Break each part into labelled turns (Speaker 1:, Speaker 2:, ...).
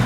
Speaker 1: 频。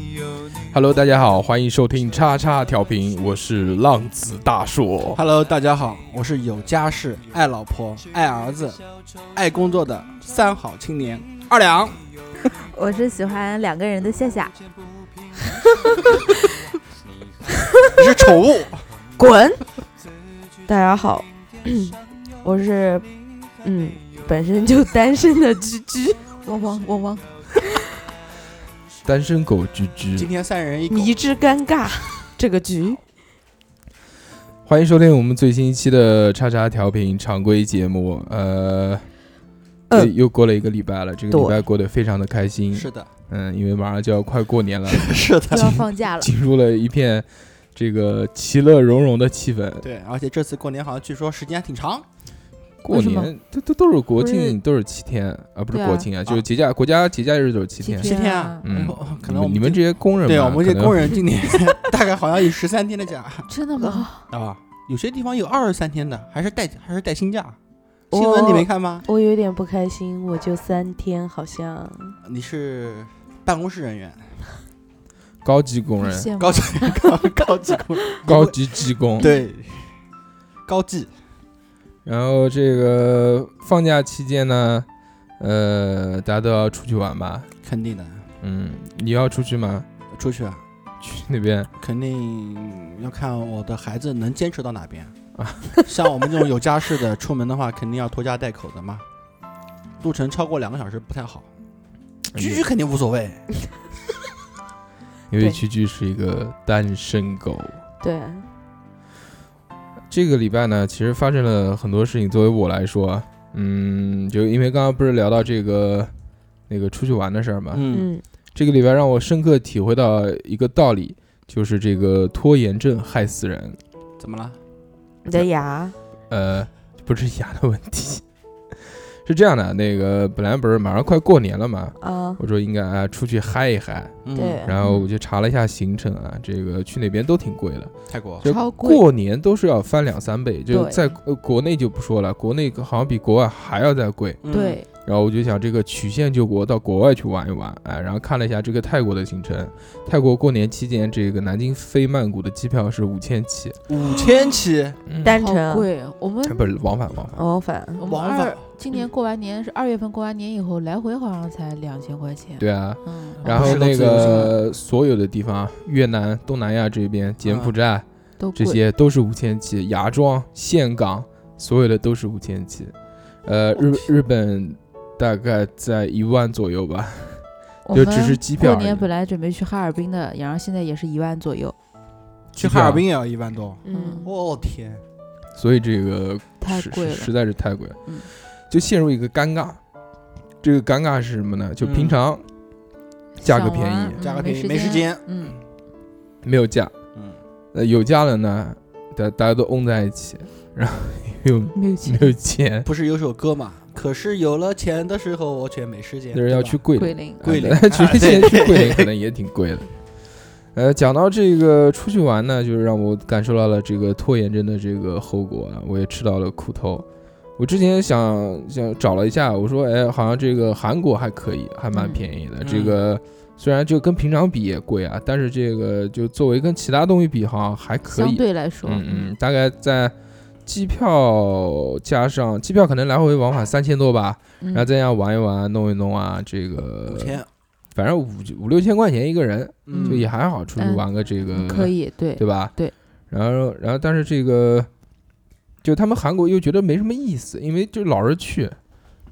Speaker 2: 有女朋友。
Speaker 3: Hello，大家好，欢迎收听叉叉调频，我是浪子大 硕。
Speaker 4: Hello，大家好，我是有家室、爱老婆、爱儿子、爱工作的三好青年二 两。
Speaker 1: 我是喜欢两个人的夏夏，
Speaker 4: 你是宠物，
Speaker 5: 滚！大家好， 我是嗯，本身就单身的居居，
Speaker 1: 汪汪汪汪，
Speaker 3: 单身狗居居
Speaker 4: 今，天三人一狗。
Speaker 5: 迷之尴尬。这个局，
Speaker 3: 欢迎收听我们最新一期的叉叉调频常规节目。呃，
Speaker 5: 呃
Speaker 3: 又又过了一个礼拜了，这个礼
Speaker 5: 对
Speaker 3: 拜过得非常的开心。
Speaker 4: 是的，
Speaker 3: 嗯，因为马上就要快过年了，
Speaker 4: 是
Speaker 1: 又
Speaker 4: 的，
Speaker 1: 要放假了。
Speaker 3: 进入了一片这个其乐融融的气氛。
Speaker 4: 对，而且这次过年好像据说时间还挺长，
Speaker 3: 过
Speaker 1: 为什
Speaker 3: 年都都都是国
Speaker 1: 不是
Speaker 3: 庆，都是七天啊，不是
Speaker 1: 对啊
Speaker 3: 国庆啊，就是节假国家节假日都是七天。
Speaker 4: 七天啊
Speaker 1: 啊，
Speaker 3: 嗯
Speaker 4: 哦可
Speaker 3: 你
Speaker 4: 能我
Speaker 3: 们你们这些工人嘛，
Speaker 4: 对我们这
Speaker 3: 可能
Speaker 4: 工人今年 大概好像有十三天的 假
Speaker 1: 真的吗？
Speaker 4: 啊，有些地方有二十三天的，还是带还是带薪假。
Speaker 5: 哦
Speaker 4: 新闻你没看吗？
Speaker 5: 我有点不开心，我就三天，好像
Speaker 4: 你是办公室人员，
Speaker 3: 高级 工人，
Speaker 1: 羡慕
Speaker 4: 高级高高级工人
Speaker 3: 高级技工。
Speaker 4: 对高技
Speaker 3: 然后这个放假期间呢，呃，大家都要出去玩吧？
Speaker 4: 肯定的，
Speaker 3: 嗯，你要出去吗？
Speaker 4: 出去啊。
Speaker 3: 去那边
Speaker 4: 肯定要看我的孩子能坚持到哪 边
Speaker 3: 啊
Speaker 4: 啊。像我们这种有家室的，出门的话肯定要拖家带口的嘛。路程超过两个小时不太好，居居肯定无所谓。
Speaker 3: 因为
Speaker 5: 对
Speaker 3: 蛐蛐是一个单身狗。
Speaker 5: 对，
Speaker 3: 这个礼拜呢，其实发生了很多事情。作为我来说啊，嗯，就因为刚刚不是聊到这个那个出去玩的事儿嘛，
Speaker 4: 嗯，
Speaker 5: 嗯，
Speaker 3: 这个礼拜让我深刻体会到一个道理，就是这个拖延症害死人。
Speaker 4: 怎么了？
Speaker 5: 你的牙，
Speaker 3: 呃，不是牙的问题， 是这样的，那个本来不是马上快过年了嘛，
Speaker 5: 啊，
Speaker 3: 我说应该啊出去嗨一嗨，
Speaker 4: 嗯
Speaker 5: 对
Speaker 3: 然后我就查了一下行程啊，这个去哪边都挺贵的，
Speaker 4: 泰国
Speaker 3: 就
Speaker 1: 超贵
Speaker 3: 过年都是要翻两三倍，就
Speaker 5: 对
Speaker 3: 在呃国内就不说了，国内好像比国外还要再贵。
Speaker 4: 嗯
Speaker 5: 对，
Speaker 3: 然后我就想这个曲线救国，到国外去玩一玩，哎，然后看了一下这个泰国的行程，泰国过年期间这个南京飞曼谷的机票是五千起，
Speaker 4: 五千起，
Speaker 3: 嗯
Speaker 5: 单
Speaker 1: 好
Speaker 5: 程
Speaker 1: 贵。我们
Speaker 3: 不是往返往返，
Speaker 5: 往返，
Speaker 1: 我们
Speaker 4: 往返
Speaker 1: 二今年过完年是二月份过完年以后，来回好像才两千块钱。
Speaker 3: 对啊。
Speaker 1: 嗯，
Speaker 3: 然
Speaker 4: 不
Speaker 3: 后
Speaker 4: 是个
Speaker 3: 那
Speaker 4: 自由行
Speaker 3: 个所有的地方，越南、东南亚这边，柬埔寨，
Speaker 1: 都贵
Speaker 3: 这些都是五千起，芽庄、岘港，所有的都是五千起。呃，日日本大概在一万左右吧，
Speaker 1: 我
Speaker 3: 就
Speaker 1: 们
Speaker 3: 只是机票而已
Speaker 1: 过年本来准备去哈尔滨的，然后现在也是一万左右。
Speaker 4: 去哈尔滨也要一万多。
Speaker 5: 嗯，
Speaker 4: 我、哦天，
Speaker 3: 所以这个
Speaker 1: 太
Speaker 3: 是
Speaker 1: 贵
Speaker 3: 是
Speaker 1: 了
Speaker 3: 实在是太贵了，
Speaker 1: 嗯
Speaker 3: 就陷入一个尴尬。这个尴尬是什么呢？就
Speaker 4: 嗯
Speaker 3: 平常价格
Speaker 1: 想
Speaker 3: 便
Speaker 1: 玩
Speaker 3: 宜，
Speaker 1: 嗯
Speaker 4: 价格便宜
Speaker 1: 没
Speaker 4: 没时间。
Speaker 1: 嗯，
Speaker 3: 没有价，
Speaker 4: 嗯，
Speaker 3: 呃，有价了呢，大大家都嗡在一起，然后又
Speaker 1: 没有
Speaker 3: 没
Speaker 1: 钱。
Speaker 3: 有钱，
Speaker 4: 不是有首歌嘛？可是有了钱的时候，我却没时间。
Speaker 3: 就是要
Speaker 4: 对吧
Speaker 3: 去桂
Speaker 1: 桂
Speaker 3: 林。
Speaker 1: 林，
Speaker 4: 桂林
Speaker 3: 啊其实
Speaker 4: 啊
Speaker 3: 现在
Speaker 4: 对
Speaker 3: 去桂林可能也挺贵的。呃，讲到这个出去玩呢，就是让我感受到了这个拖延症的这个后果啊，我也吃到了苦头。我之前想想找了一下，我说，哎，好像这个韩国还可以，还蛮
Speaker 1: 嗯
Speaker 3: 便宜的。
Speaker 4: 嗯
Speaker 3: 这个虽然就跟平常比也贵啊，但是这个就作为跟其他东西比，好像还可
Speaker 1: 相
Speaker 3: 以。嗯
Speaker 1: 对来说，
Speaker 3: 嗯嗯，大概在机票加上机票可能来回往返三千多吧，
Speaker 1: 嗯
Speaker 3: 然后再这样玩一玩、弄一弄啊，这个
Speaker 4: 五千，
Speaker 3: 反正五五六千块钱一个人，
Speaker 1: 嗯
Speaker 3: 就也还好，出去
Speaker 1: 嗯
Speaker 3: 玩个这个
Speaker 1: 可以，对
Speaker 3: 对吧？
Speaker 1: 对。
Speaker 3: 然后，然后，但是这个，就他们韩国又觉得没什么意思，因为就老是去，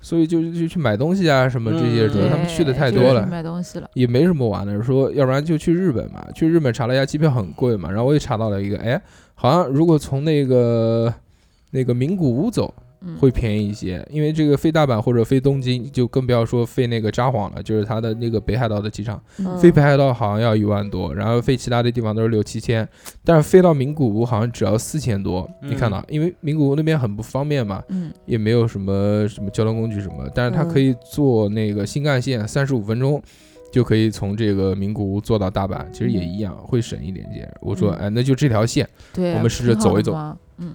Speaker 3: 所以就就去买东西啊什么这些
Speaker 4: 嗯
Speaker 3: 东西，他们去的太
Speaker 1: 就是
Speaker 3: 多
Speaker 1: 去
Speaker 3: 了，
Speaker 1: 买东西了，
Speaker 3: 也没什么玩的。说要不然就去日本嘛，去日本查了一下机票很贵嘛，然后我也查到了一个，哎，好像如果从那个那个名古屋走
Speaker 1: 嗯，
Speaker 3: 会便宜一些，因为这个飞大阪或者飞东京，就更不要说飞那个札幌了，就是它的那个北海道的机场。
Speaker 5: 嗯
Speaker 3: 飞北海道好像要一万多，然后飞其他的地方都是六七千，但是飞到名古屋好像只要四千多。
Speaker 4: 嗯
Speaker 3: 你看到，因为名古屋那边很不方便嘛，
Speaker 1: 嗯，
Speaker 3: 也没有什么什么交通工具什么，但是它
Speaker 5: 嗯
Speaker 3: 可以坐那个新干线，三十五分钟就可以从这个名古屋坐到大阪，其实也一样，会省一点点。我说，
Speaker 1: 嗯
Speaker 3: 哎，那就这条线，
Speaker 1: 对啊，
Speaker 3: 我们试着
Speaker 1: 挺好
Speaker 3: 走一
Speaker 1: 的
Speaker 3: 走
Speaker 1: 嘛，嗯，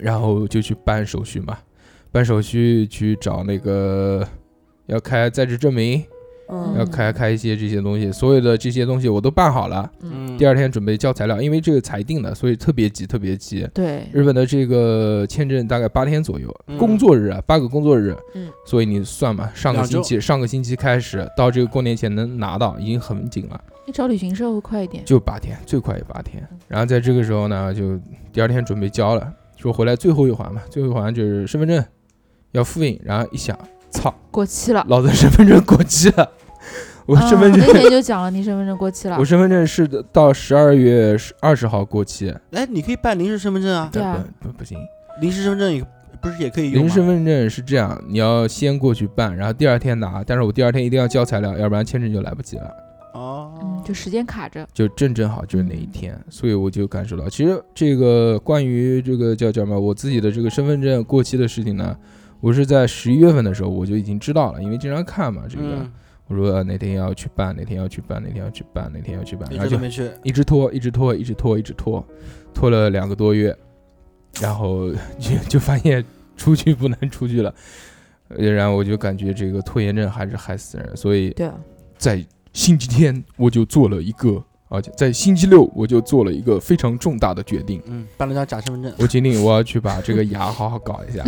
Speaker 3: 然后就去办手续嘛，办手续去找那个要开在职证明，
Speaker 5: 嗯
Speaker 3: 要
Speaker 1: 嗯
Speaker 3: 开开一些这些东西，所有的这些东西我都办好了。
Speaker 4: 嗯，
Speaker 3: 第二天准备交材料，因为这个裁定的，所以特别急，特别急。
Speaker 1: 对，
Speaker 3: 日本的这个签证大概八天左右，
Speaker 4: 嗯
Speaker 3: 工作日啊，八个工作日。
Speaker 1: 嗯，
Speaker 3: 所以你算嘛，上个
Speaker 4: 两
Speaker 3: 星
Speaker 4: 周
Speaker 3: 期上个星期开始到这个过年前能拿到，已经很紧
Speaker 4: 嗯
Speaker 3: 了，
Speaker 1: 你找旅行社会快一点，
Speaker 3: 就八天，最快也八天。然后在这个时候呢，就第二天准备交了，说回来最后一环嘛，最后一环就是身份证要复印，然后一想，操，
Speaker 1: 过期了。
Speaker 3: 老子身份证过期 了，我
Speaker 1: 嗯
Speaker 3: 身
Speaker 4: 啊
Speaker 3: 份证、
Speaker 1: 那天就讲了，你身份证过期了
Speaker 3: 我。身份证是到十二月二十号过期，
Speaker 4: 哎，你可以办临时身份证啊，
Speaker 1: 对啊
Speaker 3: 不不不行，
Speaker 4: 临时身份证也不是也可以用
Speaker 3: 临
Speaker 4: 吗
Speaker 3: 时身份证是这样，你要先过去办，然后第二天拿，但是我第二天一定要交材料，要不然签证就来不及了，
Speaker 1: 嗯
Speaker 4: 哦，，
Speaker 1: 就时间卡着。
Speaker 3: 就正正好就是那
Speaker 4: 嗯
Speaker 3: 一天，所以我就感受到，其实这个关于这个叫叫什么，我自己的这个身份证过期的事情呢，我是在十一月份的时候我就已经知道了，因为经常看嘛，这个、
Speaker 4: 嗯，
Speaker 3: 我说、呃哪天要去办，哪天要去办，哪天要去办，哪天要去办，
Speaker 4: 一
Speaker 3: 然
Speaker 4: 直
Speaker 3: 后就
Speaker 4: 都没去，
Speaker 3: 一直拖，一直拖，一直拖，一直拖，拖了两个多月，然后就 就发现出去不能出去了，呃然后我就感觉这个拖延症还是害死人，所以
Speaker 5: 对啊，
Speaker 3: 在星期天我就做了一个，而且在星期六我就做了一个非常重大的决定。
Speaker 4: 嗯，办了张假身份证，
Speaker 3: 我决定我要去把这个牙好好搞一下，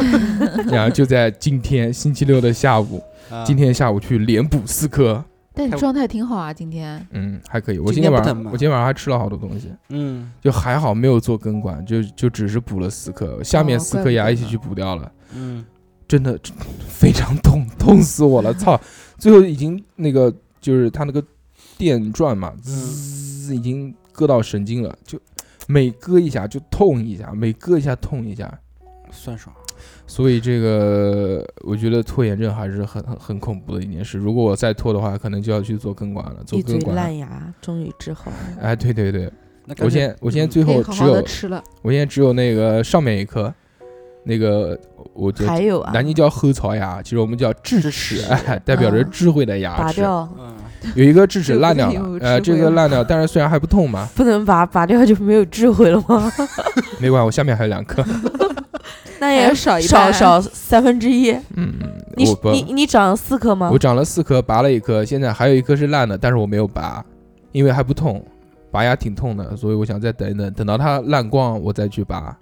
Speaker 3: 然后就在今天星期六的下午，
Speaker 4: 啊
Speaker 3: 今天下午去连补四颗，
Speaker 1: 但你
Speaker 4: 太
Speaker 1: 状态挺好啊，今天。
Speaker 3: 嗯，还可以。我
Speaker 4: 今
Speaker 3: 今
Speaker 4: 天
Speaker 3: 天
Speaker 4: 不
Speaker 3: 晚上
Speaker 4: 疼吗
Speaker 3: 我今天晚上还吃了好多东西，
Speaker 4: 嗯
Speaker 3: 就还好没有做根管，就就只是补了四颗，下面
Speaker 1: 哦
Speaker 3: 四
Speaker 1: 怪
Speaker 3: 颗
Speaker 1: 不
Speaker 3: 牙
Speaker 1: 得
Speaker 3: 一起
Speaker 1: 呢
Speaker 3: 去补掉了，
Speaker 4: 嗯，
Speaker 3: 真的真非常痛， 痛死我了！操，最后已经那个就是它那个电钻嘛，
Speaker 4: 嗯
Speaker 3: 滋已经割到神经了，就每割一下就痛一下，每割一下痛一下，
Speaker 4: 算爽，
Speaker 3: 所以这个我觉得拖延症还是很很很恐怖的一件事。如果我再拖的话，可能就要去做根管了，做
Speaker 5: 一嘴
Speaker 3: 根管。
Speaker 5: 烂牙，终于治好了。
Speaker 3: 哎，对对对，
Speaker 4: 那干
Speaker 3: 我
Speaker 4: 脆
Speaker 3: 现在我现在
Speaker 4: 嗯
Speaker 3: 最
Speaker 1: 可以
Speaker 3: 后
Speaker 1: 好
Speaker 3: 只
Speaker 1: 好
Speaker 3: 有
Speaker 1: 的 吃了，
Speaker 3: 我现在只有那个上面一颗，那个我觉
Speaker 5: 还
Speaker 3: 得
Speaker 5: 有啊，
Speaker 3: 南京叫后槽牙，其实我们叫智
Speaker 4: 智
Speaker 3: 齿，
Speaker 4: 齿
Speaker 3: 哎， 代表着
Speaker 5: 嗯
Speaker 3: 智慧的牙
Speaker 5: 拔
Speaker 3: 齿。
Speaker 5: 掉，
Speaker 4: 嗯，
Speaker 3: 有一个智齿烂掉
Speaker 1: 这个
Speaker 3: 了
Speaker 1: 有，智
Speaker 3: 呃，这
Speaker 1: 慧
Speaker 3: 个
Speaker 1: 了
Speaker 3: 烂掉，但是虽然还不痛 嘛，
Speaker 5: 不能拔，拔掉就没有智慧了吗？
Speaker 3: 没管我下面还有两颗。
Speaker 5: 那
Speaker 1: 还
Speaker 5: 也
Speaker 1: 要少一
Speaker 5: 少
Speaker 1: 半
Speaker 5: 哎少三分之一。
Speaker 3: 嗯，
Speaker 5: 你
Speaker 3: 我不，
Speaker 5: 你你长了四颗吗
Speaker 3: 我？长了四颗，拔了一颗，现在还有一颗是烂的，但是我没有拔，因为还不痛，拔牙挺痛的，所以我想再等一等，等到它烂光我再去拔。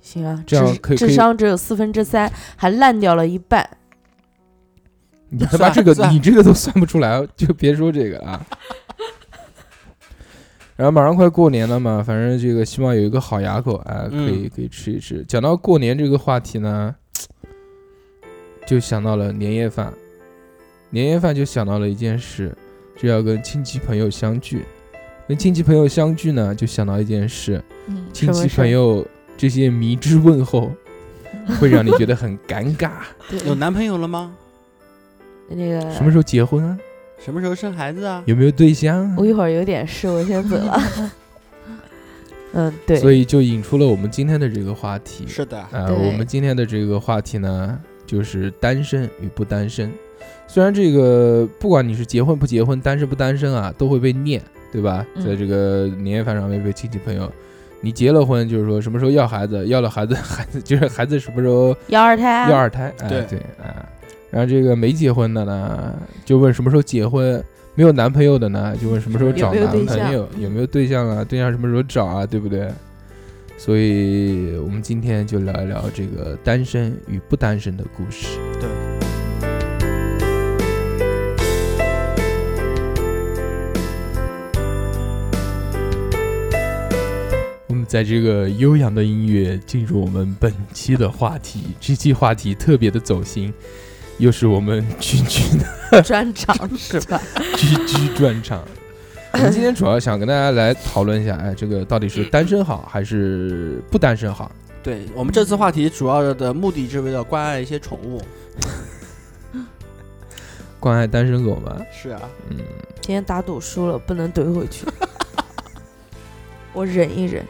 Speaker 5: 行啊，
Speaker 3: 这样
Speaker 5: 智
Speaker 3: 可以可以
Speaker 5: 智商只有四分之三，还烂掉了一半。
Speaker 3: 你他妈这个，
Speaker 4: 算
Speaker 3: 你这个都算不出来，就别说这个啊。 然后马上快过年了嘛，反正这个希望有一个好牙口啊，可
Speaker 4: 嗯
Speaker 3: 以可以吃一吃。讲到过年这个话题呢，就想到了年夜饭，年夜饭就想到了一件事，就要跟亲戚朋友相聚。跟亲戚朋友相聚呢，就想到一件事，
Speaker 1: 嗯，
Speaker 3: 亲
Speaker 5: 什
Speaker 3: 戚
Speaker 5: 么事
Speaker 3: 朋友这些迷之问候，会让你觉得很尴 尬。
Speaker 4: 有
Speaker 1: 对，
Speaker 4: 男朋友了吗？
Speaker 5: 那个，
Speaker 3: 什么时候结婚啊？
Speaker 4: 什么时候生孩子啊？
Speaker 3: 有没有对象、啊？
Speaker 5: 我一会儿有点事，我先走了。 嗯，对，
Speaker 3: 所以就引出了我们今天的这个话题。
Speaker 4: 是的，
Speaker 3: 呃，
Speaker 1: 对
Speaker 3: 我们今天的这个话题呢，就是单身与不单身。虽然这个不管你是结婚不结婚、单身不单身啊，都会被念，对吧？
Speaker 1: 嗯
Speaker 3: 在这个年夜饭上面被亲戚朋友，你结了婚就是说什么时候要孩子，要了孩子， 孩子就是孩子什么时候
Speaker 5: 要二胎啊，
Speaker 3: 要二胎，哎、
Speaker 4: 对
Speaker 3: 对啊。然后这个没结婚的呢，就问什么时候结婚；没有男朋友的呢，就问什么时候找
Speaker 5: 有没有对
Speaker 3: 男
Speaker 5: 嗯
Speaker 3: 朋友，有没有对象啊？对象什么时候找啊？对不对？所以我们今天就聊一聊这个单身与不单身的故事。
Speaker 4: 对。
Speaker 3: 我们在这个悠扬的音乐进入我们本期的话题，这期话题特别的走心，又是我们君君的
Speaker 5: 专场 是吧？
Speaker 3: 居居专场。我们今天主要想跟大家来讨论一下，哎，这个到底是单身好还是不单身好？
Speaker 4: 对我们这次话题主要的目的是为了关爱一些宠物。
Speaker 3: 关爱单身狗吗？
Speaker 4: 是啊，
Speaker 3: 嗯，
Speaker 5: 今天打赌输了，不能怼回去。 我忍一忍，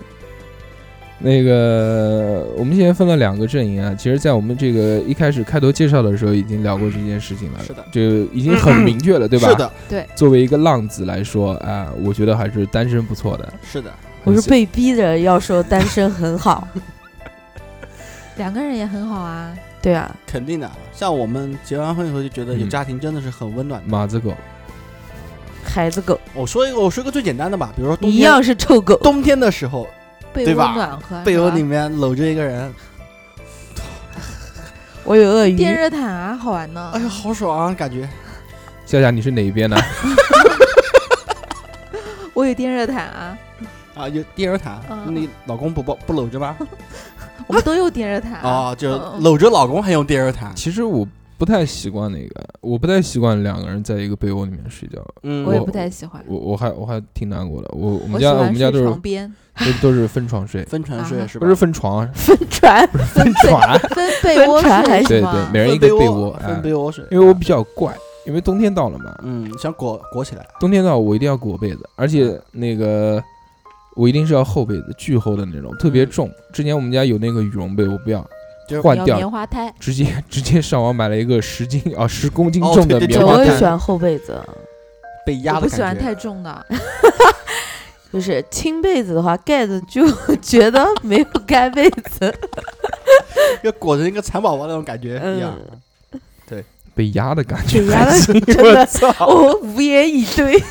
Speaker 3: 那个我们现在分了两个阵营啊。其实，在我们这个一开始开头介绍的时候，已经聊过这件事情了，
Speaker 4: 是的，
Speaker 3: 就已经很明确了，对吧？
Speaker 4: 是。的，
Speaker 3: 作为一个浪子来说，啊、我觉得还是单身不错的。
Speaker 4: 是的，
Speaker 5: 我是被
Speaker 3: 被
Speaker 5: 逼着要说单身很好。
Speaker 1: 两个人也很好啊。
Speaker 5: 对啊，
Speaker 4: 肯定的。像我们结完婚以后就觉得有
Speaker 3: 嗯
Speaker 4: 家庭真的是很温暖的。
Speaker 3: 马子狗，
Speaker 5: 孩子狗
Speaker 4: 我说一个，我说一个最简单的吧，比如说冬
Speaker 5: 一
Speaker 4: 天
Speaker 5: 样是臭狗，
Speaker 4: 冬天的时候，
Speaker 1: 被
Speaker 4: 对
Speaker 1: 窝
Speaker 4: 吧
Speaker 1: 暖和，
Speaker 4: 被窝里
Speaker 1: 啊是吧
Speaker 4: 面搂着一个人，
Speaker 5: 我有鳄鱼。
Speaker 1: 电热毯啊，好玩呢。
Speaker 4: 哎呀，好爽啊，感觉。
Speaker 3: 夏夏，你是哪一边呢？
Speaker 1: 我有电热毯啊，
Speaker 4: 啊，有电热毯，
Speaker 1: 嗯
Speaker 4: 你老公不抱不搂着 吗？
Speaker 1: 我们都有电热毯
Speaker 3: 哦
Speaker 4: 啊，就
Speaker 1: 嗯嗯
Speaker 4: 搂着老公还用电热毯，
Speaker 3: 其实我不太习惯那个，我不太习惯两个人在一个被窝里面睡觉。
Speaker 4: 嗯，
Speaker 1: 我也
Speaker 3: 我
Speaker 1: 不太喜欢。
Speaker 3: 我我还我还挺难过的，我我们
Speaker 1: 我
Speaker 3: 家
Speaker 1: 喜
Speaker 3: 我
Speaker 1: 欢
Speaker 3: 们家
Speaker 1: 睡
Speaker 3: 都是
Speaker 1: 床边，
Speaker 3: 都都是分床睡，
Speaker 4: 分床睡
Speaker 1: 啊
Speaker 4: 是吧？
Speaker 3: 不是分床，
Speaker 5: 分船，
Speaker 3: 分床，啊
Speaker 1: 分被窝
Speaker 5: 分床还
Speaker 1: 睡
Speaker 5: 是
Speaker 3: 对
Speaker 1: 是吗
Speaker 3: 对，每人一
Speaker 4: 分
Speaker 3: 个被
Speaker 4: 窝，
Speaker 3: 哎
Speaker 4: 分被窝睡，
Speaker 3: 因为我比较怪，因为冬天到了嘛，
Speaker 4: 嗯想裹裹起来，
Speaker 3: 冬天到我一定要裹被子，而且
Speaker 4: 嗯
Speaker 3: 那个我一定是要厚被子，巨厚的那种，特
Speaker 4: 嗯
Speaker 3: 别重。之前我们家有那个羽绒被，我不要
Speaker 4: 就是，
Speaker 3: 换
Speaker 1: 要
Speaker 3: 掉
Speaker 1: 棉，花胎，
Speaker 3: 直接 直接上网买了一个十斤啊十公斤
Speaker 4: 哦
Speaker 3: 重的
Speaker 4: 对对
Speaker 3: 棉
Speaker 4: 对
Speaker 3: 花
Speaker 5: 我
Speaker 4: 对
Speaker 5: 也
Speaker 3: 毯
Speaker 5: 喜，欢厚被子，
Speaker 4: 被压
Speaker 1: 我
Speaker 4: 的
Speaker 1: 不喜欢
Speaker 4: 感
Speaker 1: 太
Speaker 4: 觉。
Speaker 1: 重的，
Speaker 5: 就是轻被子的话，盖子就觉得没有盖被子。
Speaker 4: 要裹着一个蚕宝宝那种感觉一样。
Speaker 5: 嗯，
Speaker 3: 被压的感觉，
Speaker 5: 被压的真
Speaker 4: 我
Speaker 5: 的，
Speaker 4: 操！
Speaker 5: 我无言以对，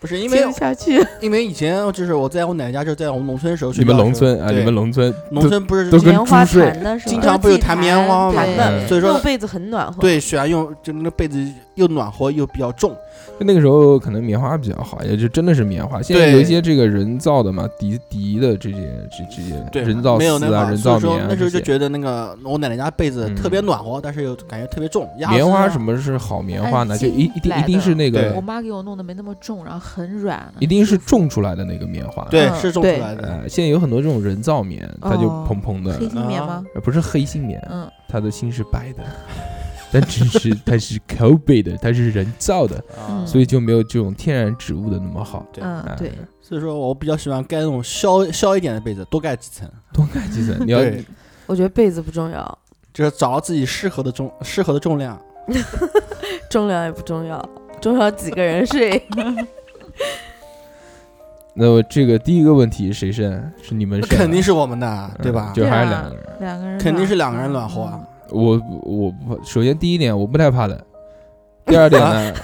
Speaker 4: 不是因为
Speaker 5: 听不下去。
Speaker 4: 因为以前就是我在我奶奶家，就是在 我们农村时候睡
Speaker 3: 你
Speaker 4: 觉的时
Speaker 3: 们
Speaker 4: 候，
Speaker 3: 农村啊，
Speaker 4: 对
Speaker 3: 你们农村
Speaker 4: 农村不是
Speaker 3: 都跟
Speaker 5: 棉花
Speaker 3: 猪睡
Speaker 5: 弹的时候，
Speaker 4: 经常不是弹棉花嘛
Speaker 1: 对，
Speaker 3: 嗯
Speaker 4: 所以
Speaker 5: 肉
Speaker 4: 说
Speaker 5: 被子很暖和。，
Speaker 4: 对喜欢用就那个被子又暖和又比较重。
Speaker 3: 就那个时候可能棉花比较好，也就真的是棉花。现在
Speaker 4: 对
Speaker 3: 有一些这个人造的嘛，涤涤的这些这这些
Speaker 4: 对，
Speaker 3: 人造
Speaker 4: 没有
Speaker 3: 丝
Speaker 4: 那
Speaker 3: 啊、
Speaker 4: 个，
Speaker 3: 人
Speaker 4: 所
Speaker 3: 造
Speaker 4: 以说
Speaker 3: 棉啊
Speaker 4: 那时
Speaker 3: 这
Speaker 4: 候就
Speaker 3: 些。
Speaker 4: 觉得那个我奶奶家被子
Speaker 3: 嗯
Speaker 4: 特别暖和，但是又感觉特别重。压
Speaker 3: 棉花
Speaker 4: 身上
Speaker 3: 什么是好棉花呢？
Speaker 1: 按
Speaker 3: 就一
Speaker 1: 斤
Speaker 3: 一定
Speaker 1: 来
Speaker 3: 一定
Speaker 1: 的
Speaker 3: 是那
Speaker 4: 对
Speaker 3: 个
Speaker 1: 我妈给我弄的没那么重，然后很软，
Speaker 3: 一定是种出来的那个棉花。
Speaker 4: 对
Speaker 1: 嗯
Speaker 4: 是种出
Speaker 5: 对
Speaker 4: 来的，
Speaker 3: 呃，现在有很多这种人造棉，它就
Speaker 1: 哦
Speaker 3: 蓬蓬的，
Speaker 1: 黑心棉吗？
Speaker 3: 呃不是黑心棉，
Speaker 1: 嗯，
Speaker 3: 它的心是白的， 但只是它是口碑的，它是人造的，
Speaker 4: 啊
Speaker 1: 嗯
Speaker 3: 所以就没有这种天然植物的那么好。
Speaker 4: 对
Speaker 1: 嗯
Speaker 3: 哎，
Speaker 1: 对，
Speaker 4: 所以说我比较喜欢盖那种消消一点的被子，多盖几层。
Speaker 3: 多盖几层，你要
Speaker 4: 对，
Speaker 5: 我觉得被子不重要，
Speaker 4: 就是找到自己适合的重适合的重量。
Speaker 5: 重量也不重要，重要几个
Speaker 3: 哎
Speaker 5: 人睡。
Speaker 3: 那我这个第一个问题谁胜？是你们
Speaker 4: 那
Speaker 3: 胜啊，
Speaker 4: 肯定是我们的，
Speaker 3: 嗯
Speaker 4: 对吧？
Speaker 3: 就
Speaker 1: 对
Speaker 3: 还是
Speaker 1: 啊
Speaker 3: 两个人。
Speaker 1: 两个人
Speaker 4: 肯定是
Speaker 1: 暖
Speaker 4: 两个人暖和啊。
Speaker 1: 嗯
Speaker 3: 我我不首先第一点我不太怕冷，第二点
Speaker 4: 啊
Speaker 3: 呢，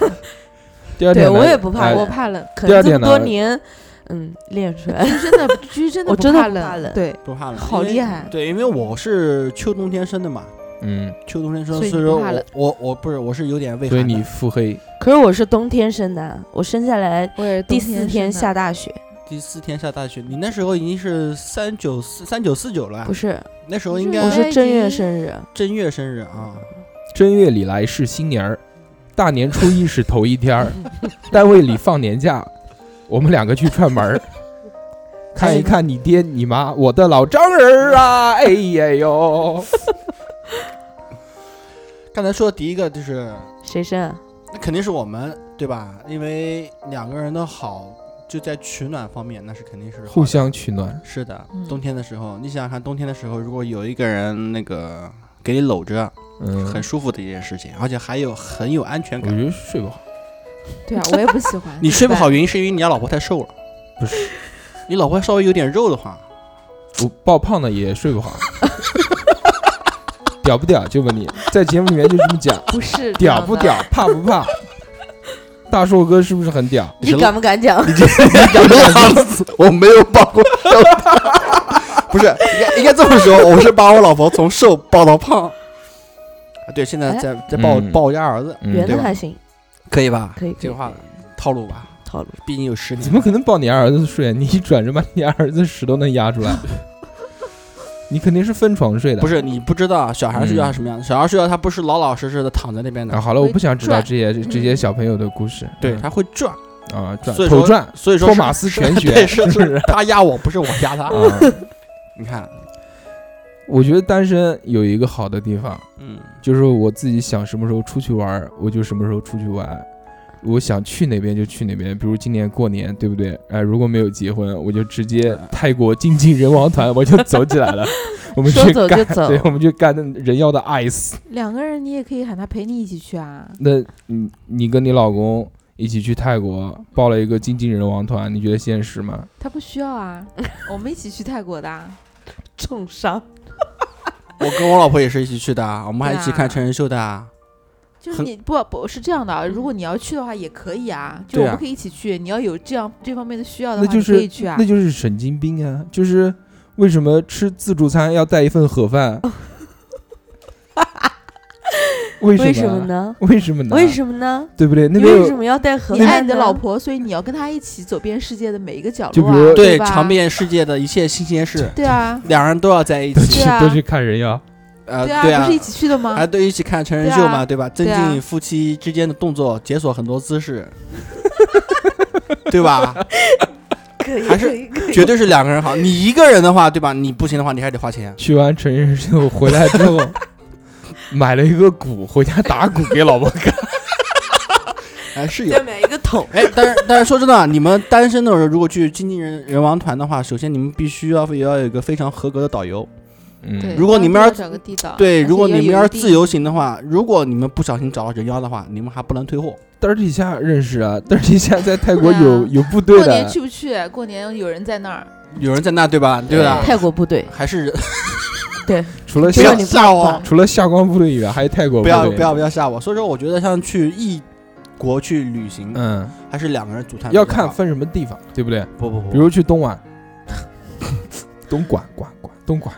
Speaker 3: 第二点呢
Speaker 5: 对我也不怕
Speaker 3: 哎
Speaker 1: 嗯
Speaker 5: 我
Speaker 1: 我怕冷，
Speaker 5: 可
Speaker 3: 第二
Speaker 5: 能这
Speaker 3: 点
Speaker 5: 么
Speaker 3: 呢
Speaker 5: 多年，嗯，练出来。
Speaker 1: 居真的居真的
Speaker 5: 我
Speaker 1: 不
Speaker 5: 真的
Speaker 1: 怕
Speaker 5: 不怕冷
Speaker 1: 对，
Speaker 4: 不怕冷，
Speaker 1: 好
Speaker 4: 因为
Speaker 1: 厉害
Speaker 4: 对，因为我是秋冬天生的嘛，
Speaker 3: 嗯，
Speaker 4: 秋冬天生，
Speaker 1: 所以
Speaker 4: 所以
Speaker 1: 你不
Speaker 4: 说
Speaker 1: 怕
Speaker 4: 我
Speaker 1: 冷
Speaker 4: 我我不是我是有点畏寒
Speaker 3: 所以
Speaker 4: 的。
Speaker 3: 你腹黑，
Speaker 5: 可是我是冬天生的，我生下来
Speaker 1: 我也是
Speaker 5: 第
Speaker 1: 冬
Speaker 5: 四天
Speaker 1: 生的
Speaker 5: 下大雪，
Speaker 4: 第四天下大雪，你那时候已经是三九四三九四九了啊
Speaker 5: 不，是，
Speaker 4: 那时候应
Speaker 5: 我
Speaker 4: 该
Speaker 5: 是正月生日。
Speaker 4: 正月生日啊。
Speaker 3: 正月里来是新年儿，大年初一是头 一天儿，单位里放年假，我们两个去 串门儿，看一看你爹你妈，我的老丈人儿啊！哎呀 呦，
Speaker 4: 刚才说的第一个就是，
Speaker 5: 谁生啊？
Speaker 4: 那肯定是我们对吧？因为两个人的好就在取暖方面，那是肯定是好的
Speaker 3: 互相取暖，
Speaker 4: 是的
Speaker 1: 嗯，
Speaker 4: 冬天的时候，你想想看，冬天的时候，如果有一个人那个给你搂着，
Speaker 3: 嗯，
Speaker 4: 很舒服的一件事情，而且还有很有安全
Speaker 3: 我
Speaker 4: 感。。
Speaker 3: 觉得睡不好，
Speaker 1: 对啊，我也不喜欢
Speaker 4: 你睡不好，
Speaker 1: 怎么
Speaker 4: 原因是因为你家老婆太瘦了，
Speaker 3: 不是
Speaker 4: 你老婆稍微有点肉的话，
Speaker 3: 我爆胖了也睡不好， 屌不屌？就问你在节目里面就这么讲，
Speaker 1: 办，不是这
Speaker 3: 屌
Speaker 1: 样
Speaker 3: 不
Speaker 1: 的？
Speaker 3: 屌，怕不怕？大硕哥是不是很屌？
Speaker 5: 你敢不敢讲？
Speaker 4: 我没有抱过， 不是应该应该这么说，我是把我老婆从瘦抱到胖。啊，对，现在
Speaker 5: 哎
Speaker 4: 在在抱
Speaker 3: 嗯
Speaker 4: 抱我家儿子，
Speaker 5: 圆
Speaker 3: 嗯，
Speaker 4: 对
Speaker 5: 的
Speaker 4: 吧
Speaker 5: 还行，
Speaker 4: 可以吧？
Speaker 5: 可以。
Speaker 4: 这
Speaker 5: 可以
Speaker 4: 话
Speaker 5: 可以
Speaker 4: 套路吧，
Speaker 5: 套路，
Speaker 4: 毕竟有十年。
Speaker 3: 怎么可能抱你儿子睡？你一转身把你儿子屎都能压出来，你肯定是分床睡的。
Speaker 4: 不是你不知道啊小孩睡觉
Speaker 3: 嗯
Speaker 4: 是什么样的？小孩睡觉他不是老老实实的躺在那边
Speaker 3: 啊，
Speaker 4: 的，
Speaker 3: 好了，我不想知道
Speaker 5: 转
Speaker 3: 这些这些小朋友的故事。
Speaker 4: 对，
Speaker 3: 嗯
Speaker 4: 他会转，
Speaker 3: 啊，转
Speaker 4: 所以说
Speaker 3: 头转，
Speaker 4: 所以说
Speaker 3: 托
Speaker 4: 是
Speaker 3: 马斯
Speaker 4: 是
Speaker 3: 全
Speaker 4: 对
Speaker 3: 旋，
Speaker 4: 是
Speaker 3: 不是？
Speaker 4: 他压我，不是我压他。
Speaker 3: 啊，
Speaker 4: 你看，
Speaker 3: 我觉得单身有一个好的地方，
Speaker 4: 嗯，
Speaker 3: 就是我自己想什么时候出去玩儿，我就什么时候出去玩。我想去哪边就去哪边，比如今年过年，对不对？哎、如果没有结婚，我就直接泰国精进人王团，我就走起 来了。我们
Speaker 5: 说
Speaker 3: 去
Speaker 5: 走就
Speaker 3: 干，
Speaker 5: 走
Speaker 3: 对，我们去干那人妖的 ice。
Speaker 1: 两个人你也可以喊他陪你一起去啊。
Speaker 3: 那你你跟你老公一起去泰国，报了一个精进人王团，你觉得现实吗？
Speaker 1: 他不需要啊，我们一起去泰国的啊。
Speaker 5: 重伤。
Speaker 4: 我跟我老婆也是一起去的啊，我们还一起
Speaker 1: 对啊
Speaker 4: 看成人秀的啊。
Speaker 1: 就是
Speaker 4: 很
Speaker 1: 你不不是这样的啊，如果你要去的话也可以啊，就
Speaker 4: 对
Speaker 1: 我
Speaker 4: 啊
Speaker 1: 们可以一起去。你要有这样这方面的需要的
Speaker 3: 那
Speaker 1: 话，
Speaker 3: 就
Speaker 1: 你
Speaker 3: 是
Speaker 1: 可以去啊
Speaker 3: 那。就是神经病啊！就是为什么吃自助餐要带一份盒 饭？为
Speaker 5: 为
Speaker 3: 什
Speaker 5: 什么
Speaker 3: 么？啊
Speaker 5: 呢？
Speaker 3: 为什么呢？
Speaker 5: 为什么呢？
Speaker 3: 对不对？那
Speaker 5: 你
Speaker 3: 边
Speaker 5: 为什
Speaker 3: 有
Speaker 5: 么要带盒
Speaker 1: 你爱
Speaker 5: 饭
Speaker 1: 你的
Speaker 5: 呢？
Speaker 1: 老婆，所以你要跟她一起走遍世界的每一个角
Speaker 3: 就
Speaker 1: 落
Speaker 3: 比
Speaker 1: 啊，
Speaker 3: 如
Speaker 1: 对吧？
Speaker 4: 尝遍世界的一切新鲜事，
Speaker 1: 对啊，
Speaker 4: 两人都要在一
Speaker 3: 都
Speaker 4: 起。
Speaker 3: 去、
Speaker 1: 对啊
Speaker 3: 都去看人妖，
Speaker 4: 呃，
Speaker 1: 对
Speaker 4: 对
Speaker 1: 啊，
Speaker 4: 啊
Speaker 1: 不是一，起去的吗
Speaker 4: 还？对一起看成人秀
Speaker 1: 对
Speaker 4: 嘛，
Speaker 1: 啊
Speaker 4: 对吧？增
Speaker 1: 对啊
Speaker 4: 进夫妻之间的动作，解锁很多姿势， 对吧？
Speaker 5: 可以
Speaker 4: 还是
Speaker 5: 可以可以。
Speaker 4: 绝对是两个人好。你一个人的话，对吧？你不行的话，你还得花钱。
Speaker 3: 去完成人秀回来 之后，买了一个鼓，回家打鼓给老婆看。
Speaker 4: 哎，是有
Speaker 5: 再买一个桶，
Speaker 4: 哎，但是 但是说真的啊，你们单身的时候，如果去经纪人人王团的话，首先你们必须要也要有一个非常合格的导游。
Speaker 1: 对
Speaker 3: 嗯，
Speaker 4: 如果你们要
Speaker 1: 当然找个地道，
Speaker 4: 对，
Speaker 1: 啊而且
Speaker 4: 如果你们要是
Speaker 1: 有一定
Speaker 4: 自由行的话，如果你们不小心找到人妖的话，你们还不能退货。
Speaker 3: 嘚儿底下认识啊，嘚儿底下在泰国
Speaker 1: 对啊
Speaker 3: 有有部队
Speaker 1: 过年
Speaker 3: 的，
Speaker 1: 去不去？过年有人在那
Speaker 3: 啊
Speaker 1: 儿，
Speaker 4: 有人在那，对吧？对吧？
Speaker 5: 泰国部队，
Speaker 4: 还是人
Speaker 3: 除了
Speaker 4: 不
Speaker 3: 夏
Speaker 4: 要吓 我，
Speaker 3: 除了夏光部队以外，还有泰国部
Speaker 4: 不
Speaker 3: 队。
Speaker 4: 要不要不要吓我。所以说，我觉得像去异国去旅行，
Speaker 3: 嗯，
Speaker 4: 还是两个人组团
Speaker 3: 要
Speaker 4: 比较好
Speaker 3: 看分什么地方，对不对？
Speaker 4: 不不不，
Speaker 3: 比如去 东莞，东莞，莞莞，东莞，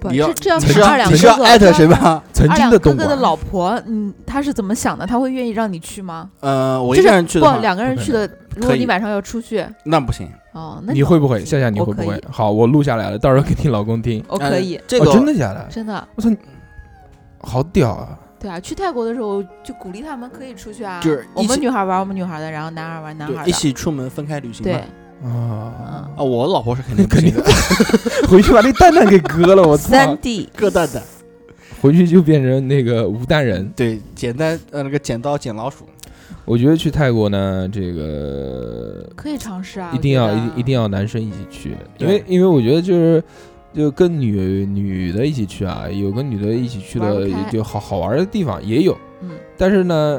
Speaker 1: 不
Speaker 4: 你要
Speaker 1: 是这样
Speaker 4: 你是
Speaker 1: 是二
Speaker 4: 要
Speaker 1: 两
Speaker 4: 你
Speaker 1: 哥
Speaker 4: 是要
Speaker 1: 哥
Speaker 4: 艾特谁？吗？
Speaker 3: 曾
Speaker 1: 二
Speaker 3: 经
Speaker 1: 两
Speaker 3: 的
Speaker 1: 哥
Speaker 3: 东
Speaker 1: 哥的
Speaker 3: 莞。
Speaker 1: 老婆，嗯，她是怎么想的？她会愿意让你去吗？
Speaker 4: 呃，我
Speaker 1: 就
Speaker 4: 一
Speaker 1: 是
Speaker 4: 个人去
Speaker 1: 不
Speaker 4: 的话，，
Speaker 1: 两个人
Speaker 3: 不
Speaker 1: 去
Speaker 3: 可
Speaker 1: 的，如果
Speaker 4: 可以
Speaker 1: 你晚上要出去，
Speaker 4: 那不行。
Speaker 1: 哦，那
Speaker 3: 你会不会？夏夏，你
Speaker 1: 我
Speaker 3: 会不
Speaker 1: 可
Speaker 3: 会
Speaker 1: 以？
Speaker 3: 好，我录下来了，到时候给你老公听。
Speaker 1: 我可
Speaker 4: 呃
Speaker 1: 以，
Speaker 4: 这
Speaker 3: 哦
Speaker 4: 个
Speaker 3: 真的假的？
Speaker 1: 真的，
Speaker 3: 我操，你好屌啊！
Speaker 1: 对啊，去泰国的时候就鼓励他们可以出去啊，
Speaker 4: 就是
Speaker 1: 我
Speaker 4: 一
Speaker 1: 们
Speaker 4: 起
Speaker 1: 女孩玩我们女孩的，然后男孩玩男孩
Speaker 4: 对嗯
Speaker 1: 的，
Speaker 4: 一起出门分开旅行
Speaker 1: 对
Speaker 4: 嘛。，
Speaker 3: 啊，
Speaker 4: 啊，我老婆是肯定不
Speaker 3: 肯定
Speaker 4: 行的，
Speaker 3: 回去把那蛋蛋给割了，我
Speaker 5: 三
Speaker 3: 操！
Speaker 5: D
Speaker 4: 各蛋蛋。
Speaker 3: 回去就变成那个无 蛋人。
Speaker 4: 嗯对，简单呃那个剪刀剪老鼠，
Speaker 3: 我觉得去泰国呢，这个
Speaker 1: 可以尝试啊，
Speaker 3: 一
Speaker 1: 我
Speaker 3: 定
Speaker 1: 觉
Speaker 3: 要
Speaker 1: 得
Speaker 3: 一定一定要男生一起去，因
Speaker 4: 对
Speaker 3: 为因为我觉得就是。就跟女女的一起去啊，有跟女的一起去
Speaker 1: 玩
Speaker 3: 的
Speaker 1: 不开
Speaker 3: 就好好玩的地方也有，
Speaker 1: 嗯，
Speaker 3: 但是呢，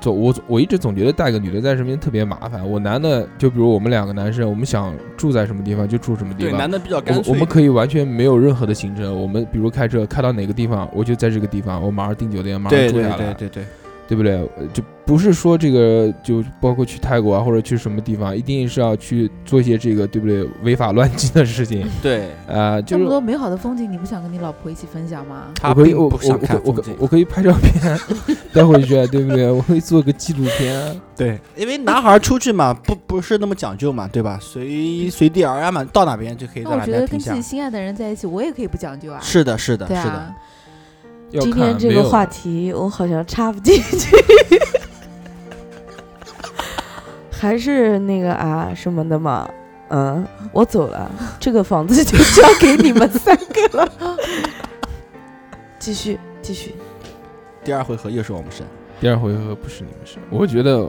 Speaker 3: 总我我一直总觉得带个女的在身边特别麻烦。我男的就比如我们两个男生，我们想住在什么地方就住什么地
Speaker 4: 对，
Speaker 3: 方
Speaker 4: 男，的比较干
Speaker 3: 我
Speaker 4: 脆。
Speaker 3: 我们可以完全没有任何的行程。我们比如开车开到哪个地方，我就在这个地方，我马上订酒店，马上
Speaker 4: 对
Speaker 3: 住
Speaker 4: 对
Speaker 3: 下来，
Speaker 4: 对对对，
Speaker 3: 对不对？呃就不是说这个就包括去泰国啊，或者去什么地方，一定是要去做一些这个对不对违法乱纪的事 情
Speaker 4: 对
Speaker 3: 啊、
Speaker 1: 这
Speaker 3: 就
Speaker 1: 么
Speaker 3: 是。
Speaker 1: 多美好的风景，你不想跟你老婆一起分享吗？
Speaker 4: 他
Speaker 3: 我可以，
Speaker 4: 并
Speaker 3: 我
Speaker 4: 不
Speaker 3: 我
Speaker 4: 想
Speaker 3: 我
Speaker 4: 看
Speaker 3: 我
Speaker 4: 风
Speaker 3: 可
Speaker 4: 景。
Speaker 3: 我可以拍照 片带回去，啊对不对？我可以做个纪录片。
Speaker 4: 对，因为男孩儿出去嘛，不不是那么讲究嘛，对吧？随随地而安嘛，到哪边就可以到
Speaker 1: 那我
Speaker 4: 哪
Speaker 1: 觉
Speaker 4: 边
Speaker 1: 得
Speaker 4: 停
Speaker 1: 跟自
Speaker 4: 下
Speaker 1: 己。心爱的人在一起，我也可以不讲究啊，
Speaker 4: 是的，是的，
Speaker 1: 对
Speaker 4: 是的。
Speaker 1: 啊，
Speaker 3: 要
Speaker 5: 今
Speaker 3: 看
Speaker 5: 天这
Speaker 3: 没
Speaker 5: 个
Speaker 3: 有
Speaker 5: 话题我好像插不进去， 还是那个啊什么的嘛。嗯，我走了，这个房子就交给你们三个了。 继续，继续，
Speaker 4: 第二回合又是我们胜，
Speaker 3: 第二回合不是你们是，我觉得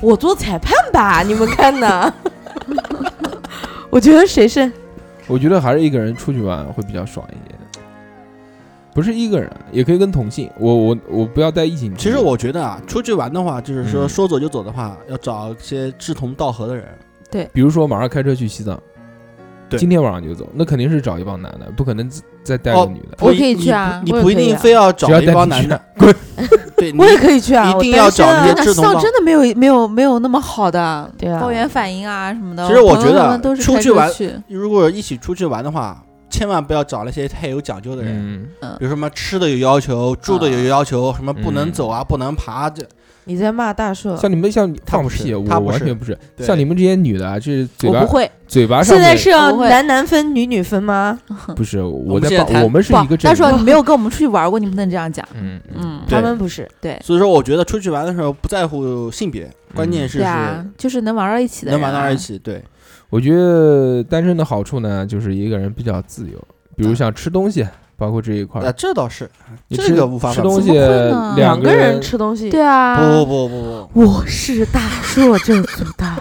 Speaker 5: 我做裁判吧，你们看呢？ 我觉得谁胜？
Speaker 3: 我觉得还是一个人出去玩会比较爽一些。不是一个人，也可以跟同性。我我我不要带异性去。
Speaker 4: 其实我觉得啊，出去玩的话，就是说
Speaker 3: 嗯
Speaker 4: 说走就走的话，要找一些志同道合的人。
Speaker 3: 比如说马上开车去西藏，
Speaker 4: 对
Speaker 3: 今天晚上就走，那肯定是找一帮男的，不可能再再带个
Speaker 4: 哦
Speaker 3: 女的。
Speaker 1: 我
Speaker 4: 不一
Speaker 1: 可以
Speaker 4: 你
Speaker 1: 去啊
Speaker 4: 不你
Speaker 1: 我也
Speaker 4: 不一
Speaker 1: 可以
Speaker 4: 定
Speaker 1: 啊
Speaker 4: 非要
Speaker 3: 只要
Speaker 4: 找一
Speaker 3: 带
Speaker 4: 帮
Speaker 3: 你去
Speaker 4: 男的，
Speaker 3: 滚！
Speaker 4: 对，你
Speaker 5: 我也可以去啊，
Speaker 4: 一
Speaker 5: 我
Speaker 4: 定
Speaker 5: 单
Speaker 4: 要
Speaker 5: 身
Speaker 4: 找
Speaker 5: 啊
Speaker 4: 那些
Speaker 1: 真的
Speaker 4: 志同
Speaker 1: 上
Speaker 4: 道
Speaker 1: 真的没有没有没有那么好的，
Speaker 5: 对啊
Speaker 1: 高原反应啊什么的。
Speaker 4: 其实我
Speaker 1: 朋友
Speaker 4: 觉得
Speaker 1: 他们都是
Speaker 4: 出
Speaker 1: 开
Speaker 4: 去
Speaker 1: 车
Speaker 4: 玩
Speaker 1: 去
Speaker 4: 如果一起出去玩的话，千万不要找那些太有讲究的人，
Speaker 3: 嗯，
Speaker 4: 比如什么吃的有要求，住的有要求，什么不能
Speaker 3: 嗯
Speaker 4: 走啊，不能爬这。
Speaker 5: 你在骂大
Speaker 1: 呃
Speaker 5: 硕，
Speaker 3: 像你们像
Speaker 4: 他
Speaker 3: 放
Speaker 4: 不是
Speaker 3: 屁，
Speaker 4: 他
Speaker 3: 我
Speaker 4: 不
Speaker 3: 完
Speaker 4: 是
Speaker 3: 全不是。
Speaker 4: 对
Speaker 3: 像你们这些女的啊，这嘴
Speaker 1: 我
Speaker 3: 巴
Speaker 1: 不会，
Speaker 3: 嘴巴上
Speaker 5: 现在
Speaker 3: 面
Speaker 5: 是要
Speaker 1: 不会
Speaker 5: 男男分女女分吗？
Speaker 3: 不是我
Speaker 4: 们
Speaker 3: 在
Speaker 4: 现在
Speaker 3: 帮
Speaker 4: 谈
Speaker 3: 我们是一个
Speaker 1: 不，
Speaker 3: 阵
Speaker 1: 他说
Speaker 3: 营。
Speaker 1: 啊你没有跟我们出去玩过，你不能这样讲。
Speaker 3: 嗯嗯，
Speaker 1: 嗯，
Speaker 4: 对
Speaker 5: 他们不是，
Speaker 1: 对
Speaker 4: 所以说，我觉得出去玩的时候不在乎性别，关键是
Speaker 1: 对啊
Speaker 4: 是，
Speaker 1: 就是能玩到一起的
Speaker 4: 能
Speaker 1: 人啊，
Speaker 4: 玩到一起。对，
Speaker 3: 我觉得单身的好处呢，就是一个人比较自由，比如像吃东西，包括这一块儿
Speaker 4: 啊，，这倒是
Speaker 3: 你
Speaker 4: 这
Speaker 3: 吃
Speaker 4: 个无法
Speaker 3: 吃
Speaker 4: 反驳
Speaker 3: 东西
Speaker 1: 怎么会呢
Speaker 3: 两
Speaker 5: 个
Speaker 3: 人
Speaker 5: 吃东西。
Speaker 1: 对啊，
Speaker 4: 不不不不
Speaker 5: 我是大硕这组的，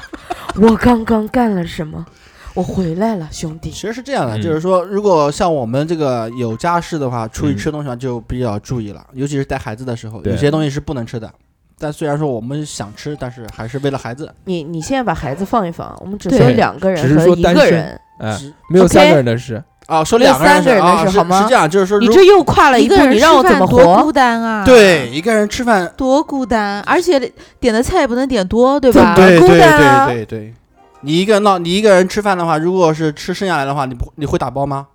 Speaker 5: 我刚刚干了什么？我回来了，兄
Speaker 4: 不，
Speaker 5: 弟
Speaker 4: 其。实是这样的，
Speaker 3: 嗯
Speaker 4: 就是说，如果像我们这个有家室的话，出去
Speaker 3: 嗯
Speaker 4: 吃东西啊就比较注意了，尤其是带孩子的时候，
Speaker 3: 对
Speaker 4: 有些东西是不能吃的。但虽然说我们想吃，但是还是为了孩子，
Speaker 5: 你你现在把孩子放一放，我们只
Speaker 1: 对
Speaker 5: 说两个人
Speaker 3: 只是
Speaker 5: 和
Speaker 3: 说
Speaker 5: 一
Speaker 3: 单
Speaker 5: 个
Speaker 3: 身
Speaker 5: 人，
Speaker 3: 哎，
Speaker 4: 只
Speaker 3: 没有
Speaker 5: OK
Speaker 3: 三个人的事。
Speaker 4: 啊，说
Speaker 5: 那
Speaker 4: 两个人
Speaker 5: 三个人的
Speaker 4: 啊
Speaker 5: 事
Speaker 4: 是
Speaker 5: 好吗
Speaker 4: 是这样，就是说，
Speaker 5: 你
Speaker 4: 如
Speaker 5: 这又跨了
Speaker 1: 一
Speaker 5: 步
Speaker 1: 个，人
Speaker 5: 你让我
Speaker 1: 吃
Speaker 5: 怎么
Speaker 1: 饭多
Speaker 5: 活
Speaker 1: 孤？单啊！
Speaker 4: 对，一个人吃饭，
Speaker 1: 多孤单，而且点的菜也不能点多，对吧？
Speaker 5: 对孤单啊
Speaker 4: 对对，你一个人闹，你一个人吃饭的话，如果是吃剩下来的话，你不你会打包吗？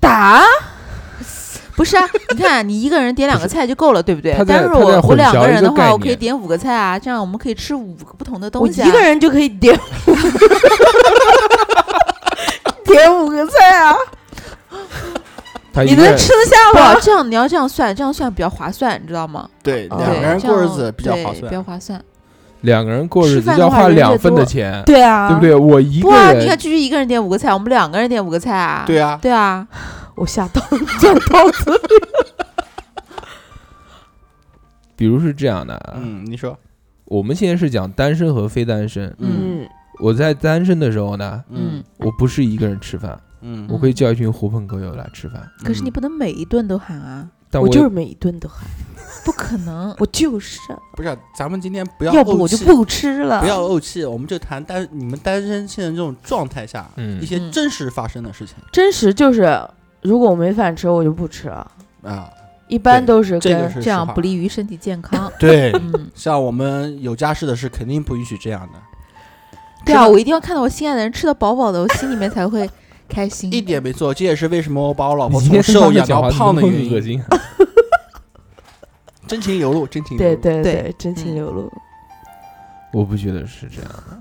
Speaker 5: 打
Speaker 1: 不是啊，你看你一个人点两个菜就够了，对不对
Speaker 3: 他？在
Speaker 1: 但是
Speaker 3: 他在
Speaker 1: 我我
Speaker 3: 混淆
Speaker 1: 两个人
Speaker 3: 一个
Speaker 1: 的
Speaker 3: 概
Speaker 1: 话，我可以
Speaker 3: 念
Speaker 1: 点五个菜啊，这样我们可以吃五个不同的
Speaker 5: 我
Speaker 1: 东西啊。
Speaker 5: 一个人就可以点 点五个菜啊！
Speaker 3: 他
Speaker 5: 你
Speaker 3: 一个
Speaker 5: 能
Speaker 3: 人
Speaker 5: 吃得下
Speaker 1: 不
Speaker 5: 吗？
Speaker 1: 这样你要这样算，这样算比较划算，你知道吗？
Speaker 4: 对，
Speaker 5: 哦
Speaker 4: 两个
Speaker 1: 对
Speaker 4: 人
Speaker 1: 这
Speaker 4: 过日
Speaker 1: 样
Speaker 4: 子比较
Speaker 1: 对
Speaker 4: 划
Speaker 1: 比较
Speaker 4: 算。
Speaker 1: 划算，
Speaker 3: 两个人过
Speaker 1: 吃
Speaker 3: 日子
Speaker 1: 饭的
Speaker 3: 要
Speaker 1: 话
Speaker 3: 花
Speaker 1: 人越
Speaker 3: 两份的
Speaker 1: 多
Speaker 3: 钱，
Speaker 5: 对啊，
Speaker 3: 对不？对？我一
Speaker 1: 不
Speaker 3: 个
Speaker 1: 啊，你看
Speaker 3: 人，
Speaker 1: 居居一个人点五个菜，我们两个人点五个菜啊。
Speaker 4: 对啊，
Speaker 1: 对啊，
Speaker 5: 我下刀钻刀子。
Speaker 3: 比如是这样的啊，
Speaker 4: 嗯，你说，
Speaker 3: 我们现在是讲单身和非单身。
Speaker 4: 嗯
Speaker 5: 嗯，
Speaker 3: 我在单身的时候呢，
Speaker 1: 嗯，，
Speaker 3: 我不是一个人吃饭，
Speaker 4: 嗯
Speaker 3: 我会叫一群狐朋狗友来吃饭，
Speaker 1: 可是你不能每一顿都喊啊，
Speaker 3: 但
Speaker 5: 我
Speaker 3: 也
Speaker 5: 就是每一顿都喊，
Speaker 1: 不可能。
Speaker 5: 我就是，
Speaker 4: 不是，啊咱们今天不要
Speaker 5: 要
Speaker 4: 怄
Speaker 5: 不我就
Speaker 4: 气
Speaker 5: 不吃了。
Speaker 1: 嗯
Speaker 4: 不要怄气，我们就谈单你们单身现在这种状态下，
Speaker 3: 嗯
Speaker 4: 一些
Speaker 1: 嗯
Speaker 4: 真实发生的事情
Speaker 5: 真实就是，如果我没饭吃，我就不吃了。
Speaker 4: 啊，
Speaker 5: 一般
Speaker 4: 对
Speaker 5: 都 是
Speaker 4: 这个
Speaker 5: 跟
Speaker 4: 是
Speaker 1: 这样
Speaker 4: 实话
Speaker 1: 不利于身体健 康。
Speaker 4: 对。
Speaker 1: 嗯，
Speaker 4: 像我们有家室的是肯定不允许这样的，
Speaker 1: 对啊，
Speaker 4: 吃的
Speaker 1: 我一定要看到我心爱的人吃的饱饱的，我心里面才会开 心。
Speaker 4: 一点没错。这也是为什么我把我老
Speaker 3: 你
Speaker 4: 婆
Speaker 3: 今
Speaker 4: 从
Speaker 3: 天
Speaker 4: 瘦
Speaker 3: 瘦
Speaker 4: 养
Speaker 3: 讲
Speaker 4: 到
Speaker 3: 话
Speaker 4: 胖的
Speaker 3: 那么
Speaker 4: 原
Speaker 3: 恶
Speaker 4: 因，
Speaker 3: 心，啊
Speaker 4: 真情流露，真情流
Speaker 5: 对
Speaker 4: 露。
Speaker 5: 对
Speaker 1: 对
Speaker 5: 对，真情
Speaker 1: 嗯
Speaker 5: 流露。
Speaker 3: 我不觉得是这样的，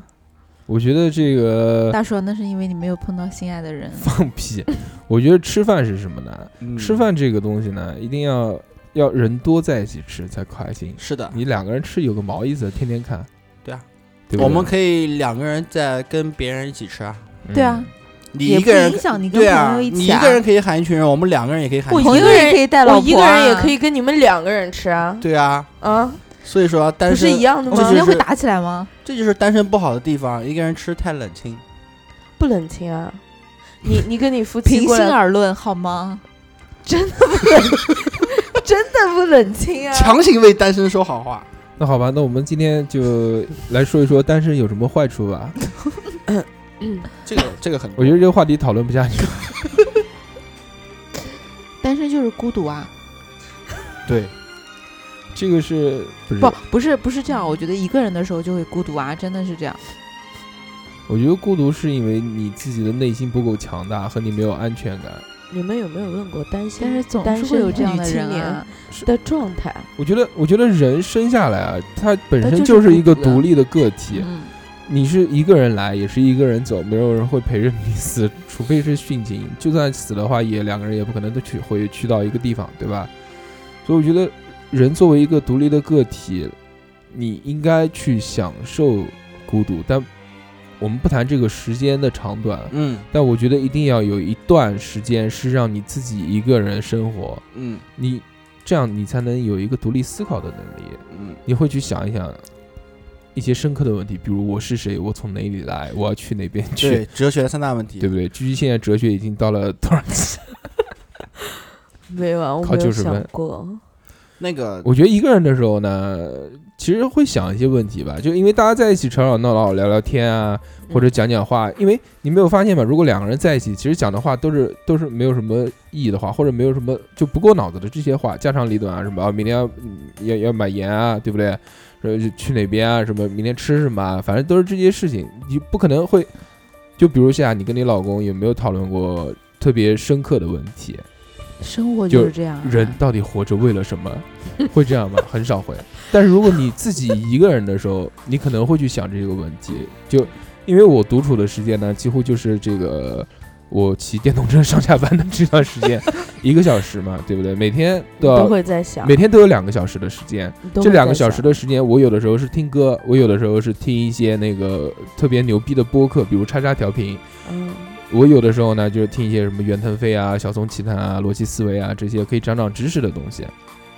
Speaker 3: 我觉得这个
Speaker 1: 大叔，啊那是因为你没有碰到心爱的人。
Speaker 3: 放屁，我觉得吃饭是什么呢？
Speaker 4: 嗯
Speaker 3: 吃饭这个东西呢，一定要要人多在一起吃才开心，
Speaker 4: 是的，
Speaker 3: 你两个人吃有个毛意思？天天看，
Speaker 4: 对啊，
Speaker 3: 对不对
Speaker 4: 我们可以两个人在跟别人一起吃啊。
Speaker 1: 对啊，
Speaker 3: 嗯
Speaker 4: 你
Speaker 1: 也
Speaker 4: 一个
Speaker 1: 不
Speaker 4: 人
Speaker 1: 影响你跟
Speaker 4: 对啊，
Speaker 1: 朋友一
Speaker 4: 你
Speaker 1: 起
Speaker 4: 一
Speaker 1: 啊
Speaker 4: 个人可以喊一群人，我们两个人也可以喊
Speaker 5: 我
Speaker 4: 一
Speaker 5: 一
Speaker 4: 群
Speaker 1: 朋
Speaker 5: 个
Speaker 1: 友
Speaker 4: 人。
Speaker 1: 也可以带老
Speaker 5: 我
Speaker 1: 婆、啊
Speaker 5: 一个人也可。以跟你们两个人吃啊，
Speaker 4: 对啊，
Speaker 5: 啊，
Speaker 4: 所以说单
Speaker 5: 不是
Speaker 4: 身
Speaker 5: 一样的
Speaker 4: 这
Speaker 5: 吗？
Speaker 1: 我
Speaker 4: 就
Speaker 1: 们今天会
Speaker 4: 是
Speaker 1: 打起来吗？
Speaker 4: 这就是单身不好的地方，一个人吃太冷 清。
Speaker 5: 不冷清啊，你你跟你夫妻
Speaker 1: 平
Speaker 5: 过
Speaker 1: 心
Speaker 5: 来，
Speaker 1: 而论好吗？
Speaker 5: 真的不冷清啊。
Speaker 4: 强行为单身说好话。
Speaker 3: 那好吧，那我们今天就来说一说单身有什么坏处 吧。
Speaker 5: 嗯，
Speaker 4: 这 个这个很，
Speaker 3: 我觉得这个话题讨论不下去。
Speaker 1: 单身就是孤独啊！
Speaker 4: 对，
Speaker 3: 这个是不是？
Speaker 1: 不，不是，不是这样。我觉得一个人的时候就会孤独啊，真的是这样。
Speaker 3: 我觉得孤独是因为你自己的内心不够强大和你没有安全感。
Speaker 5: 你们有没有问过单
Speaker 1: 但
Speaker 5: 身
Speaker 1: 是总
Speaker 5: 单
Speaker 1: 是会
Speaker 5: 身
Speaker 1: 有这样
Speaker 5: 女
Speaker 1: 的
Speaker 5: 青
Speaker 1: 人
Speaker 5: 年
Speaker 1: 啊。
Speaker 5: 的状态？
Speaker 3: 我觉得，我觉得人生下来啊，他本
Speaker 1: 他
Speaker 3: 身
Speaker 1: 就是
Speaker 3: 一个
Speaker 1: 孤独的
Speaker 3: 独立的个体，
Speaker 1: 嗯，
Speaker 3: 你是一个人来，也是一个人走，没有人会陪着你死，除非是殉情。就算死的话，也两个人也不可能都去会去到一个地方，对吧？所以我觉得，人作为一个独立的个体，你应该去享受孤独。但我们不谈这个时间的长短，
Speaker 4: 嗯
Speaker 3: 但我觉得一定要有一段时间是让你自己一个人生活，
Speaker 4: 嗯
Speaker 3: 你这样你才能有一个独立思考的能力。
Speaker 4: 嗯，
Speaker 3: 你会去想一想一些深刻的问题，比如我是谁，我从哪里来，我要去哪边去，
Speaker 4: 对，哲学的三大问题，
Speaker 3: 对不对？居居现在哲学已经到了多少级？
Speaker 5: 没有啊，我
Speaker 3: 考
Speaker 5: 没有
Speaker 3: 90
Speaker 5: 想
Speaker 3: 分
Speaker 5: 过。
Speaker 4: 那个
Speaker 3: 我觉得一个人的时候呢，其实会想一些问题吧，就因为大家在一起吵吵闹闹、聊聊天啊，或者讲讲话。因为你没有发现吗？如果两个人在一起，其实讲的话都是都是没有什么意义的话，或者没有什么就不过脑子的这些话，家长里短啊什么啊，明天要要要买盐啊，对不对？说去哪边啊，什么明天吃什么、啊，反正都是这些事情，你不可能会。就比如像你跟你老公有没有讨论过特别深刻的问题？
Speaker 1: 生活
Speaker 3: 就
Speaker 1: 就是这样、啊，
Speaker 3: 人到底活着为了什么？ 会这样吗？ 很少会。但是如果你自己一个人的时候，你可能会去想这个问题。就因为我独处的时间呢，几乎就是这个我骑电动车上下班的这段时间， 一个小时嘛，对不对？每天都
Speaker 5: 都
Speaker 3: 要，
Speaker 5: 会在想
Speaker 3: 每，天都有两个小时的时间。
Speaker 5: 都
Speaker 3: 这
Speaker 5: 会
Speaker 3: 两
Speaker 5: 在
Speaker 3: 个小时
Speaker 5: 想
Speaker 3: 的时间，我有的时候是听歌，我有的时候是听一些那个特别牛逼的播客，比如叉叉调频。
Speaker 5: 嗯
Speaker 3: 我有的时候呢，就是听一些什么袁腾飞啊、小松奇谈啊、逻辑思维啊这些可以长长知识的东西。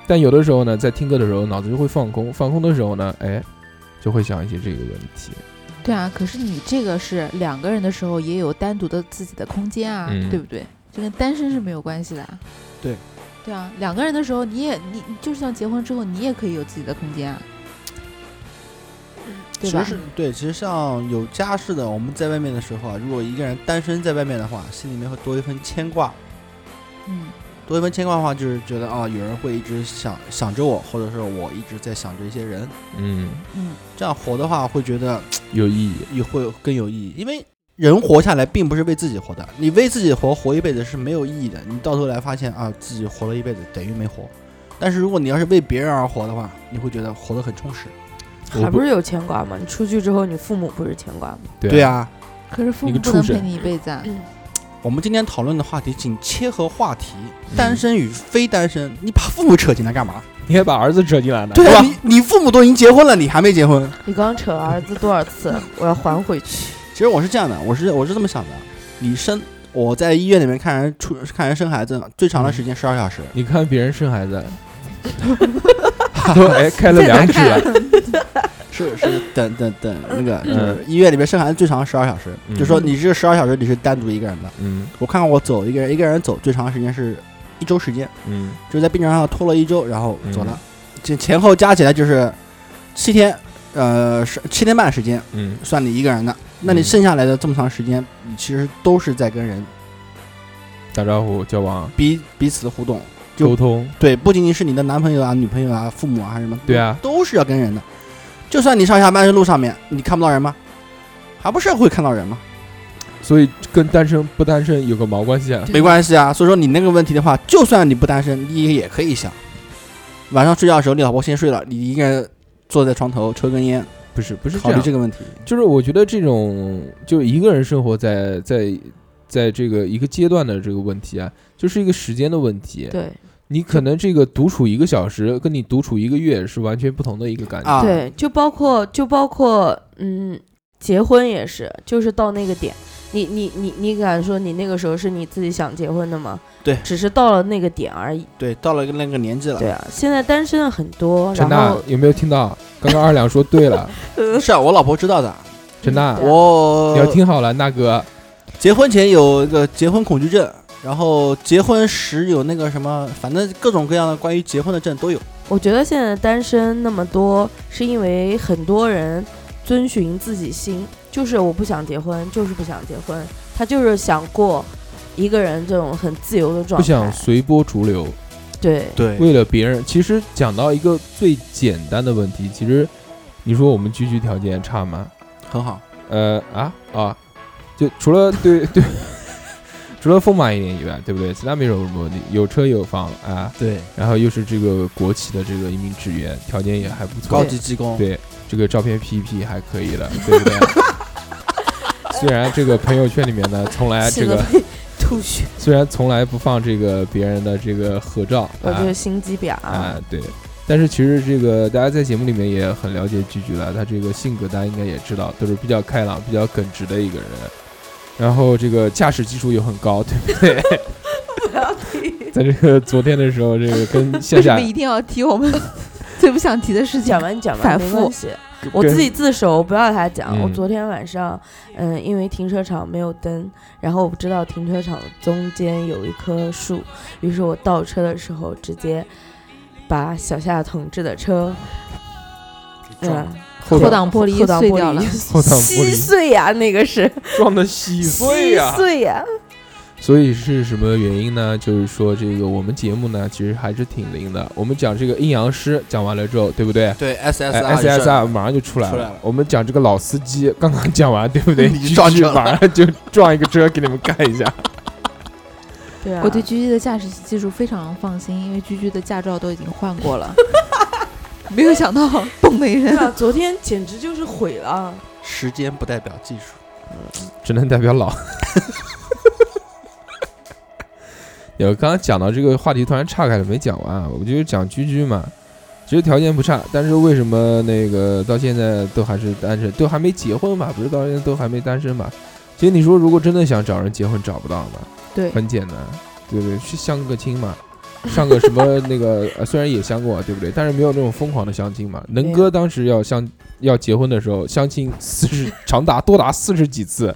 Speaker 3: 但有的时候呢，在听歌的时候，脑子就会放空，放空的时候呢，哎，就会想一些这个问题。
Speaker 1: 对啊。可是你这个是两个人的时候也有单独的自己的空间啊，
Speaker 3: 嗯
Speaker 1: 对不对？这跟单身是没有关系的啊。
Speaker 4: 对。
Speaker 1: 对啊，两个人的时候你也你你就像结婚之后你也可以有自己的空间啊，
Speaker 4: 其
Speaker 1: 对
Speaker 4: 实
Speaker 1: 吧？
Speaker 4: 是对，其实像有家室的，我们在外面的时候啊，如果一个人单身在外面的话，心里面会多一份牵挂，
Speaker 1: 嗯，
Speaker 4: 多一份牵挂的话，就是觉得啊，有人会一直想想着我，或者是我一直在想着一些人，
Speaker 3: 嗯，
Speaker 4: 这样活的话，会觉得
Speaker 3: 有意义。
Speaker 4: 也会更有意义，因为人活下来并不是为自己活的，你为自己活活一辈子是没有意义的，你到头来发现啊，自己活了一辈子等于没活。但是如果你要是为别人而活的话，你会觉得活得很充实。
Speaker 3: 我
Speaker 5: 还不是有牵挂吗？你出去之后，你父母不是牵挂吗？
Speaker 3: 对
Speaker 4: 对，啊，
Speaker 1: 可是父
Speaker 3: 一
Speaker 1: 母
Speaker 3: 个
Speaker 1: 不
Speaker 3: 畜
Speaker 1: 能
Speaker 3: 生
Speaker 1: 陪你一辈子啊。
Speaker 4: 我们今天讨论的话题仅切合话题，
Speaker 3: 嗯
Speaker 4: 单身与非单身，你把父母扯进来干嘛？
Speaker 3: 你还把儿子扯进来了，
Speaker 4: 对啊，
Speaker 3: 吧？
Speaker 4: 你你父母都已经结婚了，你还没结婚？
Speaker 5: 你刚扯儿子多少次？我要还回去。
Speaker 4: 其实我是这样的，我是我是这么想的，你生我在医院里面看人出看人生孩子，最长的时间十二小时，
Speaker 3: 你看别人生孩子，都哎开了
Speaker 5: 在哪
Speaker 3: 两指 了
Speaker 5: 看，
Speaker 4: 是是呃等等等那个就
Speaker 3: 嗯
Speaker 4: 是医院里面生孩子最长十二小时，
Speaker 3: 嗯
Speaker 4: 就说你这十二小时你是单独一个人的。
Speaker 3: 嗯
Speaker 4: 我看看我走一个人一个人走最长的时间是一周时间，
Speaker 3: 嗯，
Speaker 4: 就是在病床上拖了一周，然后走
Speaker 3: 嗯
Speaker 4: 了，这、前后加起来就是七天，呃是七天半时间，
Speaker 3: 嗯，
Speaker 4: 算你一个人的。那你
Speaker 3: 嗯
Speaker 4: 剩下来的这么长时间，你其实都是在跟人
Speaker 3: 打招呼、交往、
Speaker 4: 彼彼此互动，就
Speaker 3: 沟通，
Speaker 4: 对，不仅仅是你的男朋友啊、女朋友啊、父母啊，还是什么，
Speaker 3: 对啊
Speaker 4: 都是要跟人的。就算你上下班的路上面，你看不到人吗？还不是会看到人吗？
Speaker 3: 所以跟单身不单身有个毛关系啊？
Speaker 4: 没关系 啊。所以说你那个问题的话，就算你不单身，你也可以想。晚上睡觉的时候，你老婆先睡了，你一个人坐在床头抽根烟，
Speaker 3: 不是不是
Speaker 4: 考虑
Speaker 3: 这样
Speaker 4: 这个问题。
Speaker 3: 就是我觉得这种就一个人生活在在在这个一个阶段的这个问题啊，就是一个时间的问题。
Speaker 5: 对
Speaker 3: 你可能这个独处一个小时，跟你独处一个月是完全不同的一个感觉。
Speaker 4: 啊
Speaker 5: 对，就包括就包括嗯，结婚也是，就是到那个点，你你你你敢说你那个时候是你自己想结婚的吗？
Speaker 4: 对
Speaker 5: 只是到了那个点而已。
Speaker 4: 对，到了那个年纪了，
Speaker 5: 对啊，现在单身的很多，
Speaker 3: 陈
Speaker 5: 然
Speaker 3: 娜
Speaker 5: 后
Speaker 3: 有没有听到？刚刚二两说对 了，
Speaker 4: 是啊，我老婆知道的。
Speaker 3: 陈娜
Speaker 5: 对，啊
Speaker 4: 我
Speaker 3: 你要听好了，娜哥，
Speaker 4: 结婚前有一个结婚恐惧症，然后结婚时有那个什么，反正各种各样的关于结婚的症都有。
Speaker 5: 我觉得现在单身那么多，是因为很多人遵循自己心，就是我不想结婚，就是不想结婚，他就是想过一个人这种很自由的状
Speaker 3: 不
Speaker 5: 态。
Speaker 3: 想随波逐流，
Speaker 5: 对
Speaker 4: 对
Speaker 3: 为了别人。其实讲到一个最简单的问题，其实你说我们居居条件差吗？
Speaker 4: 很好。
Speaker 3: 呃啊啊，就除了对对， 除了丰满一点以外，对不对？其他没什么问题，有车有房啊，
Speaker 4: 对，
Speaker 3: 然后又是这个国企的这个一名职员，条件也还不错，
Speaker 4: 高级技工。
Speaker 3: 对，这个照片 P 一 P 还可以的，对不对？ 虽然这个朋友圈里面呢，从来
Speaker 5: 气
Speaker 3: 这
Speaker 5: 得
Speaker 3: 个
Speaker 5: 被吐血，
Speaker 3: 虽然从来不放这个别人的这个合照
Speaker 5: 我就是
Speaker 3: 啊
Speaker 5: 心机婊。
Speaker 3: 啊，对。但是其实这个大家在节目里面也很了解菊菊了，她这个性格大家应该也知道，都是比较开朗、比较耿直的一个人，然后这个驾驶技术又很高，对不对？在这个昨天的时候，这个跟
Speaker 1: 为什
Speaker 3: 线 下
Speaker 1: 么一定要提我们 最不想提的事 情
Speaker 5: 讲？完讲完
Speaker 1: 反
Speaker 5: 没
Speaker 1: 复
Speaker 5: 关系，我自己自首，不要他讲。我
Speaker 3: 嗯
Speaker 5: 昨天晚上，嗯，因为停车场没有灯，然后我不知道停车场中间有一棵树，于是我倒车的时候直接把小夏同志的车，
Speaker 4: 撞了
Speaker 5: 嗯，
Speaker 3: 后
Speaker 1: 后
Speaker 3: 挡
Speaker 1: 挡玻璃
Speaker 5: 后挡
Speaker 1: 碎
Speaker 5: 玻
Speaker 1: 掉了
Speaker 5: 璃
Speaker 3: 后挡玻
Speaker 5: 稀
Speaker 3: 璃
Speaker 5: 碎呀，那个是
Speaker 3: 撞的稀碎啊呀、
Speaker 5: 稀碎呀，
Speaker 3: 所以是什么原因呢？就是说这个我们节目呢，其实还是挺灵的。我们讲这个阴阳师讲完了之后，对不对？
Speaker 4: 对 SSR
Speaker 3: 哎 S
Speaker 4: 也
Speaker 3: S
Speaker 4: 是
Speaker 3: R 马上就出来
Speaker 4: 出来了
Speaker 3: 我们讲这个老司机刚刚讲 完，对不对？
Speaker 4: 你撞
Speaker 3: 继续
Speaker 4: 车了
Speaker 3: 马上就撞一个车给你们看一下。
Speaker 5: 对啊，
Speaker 1: 我对居居的驾驶技术非常放心，因为居居的驾照都已经换过 了。没有想到，嘣的一
Speaker 5: 对
Speaker 1: 声，
Speaker 5: 啊，昨天简直就是毁 了。
Speaker 4: 时间不代表技术。
Speaker 3: 只能代表老。 有刚刚讲到这个话题，突然岔开了，没讲完啊。我就是讲居居嘛，其实条件不差，但是为什么那个到现在都还是单身，都还没结婚嘛？不是到现在都还没单身嘛？其实你说，如果真的想找人结婚，找不到嘛？
Speaker 1: 对，
Speaker 3: 很简单，对不对？去相个亲嘛，上个什 么那个，呃虽然也相过，对不对？但是没有那种疯狂的相亲嘛。
Speaker 5: 啊
Speaker 3: 能哥当时要相要结婚的时候，相亲四十 长达多达四十几次，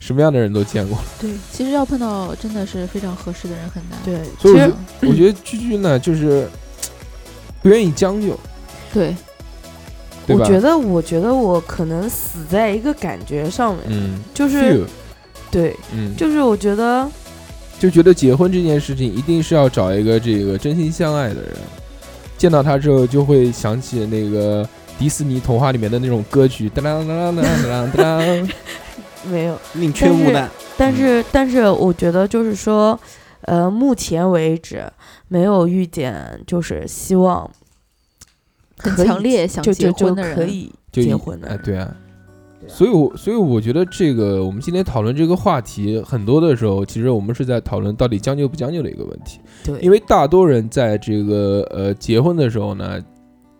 Speaker 3: 什么样的人都见过。
Speaker 1: 对，其实要碰到真的是非常合适的人很难。
Speaker 5: 对，
Speaker 3: 所
Speaker 5: 其
Speaker 3: 以我
Speaker 5: 实
Speaker 3: 就我觉得居居呢，就是不愿意将就，
Speaker 1: 对，
Speaker 3: 对
Speaker 5: 我
Speaker 3: 吧？
Speaker 5: 觉得，我觉得我可能死在一个感觉上面，
Speaker 3: 嗯，
Speaker 5: 就
Speaker 3: 就是
Speaker 5: 对，
Speaker 3: 嗯，就
Speaker 5: 就是我觉得
Speaker 3: 就觉得结婚这件事情一定是要找一个这个真心相爱的人，见到他之后就会想起那个。迪士尼童话里面的那种歌曲，哒啦哒啦哒啦哒啦哒啦，
Speaker 5: 没有，
Speaker 4: 宁缺毋滥，
Speaker 5: 但是，但是我觉得就是说，呃，目前为止没有遇见就是希望
Speaker 1: 很
Speaker 5: 可以
Speaker 1: 强烈想
Speaker 5: 就
Speaker 1: 结
Speaker 5: 就就
Speaker 1: 婚的人，
Speaker 5: 可以
Speaker 3: 就一
Speaker 5: 结婚的
Speaker 3: 哎，
Speaker 5: 人，
Speaker 3: 对啊，所以我所以我觉得这个我们今天讨论这个话题，很多的时候，其实我们是在讨论到底将就不将就的一个问题。
Speaker 5: 对，
Speaker 3: 因
Speaker 5: 为
Speaker 3: 为大多人在这个呃结婚的时候呢，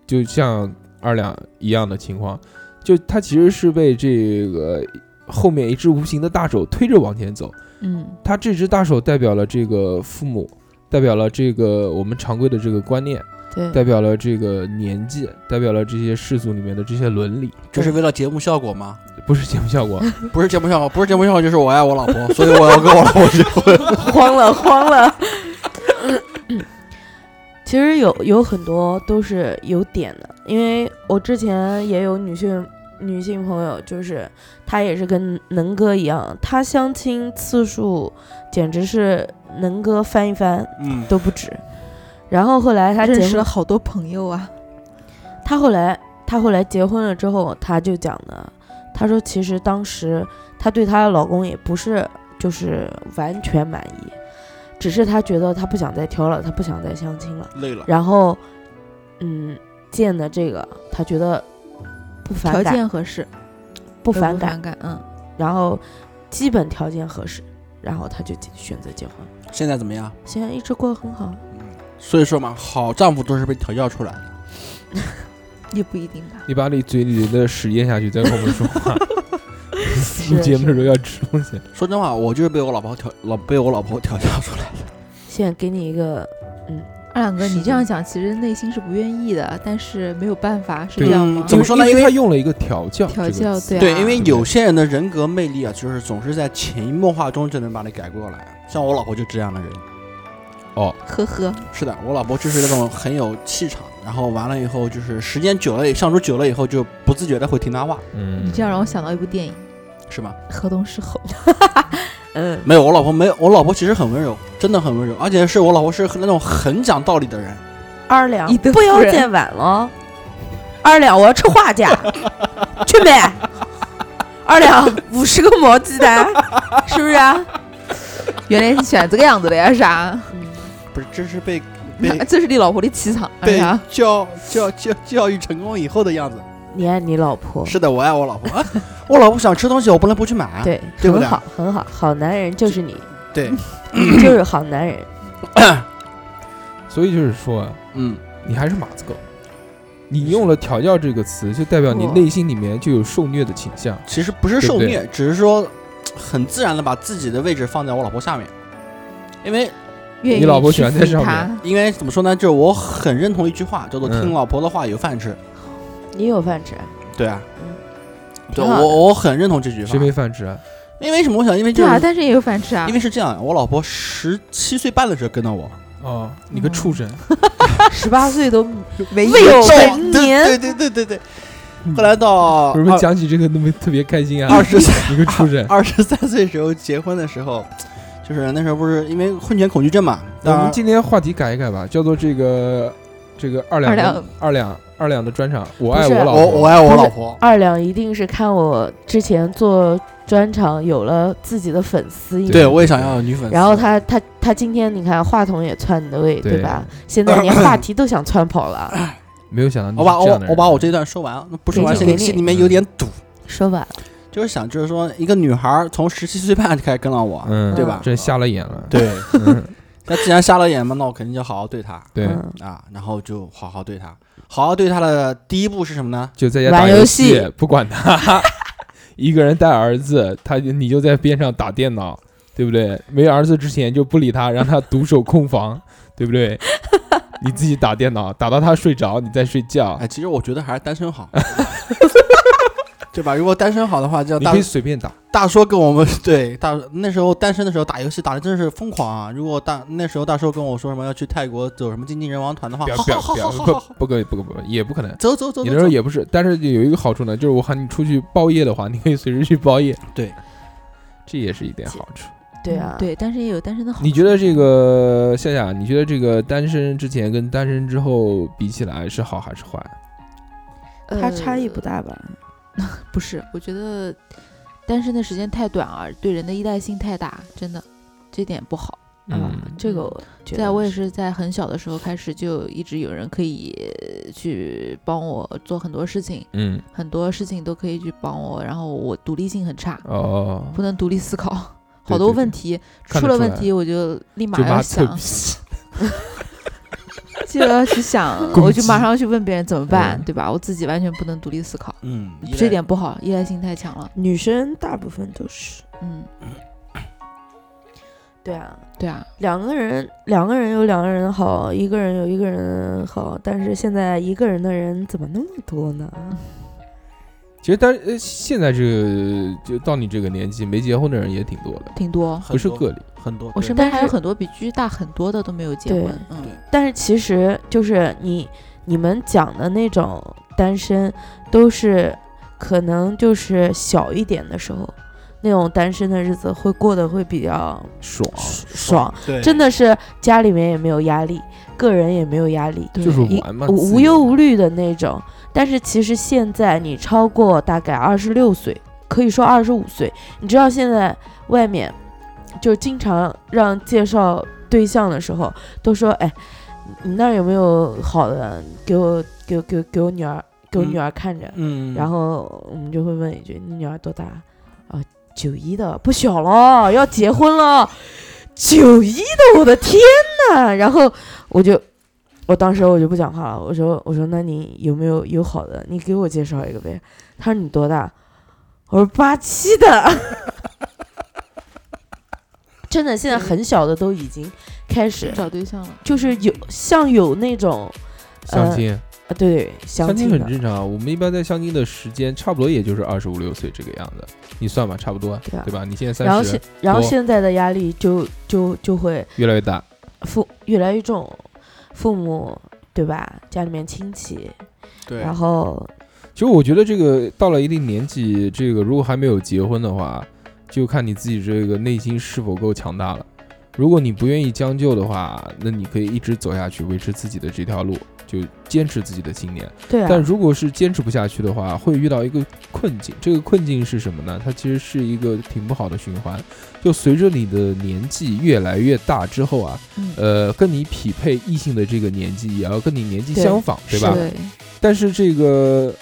Speaker 3: 就像二两一样的情况，就他其实是被这个后面一只无形的大手推着往前走。
Speaker 1: 嗯，
Speaker 3: 他这只大手代表了这个父母，代表了这个我们常规的这个观念，代
Speaker 1: 对，
Speaker 3: 表了这个年纪，代表了这些世俗里面的这些伦理。
Speaker 4: 这是为了节目效果吗？
Speaker 3: 不是节目效果，
Speaker 4: 不是节目效果，不是节目效果，就是我爱我老婆，所以我要跟我老婆结婚。
Speaker 5: 慌 了，慌了。 其实有有很多都是有点的，因为我之前也有女性女性朋友，就是她也是跟能哥一样，她相亲次数简直是能哥翻一翻
Speaker 4: 嗯，
Speaker 5: 都不止。然后后来她
Speaker 1: 认
Speaker 5: 结
Speaker 1: 识了
Speaker 5: 婚，
Speaker 1: 好多朋友啊。
Speaker 5: 她后来她后来结婚了之后，她就讲的，她说其实当时她对她的老公也不是就是完全满意，只是她觉得她不想再挑了，她不想再相亲了。
Speaker 4: 累了，
Speaker 5: 然后，嗯，见的这个她觉得不
Speaker 1: 条
Speaker 5: 反感，
Speaker 1: 件合适，
Speaker 5: 不
Speaker 1: 不
Speaker 5: 反感，
Speaker 1: 感，嗯，
Speaker 5: 然后基本条件合适，然后她就选择结婚。
Speaker 4: 现在怎么样？
Speaker 5: 现在一直过得很好，
Speaker 4: 所以说嘛，好丈夫都是被调教出来的。
Speaker 1: 也不一定啊吧。
Speaker 3: 你把你嘴里的屎咽下去，再跟我们说话。
Speaker 5: 是
Speaker 3: 录节目的时候
Speaker 5: 是
Speaker 3: 要吃东西。
Speaker 4: 说真话，我就是被我老婆调老被我老婆调教出来的。
Speaker 5: 现在给你一个
Speaker 1: 二两哥，
Speaker 5: 是
Speaker 1: 你
Speaker 5: 的
Speaker 1: 这样讲，其实内心是不愿意的，但是没有办法，是
Speaker 3: 对
Speaker 1: 这样吗？
Speaker 4: 怎么说呢
Speaker 3: 因为
Speaker 4: 因为
Speaker 3: 他用了一个调教，
Speaker 1: 调
Speaker 3: 这个
Speaker 1: 教
Speaker 3: 词
Speaker 1: 对啊
Speaker 4: 对，因为有些人的人格魅力啊，就是总是在潜移默化中就能把你改过来。像我老婆就这样的人。
Speaker 1: 呵呵，
Speaker 4: 是的，我老婆就是那种很有气场，然后完了以后就是时间久了，相处久了以后就不自觉的会听她话，
Speaker 3: 嗯
Speaker 1: 你，这样让我想到一部电影
Speaker 4: 是吗？
Speaker 1: 《河东狮吼》，
Speaker 5: 嗯，
Speaker 4: 没有，我老婆没有，我老婆其实很温柔，真的很温柔，而且是我老婆是那种很讲道理的人。
Speaker 5: 二两
Speaker 1: 以德
Speaker 5: 不
Speaker 1: 服
Speaker 5: 要
Speaker 1: 人
Speaker 5: 再晚了，二两我要吃花甲，去呗。二两五十个毛鸡蛋，是不是、啊？
Speaker 1: 原来是喜欢这个样子的呀，啥？
Speaker 4: 不是，这是被 被
Speaker 1: 这是你老婆的气场，哎
Speaker 4: 被
Speaker 1: 呀，
Speaker 4: 教教教教育成功以后的样子。
Speaker 5: 你爱你老婆，
Speaker 4: 是的，我爱我老婆， 啊、我老婆想吃东西，我不能不去买。啊
Speaker 5: 对，
Speaker 4: 对不
Speaker 5: 很
Speaker 4: 对
Speaker 5: 好，很好，好男人就是你，
Speaker 4: 对，
Speaker 5: 你就是好男人。
Speaker 3: 所以就是说啊，
Speaker 4: 嗯，
Speaker 3: 你还是马子狗。你用了“调教”这个词，就代表你
Speaker 5: 我
Speaker 3: 内心里面就有受虐的倾向。
Speaker 4: 其实不是受虐，只是说很自然的把自己的位置放在我老婆下面，因为
Speaker 1: 愿意
Speaker 3: 你老婆
Speaker 1: 屈
Speaker 3: 喜欢在
Speaker 1: 服于
Speaker 3: 上
Speaker 1: 他
Speaker 3: 面，
Speaker 4: 因为怎么说呢，就是我很认同一句话，叫做“
Speaker 3: 嗯
Speaker 4: 听老婆的话有饭吃”
Speaker 5: 你有饭吃，
Speaker 4: 对啊，
Speaker 5: 嗯
Speaker 4: 对
Speaker 5: 挺好的
Speaker 4: 我我很认同这句
Speaker 3: 谁
Speaker 4: 话
Speaker 3: 没。饭吃啊？
Speaker 4: 因为什么？我想，因为就
Speaker 1: 对啊，
Speaker 4: 是
Speaker 1: 但是也有饭吃啊
Speaker 4: 因。为是这样，我老婆十七岁半的时候跟到我，
Speaker 3: 哦，你个畜生！
Speaker 5: 十八岁都
Speaker 1: 没
Speaker 5: 未有
Speaker 4: 对
Speaker 5: 成年，
Speaker 4: 对对对对对。
Speaker 3: 嗯
Speaker 4: 后 来到
Speaker 3: 为什么讲起这个那么特别开心啊
Speaker 4: 二？十三
Speaker 3: 你个畜 生！
Speaker 4: 二十三岁时候结婚的时候，就是那时候不是因为婚前恐惧症嘛，
Speaker 3: 我
Speaker 4: 当
Speaker 3: 们
Speaker 4: 然
Speaker 3: 今天话题改一改吧，叫做这个这个二两
Speaker 1: 二
Speaker 3: 的
Speaker 1: 两
Speaker 3: 二两二两的专场，我爱
Speaker 5: 不是
Speaker 3: 老
Speaker 4: 我
Speaker 3: 婆，
Speaker 4: 我爱我
Speaker 5: 不是
Speaker 4: 老婆，
Speaker 5: 二两一定是看我之前做专场有了自己的粉丝一样，
Speaker 4: 对我也想要有女粉丝。
Speaker 5: 然后他他他今天你看话筒也篡的位，
Speaker 3: 对
Speaker 5: 对吧？现在连话题都想篡跑了，
Speaker 3: 没有想到你
Speaker 4: 我
Speaker 3: 是
Speaker 4: 把
Speaker 3: 这
Speaker 4: 我
Speaker 3: 样的人嗯
Speaker 4: 我把我这段说完，那不说完
Speaker 3: 给
Speaker 4: 心
Speaker 3: 你
Speaker 4: 里
Speaker 5: 给你
Speaker 4: 心里面有点堵，
Speaker 5: 说吧，
Speaker 4: 就是想就是说一个女孩儿从十七岁半就开始跟了我，
Speaker 3: 嗯，
Speaker 4: 对吧
Speaker 3: 这瞎了眼了，
Speaker 4: 对，
Speaker 3: 嗯，
Speaker 4: 那既然瞎了眼嘛，那我肯定就好好对她
Speaker 3: 对，
Speaker 5: 嗯
Speaker 4: 啊，然后就好好对她，好好对她的第一步是什么呢？
Speaker 3: 就在家
Speaker 5: 玩
Speaker 3: 打
Speaker 5: 游
Speaker 3: 戏
Speaker 5: 戏，
Speaker 3: 不管他， 一个人带儿子，他你就在边上打电脑，对不对？没儿子之前就不理他，让他独守空房， 对不对？你自己打电脑，打到他睡着，你再睡觉
Speaker 4: 哎，，其实我觉得还是单身 好， 对吧？如果单身好的话，叫
Speaker 3: 你
Speaker 4: 大
Speaker 3: 可以随便打，
Speaker 4: 大叔跟我们 对大那时候单身的时候打游戏打的真是疯狂啊！如果大那时候大叔跟我说什么要去泰国走什么经济人王团的话
Speaker 3: 不，要
Speaker 4: 好
Speaker 3: 不要
Speaker 4: 好好
Speaker 3: 不要，
Speaker 4: 好好好 好，
Speaker 3: 不不可以不可不也不可能。
Speaker 4: 走走走
Speaker 3: 你
Speaker 4: 走
Speaker 3: 那时候
Speaker 4: 走，
Speaker 3: 也不是，但是有一个好处呢，就是我喊你出去包夜的话，你可以随时去包夜，
Speaker 4: 对，
Speaker 3: 这也是一点好处。
Speaker 6: 嗯
Speaker 5: 对啊，
Speaker 1: 对，但是也有单身的好处。
Speaker 3: 你觉得这个夏夏，你觉得这个单身之前跟单身之后比起来是好还是坏？
Speaker 1: 呃
Speaker 6: 它差异不大吧？
Speaker 1: 不是，我觉得单身的时间太短啊，对人的依赖性太大，真的，这点不好。
Speaker 5: 啊，
Speaker 3: 嗯
Speaker 5: 这个啊我觉
Speaker 1: 在
Speaker 5: 得
Speaker 1: 我也是在很小的时候开始，就一直有人可以呃去帮我做很多事情，
Speaker 3: 嗯，
Speaker 1: 很多事情都可以去帮我，然后我独立性很差，
Speaker 3: 哦，
Speaker 1: 不能独立思考，
Speaker 3: 对
Speaker 1: 好多
Speaker 3: 对
Speaker 1: 问题
Speaker 3: 看
Speaker 1: 出
Speaker 3: 得
Speaker 1: 了
Speaker 3: 出
Speaker 1: 问
Speaker 3: 来
Speaker 1: 题我就立马
Speaker 3: 就
Speaker 1: 要
Speaker 3: 妈臭
Speaker 1: 想
Speaker 3: 屁，，，
Speaker 1: 就要去想
Speaker 3: 攻
Speaker 1: 我就马
Speaker 3: 击
Speaker 1: 上要去问别人怎么办
Speaker 3: 嗯，
Speaker 1: 对吧？我自己完全不能独立思考，
Speaker 4: 嗯，依
Speaker 1: 这
Speaker 4: 赖
Speaker 1: 点不好，依赖性太强了。
Speaker 6: 女生大部分都是，
Speaker 1: 嗯，
Speaker 5: 对啊，
Speaker 1: 对啊，
Speaker 5: 两个人两个人有两个人的好，一个人有一个人的好，但是现在一个人的人怎么那么多呢？
Speaker 6: 嗯
Speaker 3: 其实单呃，现在这个就到你这个年纪没结婚的人也挺多的，
Speaker 1: 挺多。
Speaker 4: 很
Speaker 3: 不是
Speaker 4: 多
Speaker 3: 个例。
Speaker 4: 很多，
Speaker 1: 我
Speaker 4: 对
Speaker 1: 身边还有
Speaker 5: 但是
Speaker 1: 很多比居大很多的都没有结
Speaker 5: 对
Speaker 1: 婚，嗯，
Speaker 5: 但是其实就是你你们讲的那种单身，都是可能就是小一点的时候，那种单身的日子会过得会比较
Speaker 3: 爽，
Speaker 5: 爽，
Speaker 4: 对
Speaker 5: 真的是家里面也没有压力，个人也没有压力，
Speaker 1: 对
Speaker 3: 就是
Speaker 5: 一
Speaker 3: 玩嘛，自
Speaker 5: 无无
Speaker 3: 由
Speaker 5: 忧
Speaker 3: 嘛
Speaker 5: 无虑的那种。但是其实现在你超过大概二十六岁，可以说二十五岁，你知道现在外面就经常让介绍对象的时候，都说哎，你那儿有没有好的？给我给我给我给我女儿给我
Speaker 4: 嗯
Speaker 5: 女儿看着。
Speaker 4: 嗯，
Speaker 5: 然后我们就会问一句：“你女儿多大？”啊，九一的，不小了，要结婚了。九一的，我的天呐！然后我就，我当时我就不讲话了，我说我说那你有没有有好的？你给我介绍一个呗。他说你多大？我说八七的。真的，现在很小的都已经开始，
Speaker 1: 找对象了，
Speaker 5: 就是有像有那种，
Speaker 3: 相
Speaker 5: 呃
Speaker 3: 亲，
Speaker 5: 啊对对，相
Speaker 3: 相
Speaker 5: 亲
Speaker 3: 亲
Speaker 5: 的
Speaker 3: 很正常啊。我们一般在相亲的时间，差不多也就是二十五六岁这个样子，你算吧，差不多，
Speaker 5: 对啊
Speaker 3: 对吧？你现在
Speaker 5: 然后
Speaker 3: 三十
Speaker 5: 现，然后
Speaker 3: 多
Speaker 5: 现在的压力就就就会
Speaker 3: 越来越大，
Speaker 5: 父越来越重，父母对吧？家里面亲戚，
Speaker 4: 对，
Speaker 5: 然后
Speaker 3: 其实我觉得这个到了一定年纪，这个如果还没有结婚的话，就看你自己这个内心是否够强大了。如果你不愿意将就的话，那你可以一直走下去，维持自己的这条路，就坚持自己的信念。
Speaker 5: 对啊，
Speaker 3: 但如果是坚持不下去的话，会遇到一个困境。这个困境是什么呢？它其实是一个挺不好的循环。就随着你的年纪越来越大之后啊，
Speaker 1: 嗯，
Speaker 3: 呃，跟你匹配异性的这个年纪也要跟你年纪相仿，对吧？
Speaker 1: 对，
Speaker 3: 但是这个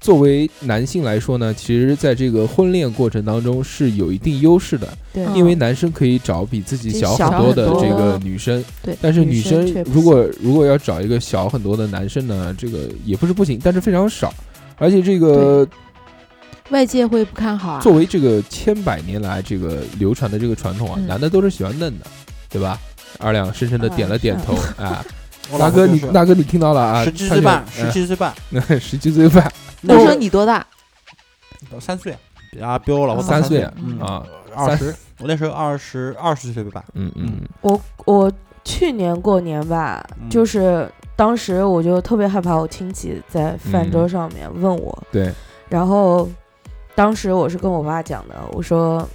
Speaker 3: 作为男性来说呢，其实在这个婚恋过程当中是有一定优势的，
Speaker 5: 对啊
Speaker 1: 嗯
Speaker 3: 因为男生可以找比自己小很多的
Speaker 1: 小很
Speaker 3: 这
Speaker 1: 多
Speaker 3: 个女生，
Speaker 1: 对
Speaker 3: 但是女
Speaker 5: 女生
Speaker 3: 生
Speaker 5: 却不
Speaker 3: 如果如果要找一个小很多的男生呢，这个也不是不行，但是非常少。而且这个
Speaker 1: 外界会不看好啊，
Speaker 3: 作为这个千百年来这个流传的这个传统啊，
Speaker 1: 嗯
Speaker 3: 男的都是喜欢嫩的，对吧？二亮深深的
Speaker 5: 啊
Speaker 3: 点了点
Speaker 5: 是啊
Speaker 3: 头啊，
Speaker 4: 我
Speaker 3: 大
Speaker 4: 老
Speaker 3: 哥
Speaker 4: 婆就
Speaker 3: 你
Speaker 4: 是
Speaker 3: 大哥你听到了啊？
Speaker 4: 十七
Speaker 3: 他
Speaker 4: 岁
Speaker 3: 就
Speaker 4: 半，
Speaker 3: 嗯
Speaker 4: 十七岁半，
Speaker 3: 那 十七岁半
Speaker 4: 那
Speaker 1: 我说
Speaker 4: 我
Speaker 1: 你多大？
Speaker 4: 三岁，比啊比我老婆大
Speaker 3: 三
Speaker 4: 岁
Speaker 3: 岁，
Speaker 1: 嗯
Speaker 3: 啊，
Speaker 4: 二十，我那时候二十二十岁吧，
Speaker 3: 嗯嗯。嗯
Speaker 5: 我我去年过年吧，
Speaker 4: 嗯
Speaker 5: 就是当时我就特别害怕我亲戚在饭桌
Speaker 3: 嗯
Speaker 5: 上面问我，
Speaker 3: 对，
Speaker 5: 然后当时我是跟我爸讲的，我说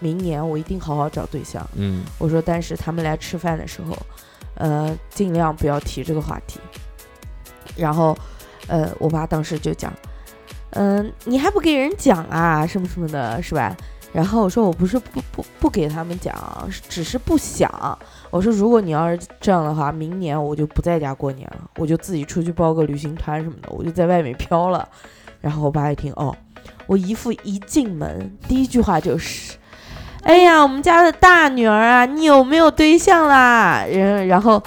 Speaker 5: 明年我一定好好找对象，
Speaker 3: 嗯
Speaker 5: 我说但是他们来吃饭的时候，呃，尽量不要提这个话题。然后，呃，我爸当时就讲，嗯、你还不给人讲啊，什么什么的，是吧？然后我说我不是不不不给他们讲，是只是不想。我说如果你要是这样的话，明年我就不在家过年了，我就自己出去报个旅行团什么的，我就在外面飘了。然后我爸一听，哦，我姨父一进门第一句话就是。哎呀，我们家的大女儿啊，你有没有对象啦？然然后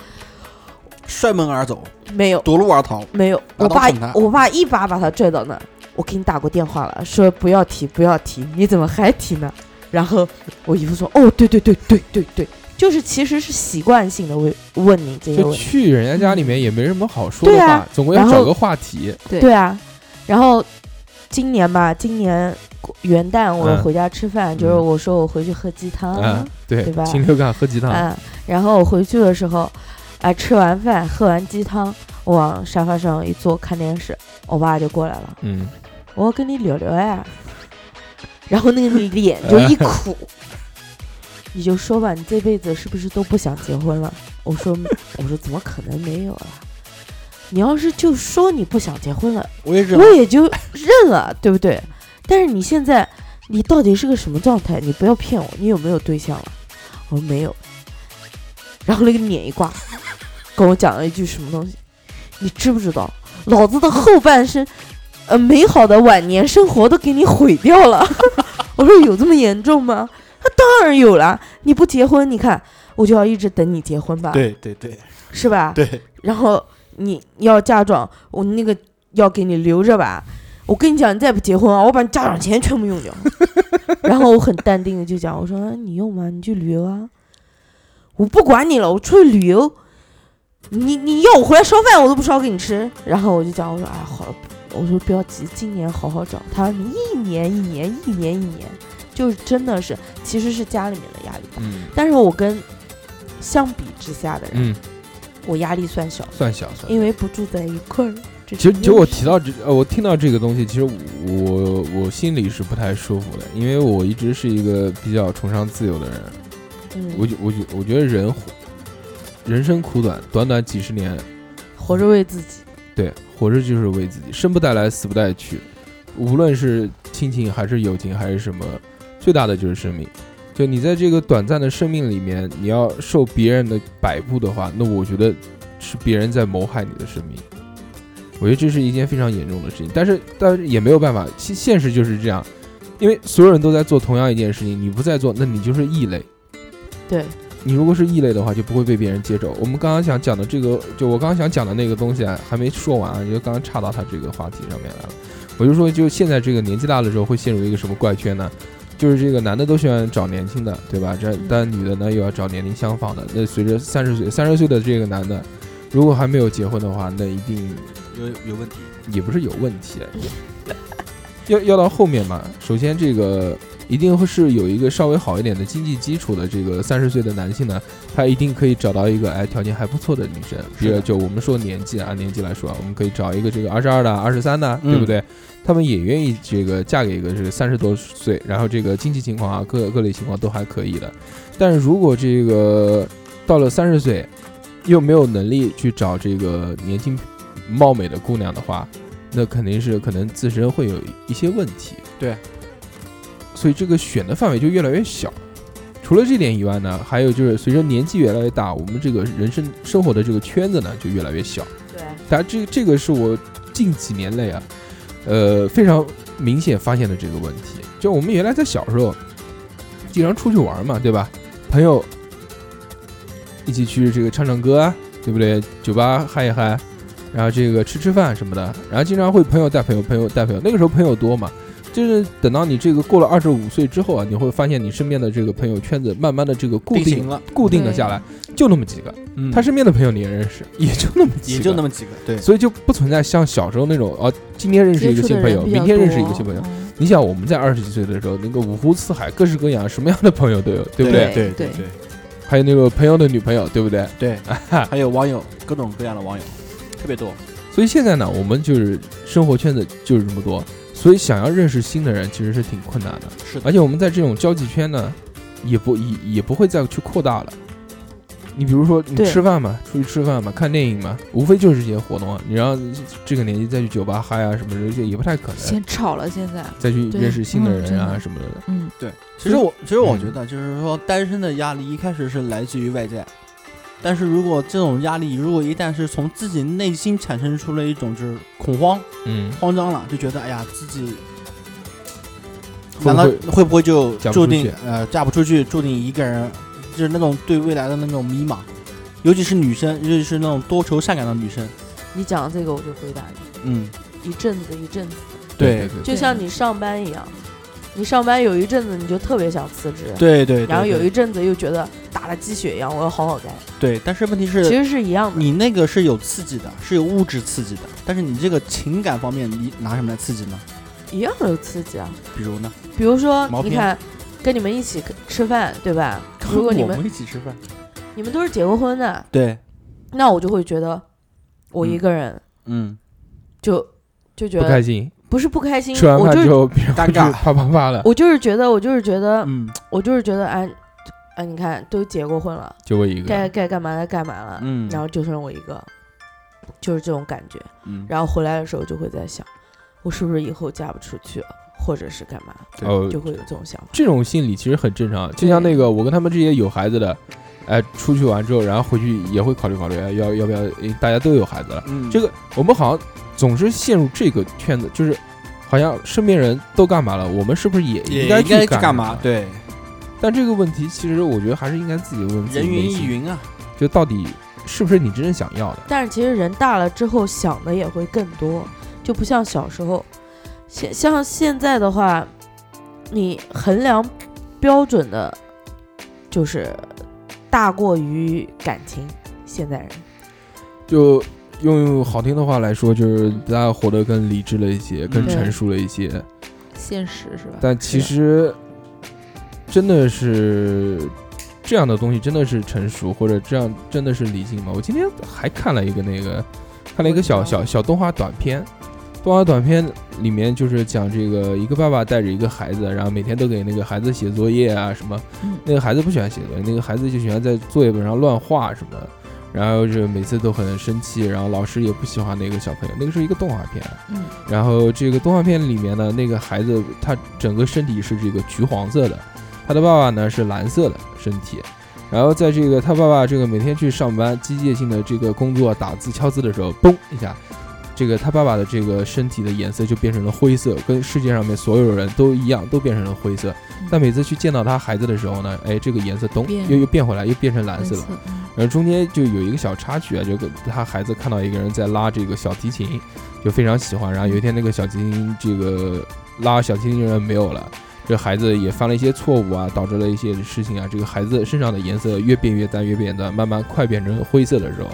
Speaker 4: 摔门而走，
Speaker 5: 没有，
Speaker 4: 夺路而逃。
Speaker 5: 没有，
Speaker 4: 拿
Speaker 5: 我
Speaker 4: 刀
Speaker 5: 爸
Speaker 4: 捅他
Speaker 5: 我爸一把把他拽到那儿，我给你打过电话了，说不要提不要提，你怎么还提呢？然后我姨夫说，哦，对对对对对对，就是其实是习惯性的问问你这些
Speaker 3: 就
Speaker 5: 问题，
Speaker 3: 去人家家里面也没什么好说的
Speaker 5: 对
Speaker 3: 话，
Speaker 5: 啊
Speaker 3: 总归要
Speaker 5: 然后
Speaker 3: 找个话题。
Speaker 1: 对
Speaker 5: 对啊。然后今年吧，今年元旦我
Speaker 3: 嗯
Speaker 5: 回家吃饭，就是
Speaker 3: 嗯
Speaker 5: 我说我回去喝鸡汤，
Speaker 3: 嗯，对，
Speaker 5: 啊对吧
Speaker 3: 清流感喝鸡汤，
Speaker 5: 嗯，然后我回去的时候，啊、吃完饭喝完鸡汤，我往沙发上一坐看电视，我爸就过来了，
Speaker 3: 嗯，
Speaker 5: 我要跟你聊聊呀。 然后那个脸就一苦， 你就说吧，你这辈子是不是都不想结婚了？我说， 我说怎么可能没有啊？你要是就说你不想结婚了，
Speaker 4: 我也
Speaker 3: 哦
Speaker 4: 是，
Speaker 5: 我也就认了，对不对？但是你现在，你到底是个什么状态？你不要骗我，你有没有对象了？我说没有。然后那个脸一挂，跟我讲了一句什么东西，你知不知道？老子的后半生，呃，美好的晚年生活都给你毁掉了。 我说有这么严重吗？他当然有啦！你不结婚，你看我就要一直等你结婚吧，
Speaker 4: 对对对
Speaker 5: 是吧？
Speaker 4: 对，
Speaker 5: 然后你要嫁妆，我那个要给你留着吧。我跟你讲，你再不结婚啊，我把你家长钱全部用掉。然后我很淡定的就讲，我说啊你用吗？你去旅游啊。我不管你了，我出去旅游，你你要我回来烧饭，我都不烧给你吃。然后我就讲，我说哎，好了，我说不要急，今年好好找。他说你一年一年一年一年，就是真的是，其实是家里面的压力大。
Speaker 3: 嗯
Speaker 5: 但是我跟相比之下的人，
Speaker 3: 嗯，
Speaker 5: 我压力算小。
Speaker 3: 算小算小。
Speaker 5: 因为不住在一块儿。这
Speaker 3: 其实，
Speaker 5: 种
Speaker 3: 其实我
Speaker 5: 优势
Speaker 3: 提到这，呃，我听到这个东西，其实我我心里是不太舒服的，因为我一直是一个比较崇尚自由的人。我
Speaker 5: 嗯，
Speaker 3: 觉我觉我觉得人活人生苦短，短短几十年，
Speaker 5: 活着为自己，
Speaker 3: 对，活着就是为自己，生不带来，死不带去。无论是亲情还是友情还是什么，最大的就是生命。就你在这个短暂的生命里面，你要受别人的摆布的话，那我觉得是别人在谋害你的生命。我觉得这是一件非常严重的事情，但是但是也没有办法，现现实就是这样，因为所有人都在做同样一件事情，你不在做，那你就是异类。
Speaker 5: 对，
Speaker 3: 你如果是异类的话，就不会被别人接走。我们刚刚想讲的这个，就我刚刚想讲的那个东西啊，还没说完啊，就刚刚岔到他这个话题上面来了。我就说，就现在这个年纪大的时候，会陷入一个什么怪圈呢？就是这个男的都喜欢找年轻的，对吧？这但女的呢又要找年龄相仿的。那随着三十岁，三十岁的这个男的，如果还没有结婚的话，那一定
Speaker 4: 有有问题。
Speaker 3: 也不是有问题， 要要到后面嘛。首先，这个一定会是有一个稍微好一点的经济基础的这个三十岁的男性呢，他一定可以找到一个哎条件还不错的女生。比
Speaker 4: 是
Speaker 3: 如
Speaker 4: 的
Speaker 3: 就我们说年纪啊，按年纪来说啊，我们可以找一个这个二十二的、二十三的，
Speaker 4: 嗯
Speaker 3: 对不对？他们也愿意这个嫁给一个是三十多岁，然后这个经济情况啊各各类情况都还可以的。但是如果这个到了三十岁，又没有能力去找这个年轻貌美的姑娘的话，那肯定是可能自身会有一些问题。
Speaker 4: 对，
Speaker 3: 所以这个选的范围就越来越小。除了这点以外呢，还有就是随着年纪越来越大，我们这个人生生活的这个圈子呢就越来越小。
Speaker 5: 对，
Speaker 3: 当然，这这个是我近几年内啊，呃，非常明显发现的这个问题。就我们原来在小时候，经常出去玩嘛，对吧？朋友一起去这个唱唱歌啊，对不对？酒吧嗨一嗨，然后这个吃吃饭什么的，然后经常会朋友带朋友，朋友带朋友。那个时候朋友多嘛，就是等到你这个过了二十五岁之后啊，你会发现你身边的这个朋友圈子慢慢的这个固
Speaker 4: 定
Speaker 3: 定
Speaker 4: 型了，
Speaker 3: 固定了下来，就那么几个。
Speaker 4: 嗯
Speaker 3: 他身边的朋友你也认识，也就那么几个，
Speaker 4: 也就那么几个，对，
Speaker 3: 所以就不存在像小时候那种哦、今天认识一个新朋友，明天认识一个新朋友。
Speaker 1: 嗯
Speaker 3: 你想，我们在二十几岁的时候，那个五湖四海、各式各样、什么样的朋友都有，对不
Speaker 1: 对
Speaker 3: 对？
Speaker 4: 对
Speaker 1: 对
Speaker 4: 对，
Speaker 3: 还有那个朋友的女朋友，对不对？
Speaker 4: 对，还有网友各种各样的网友，特别多。
Speaker 3: 所以现在呢，我们就是生活圈子就是这么多，所以想要认识新的人其实是挺困难的。
Speaker 4: 是
Speaker 3: 而，且我们在这种交际圈呢，也不也也不会再去扩大了。你比如说，你
Speaker 6: 对
Speaker 3: 吃饭嘛，出去吃饭嘛，看电影嘛，无非就是这些活动啊。你让这个年纪再去酒吧嗨啊什么的，这也不太可能。
Speaker 1: 嫌吵了，现在，
Speaker 3: 再去
Speaker 1: 对
Speaker 3: 认识新的
Speaker 1: 嗯
Speaker 3: 人
Speaker 1: 真
Speaker 3: 啊
Speaker 1: 的
Speaker 3: 什么的，
Speaker 1: 嗯，
Speaker 4: 对，其实我其实我
Speaker 3: 嗯
Speaker 4: 觉得就是说，单身的压力一开始是来自于外在，但是如果这种压力如果一旦是从自己内心产生出了一种就是恐慌、
Speaker 3: 嗯，
Speaker 4: 慌张了，就觉得哎呀自己。
Speaker 3: 会
Speaker 4: 难
Speaker 3: 不
Speaker 4: 道
Speaker 3: 会
Speaker 4: 会不会就
Speaker 3: 嫁不
Speaker 4: 注
Speaker 3: 出
Speaker 4: 定
Speaker 3: 去
Speaker 4: 呃嫁不出去，注定一个人，就是那种对未来的那种迷茫，尤其是女生，尤其是那种多愁善感的女生，
Speaker 5: 你讲这个我就回答你，
Speaker 4: 嗯，
Speaker 5: 一阵子一阵子，
Speaker 3: 对
Speaker 4: 对
Speaker 3: 对
Speaker 5: 就像你上班一样，你上班有一阵子你就特别想辞职，
Speaker 4: 对对，
Speaker 5: 然后
Speaker 4: 对
Speaker 5: 有一阵子又觉得打了鸡血一样，我要好好干，
Speaker 4: 对，但是问题是，
Speaker 5: 其实是一样的。
Speaker 4: 你那个是有刺激的，是有物质刺激的，但是你这个情感方面，你拿什么来刺激呢？
Speaker 5: 一样有刺激啊。
Speaker 4: 比如呢？
Speaker 5: 比如说，
Speaker 4: 毛
Speaker 5: 你
Speaker 4: 片
Speaker 5: 看，跟你们一起吃饭，对吧？如果你们
Speaker 4: 一起吃饭，
Speaker 5: 你们都是结过婚的，
Speaker 4: 对，
Speaker 5: 那我就会觉得我一个人
Speaker 4: 嗯，
Speaker 5: 就、就觉
Speaker 3: 不开
Speaker 5: 得
Speaker 3: 心，
Speaker 5: 不是不开心，
Speaker 3: 吃完
Speaker 5: 我
Speaker 3: 饭
Speaker 5: 就
Speaker 3: 之
Speaker 5: 是
Speaker 3: 后别人
Speaker 4: 尴
Speaker 3: 会去
Speaker 4: 尬
Speaker 3: 啪啪啪了，
Speaker 5: 我就是觉得我就是觉得、
Speaker 4: 啊嗯
Speaker 5: 我就是觉得哎哎，你看都结过婚了，
Speaker 3: 就我一个
Speaker 5: 该
Speaker 3: 人，
Speaker 5: 该干嘛的干嘛了，
Speaker 4: 嗯
Speaker 5: 然后就剩我一个，就是这种感觉。
Speaker 4: 嗯，
Speaker 5: 然后回来的时候就会在想，我是不是以后嫁不出去了，或者是干嘛，
Speaker 4: 对
Speaker 3: 哦，
Speaker 5: 就会有这种想法。
Speaker 3: 这种心理其实很正常。就像那个我跟他们这些有孩子的，哎，出去玩之后，然后回去也会考虑考虑，哎要要不要？哎大家都有孩子了，
Speaker 4: 嗯
Speaker 3: 这个我们好像总是陷入这个圈子，就是好像身边人都干嘛了，我们是不是也
Speaker 4: 也
Speaker 3: 该
Speaker 4: 应该
Speaker 3: 干
Speaker 4: 干嘛？
Speaker 3: 对。
Speaker 4: 对，
Speaker 3: 但这个问题其实我觉得还是应该自己问自
Speaker 4: 人
Speaker 3: 己内
Speaker 4: 云亦
Speaker 3: 心，
Speaker 4: 云啊，
Speaker 3: 就到底是不是你真正想要的？
Speaker 5: 但是其实人大了之后想的也会更多，就不像小时候。现像现在的话，你衡量标准的，就是大过于感情。现在人
Speaker 3: 就用好听的话来说，就是大家活得更理智了一些，更
Speaker 4: 嗯
Speaker 3: 成熟了一些。
Speaker 1: 现实是吧？
Speaker 3: 但其实真的是这样的东西，真的是成熟或者这样真的是理性吗？我今天还看了一个那个，看了一个小小小动画短片，动画短片里面就是讲这个一个爸爸带着一个孩子，然后每天都给那个孩子写作业啊什么
Speaker 1: 嗯，
Speaker 3: 那个孩子不喜欢写作业，那个孩子就喜欢在作业本上乱画什么的。然后是每次都很生气，然后老师也不喜欢那个小朋友。那个是一个动画片，
Speaker 1: 嗯，
Speaker 3: 然后这个动画片里面呢，那个孩子他整个身体是这个橘黄色的，他的爸爸呢是蓝色的身体。然后在这个他爸爸这个每天去上班机械性的这个工作打字敲字的时候，嘣一下，这个他爸爸的这个身体的颜色就变成了灰色，跟世界上面所有人都一样，都变成了灰色。
Speaker 1: 嗯
Speaker 3: 但每次去见到他孩子的时候呢，哎，这个颜色咚
Speaker 1: 变
Speaker 3: 又又变回来，又变成蓝
Speaker 1: 蓝
Speaker 3: 色了。
Speaker 1: 色嗯
Speaker 3: 然后中间就有一个小插曲啊，就跟他孩子看到一个人在拉这个小提琴，就非常喜欢。然后有一天那个小提琴这个拉小提琴的人没有了，这孩子也犯了一些错误啊，导致了一些事情啊。这个孩子身上的颜色越变越淡，越变越淡，慢慢快变成灰色的时候，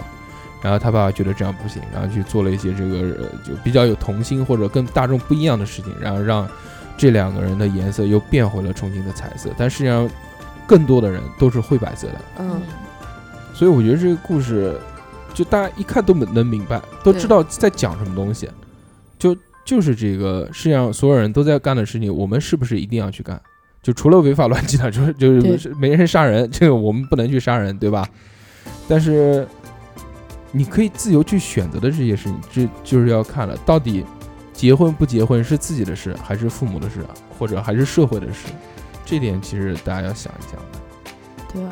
Speaker 3: 然后他爸爸觉得这样不行，然后去做了一些这个呃就比较有童心或者跟大众不一样的事情，然后让这两个人的颜色又变回了重新的彩色。但实际上，更多的人都是灰白色的。
Speaker 5: 嗯，
Speaker 3: 所以我觉得这个故事，就大家一看都能明白，都知道在讲什么东西，就就是这个世界上所有人都在干的事情，我们是不是一定要去干？就除了违法乱纪的，就是就
Speaker 1: 对
Speaker 3: 是没人杀人，这个我们不能去杀人，对吧？但是你可以自由去选择的这些事情，这就是要看了，到底结婚不结婚是自己的事，还是父母的事，或者还是社会的事？这点其实大家要想一想的。
Speaker 5: 对啊，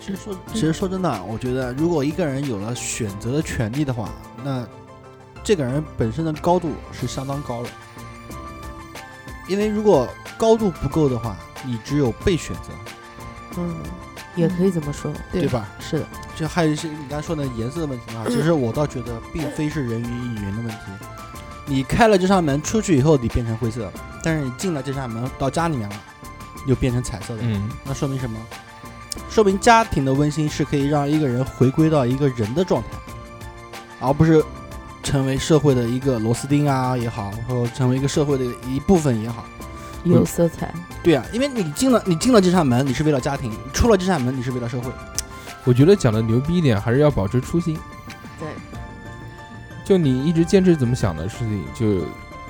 Speaker 4: 其实说，其实说真的，我觉得如果一个人有了选择的权利的话，那这个人本身的高度是相当高的。因为如果高度不够的话，你只有被选择，
Speaker 5: 嗯，也可以这么说，
Speaker 1: 对
Speaker 4: 对吧？
Speaker 5: 是的，
Speaker 4: 这还有一些你刚才说的颜色的问题啊，其实我倒觉得并非是人云亦云的问题。你开了这扇门出去以后，你变成灰色了；但是你进了这扇门到家里面了，你就变成彩色的。
Speaker 3: 嗯，
Speaker 4: 那说明什么？说明家庭的温馨是可以让一个人回归到一个人的状态，而不是成为社会的一个螺丝钉啊也好，或者成为一个社会的一部分也好。
Speaker 5: 有色彩，
Speaker 4: 对啊，因为你进了你进了这扇门，你是为了家庭；你出了这扇门，你是为了社会。
Speaker 3: 我觉得讲的牛逼一点，还是要保持初心。
Speaker 5: 对，
Speaker 3: 就你一直坚持怎么想的事情，就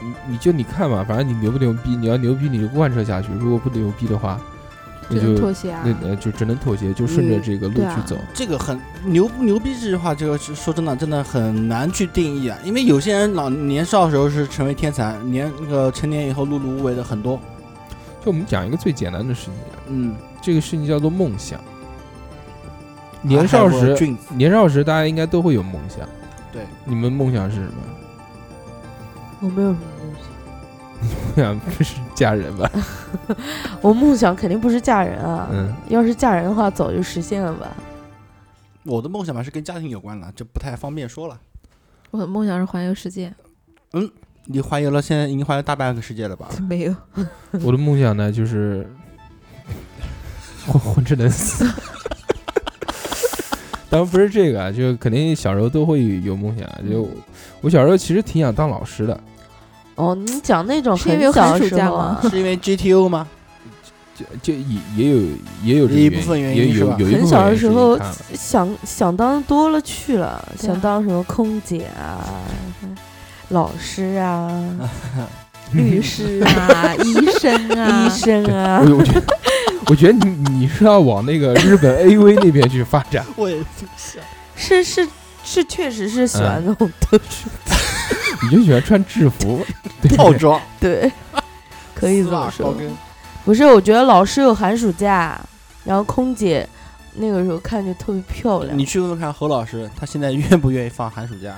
Speaker 3: 你你就你看嘛，反正你牛不牛逼，你要牛逼你就贯彻下去，如果不牛逼的话，那
Speaker 1: 只能
Speaker 3: 就
Speaker 1: 妥协啊
Speaker 3: 那。呃就只能妥协，就顺着
Speaker 5: 嗯
Speaker 3: 这个路
Speaker 1: 对啊
Speaker 3: 去走。
Speaker 4: 这个很牛不牛逼这句话，这个是说真的，真的很难去定义啊。因为有些人老年少的时候是成为天才，年那个成年以后碌碌无为的很多。
Speaker 3: 就我们讲一个最简单的事情啊，
Speaker 4: 嗯，
Speaker 3: 这个事情叫做梦想。年少时，
Speaker 4: 俊子
Speaker 3: 年少时大家应该都会有梦想。
Speaker 4: 对，
Speaker 3: 你们梦想是什么？
Speaker 5: 我没有什么梦想，
Speaker 3: 梦想不是嫁人吧？
Speaker 5: 我梦想肯定不是嫁人啊，
Speaker 3: 嗯，
Speaker 5: 要是嫁人的话早就实现了吧。
Speaker 4: 我的梦想吧是跟家庭有关的，这不太方便说了。
Speaker 1: 我的梦想是环游世 界，
Speaker 4: 你环游了，现在已经环游大半个世界 了吧？
Speaker 1: 没 有。
Speaker 3: 我的梦想呢，就是混混吃等死。 当然不是这个啊，就肯定小时候都会有有梦想啊。就
Speaker 4: 嗯
Speaker 3: 我小时候其实挺想当老师的，
Speaker 5: 哦，你讲那种
Speaker 1: 是因
Speaker 5: 很
Speaker 1: 为有
Speaker 5: 小
Speaker 1: 寒
Speaker 5: 的
Speaker 1: 暑
Speaker 5: 时
Speaker 1: 假
Speaker 5: 候啊，
Speaker 4: 是因为 GTO 吗？
Speaker 3: 就就也也有也有这个
Speaker 4: 一部分原因
Speaker 3: 也
Speaker 4: 是
Speaker 3: 有
Speaker 4: 吧
Speaker 3: 有一部分
Speaker 5: 很小的时候
Speaker 3: 原因是
Speaker 5: 想想当多了去了，
Speaker 1: 对啊
Speaker 5: 想当什么空姐啊、老师啊、
Speaker 1: 律 师 啊， 医生啊，
Speaker 5: 医生啊
Speaker 3: 看 的。我我觉得我觉得你你是要往那个日本 AV 那边去发展，
Speaker 4: 我也
Speaker 5: 是是是，确实是喜欢那种特殊，
Speaker 3: 你就喜欢穿制服， 对
Speaker 4: 套
Speaker 3: 不 对？
Speaker 4: 装，
Speaker 5: 对，可以这么
Speaker 4: 高
Speaker 5: 说。
Speaker 4: 跟
Speaker 5: 不是，我觉得老师有寒暑假，然后空姐那个时候看着特别漂亮
Speaker 4: 你。去问问看侯老师，他现在愿不愿意放寒暑假？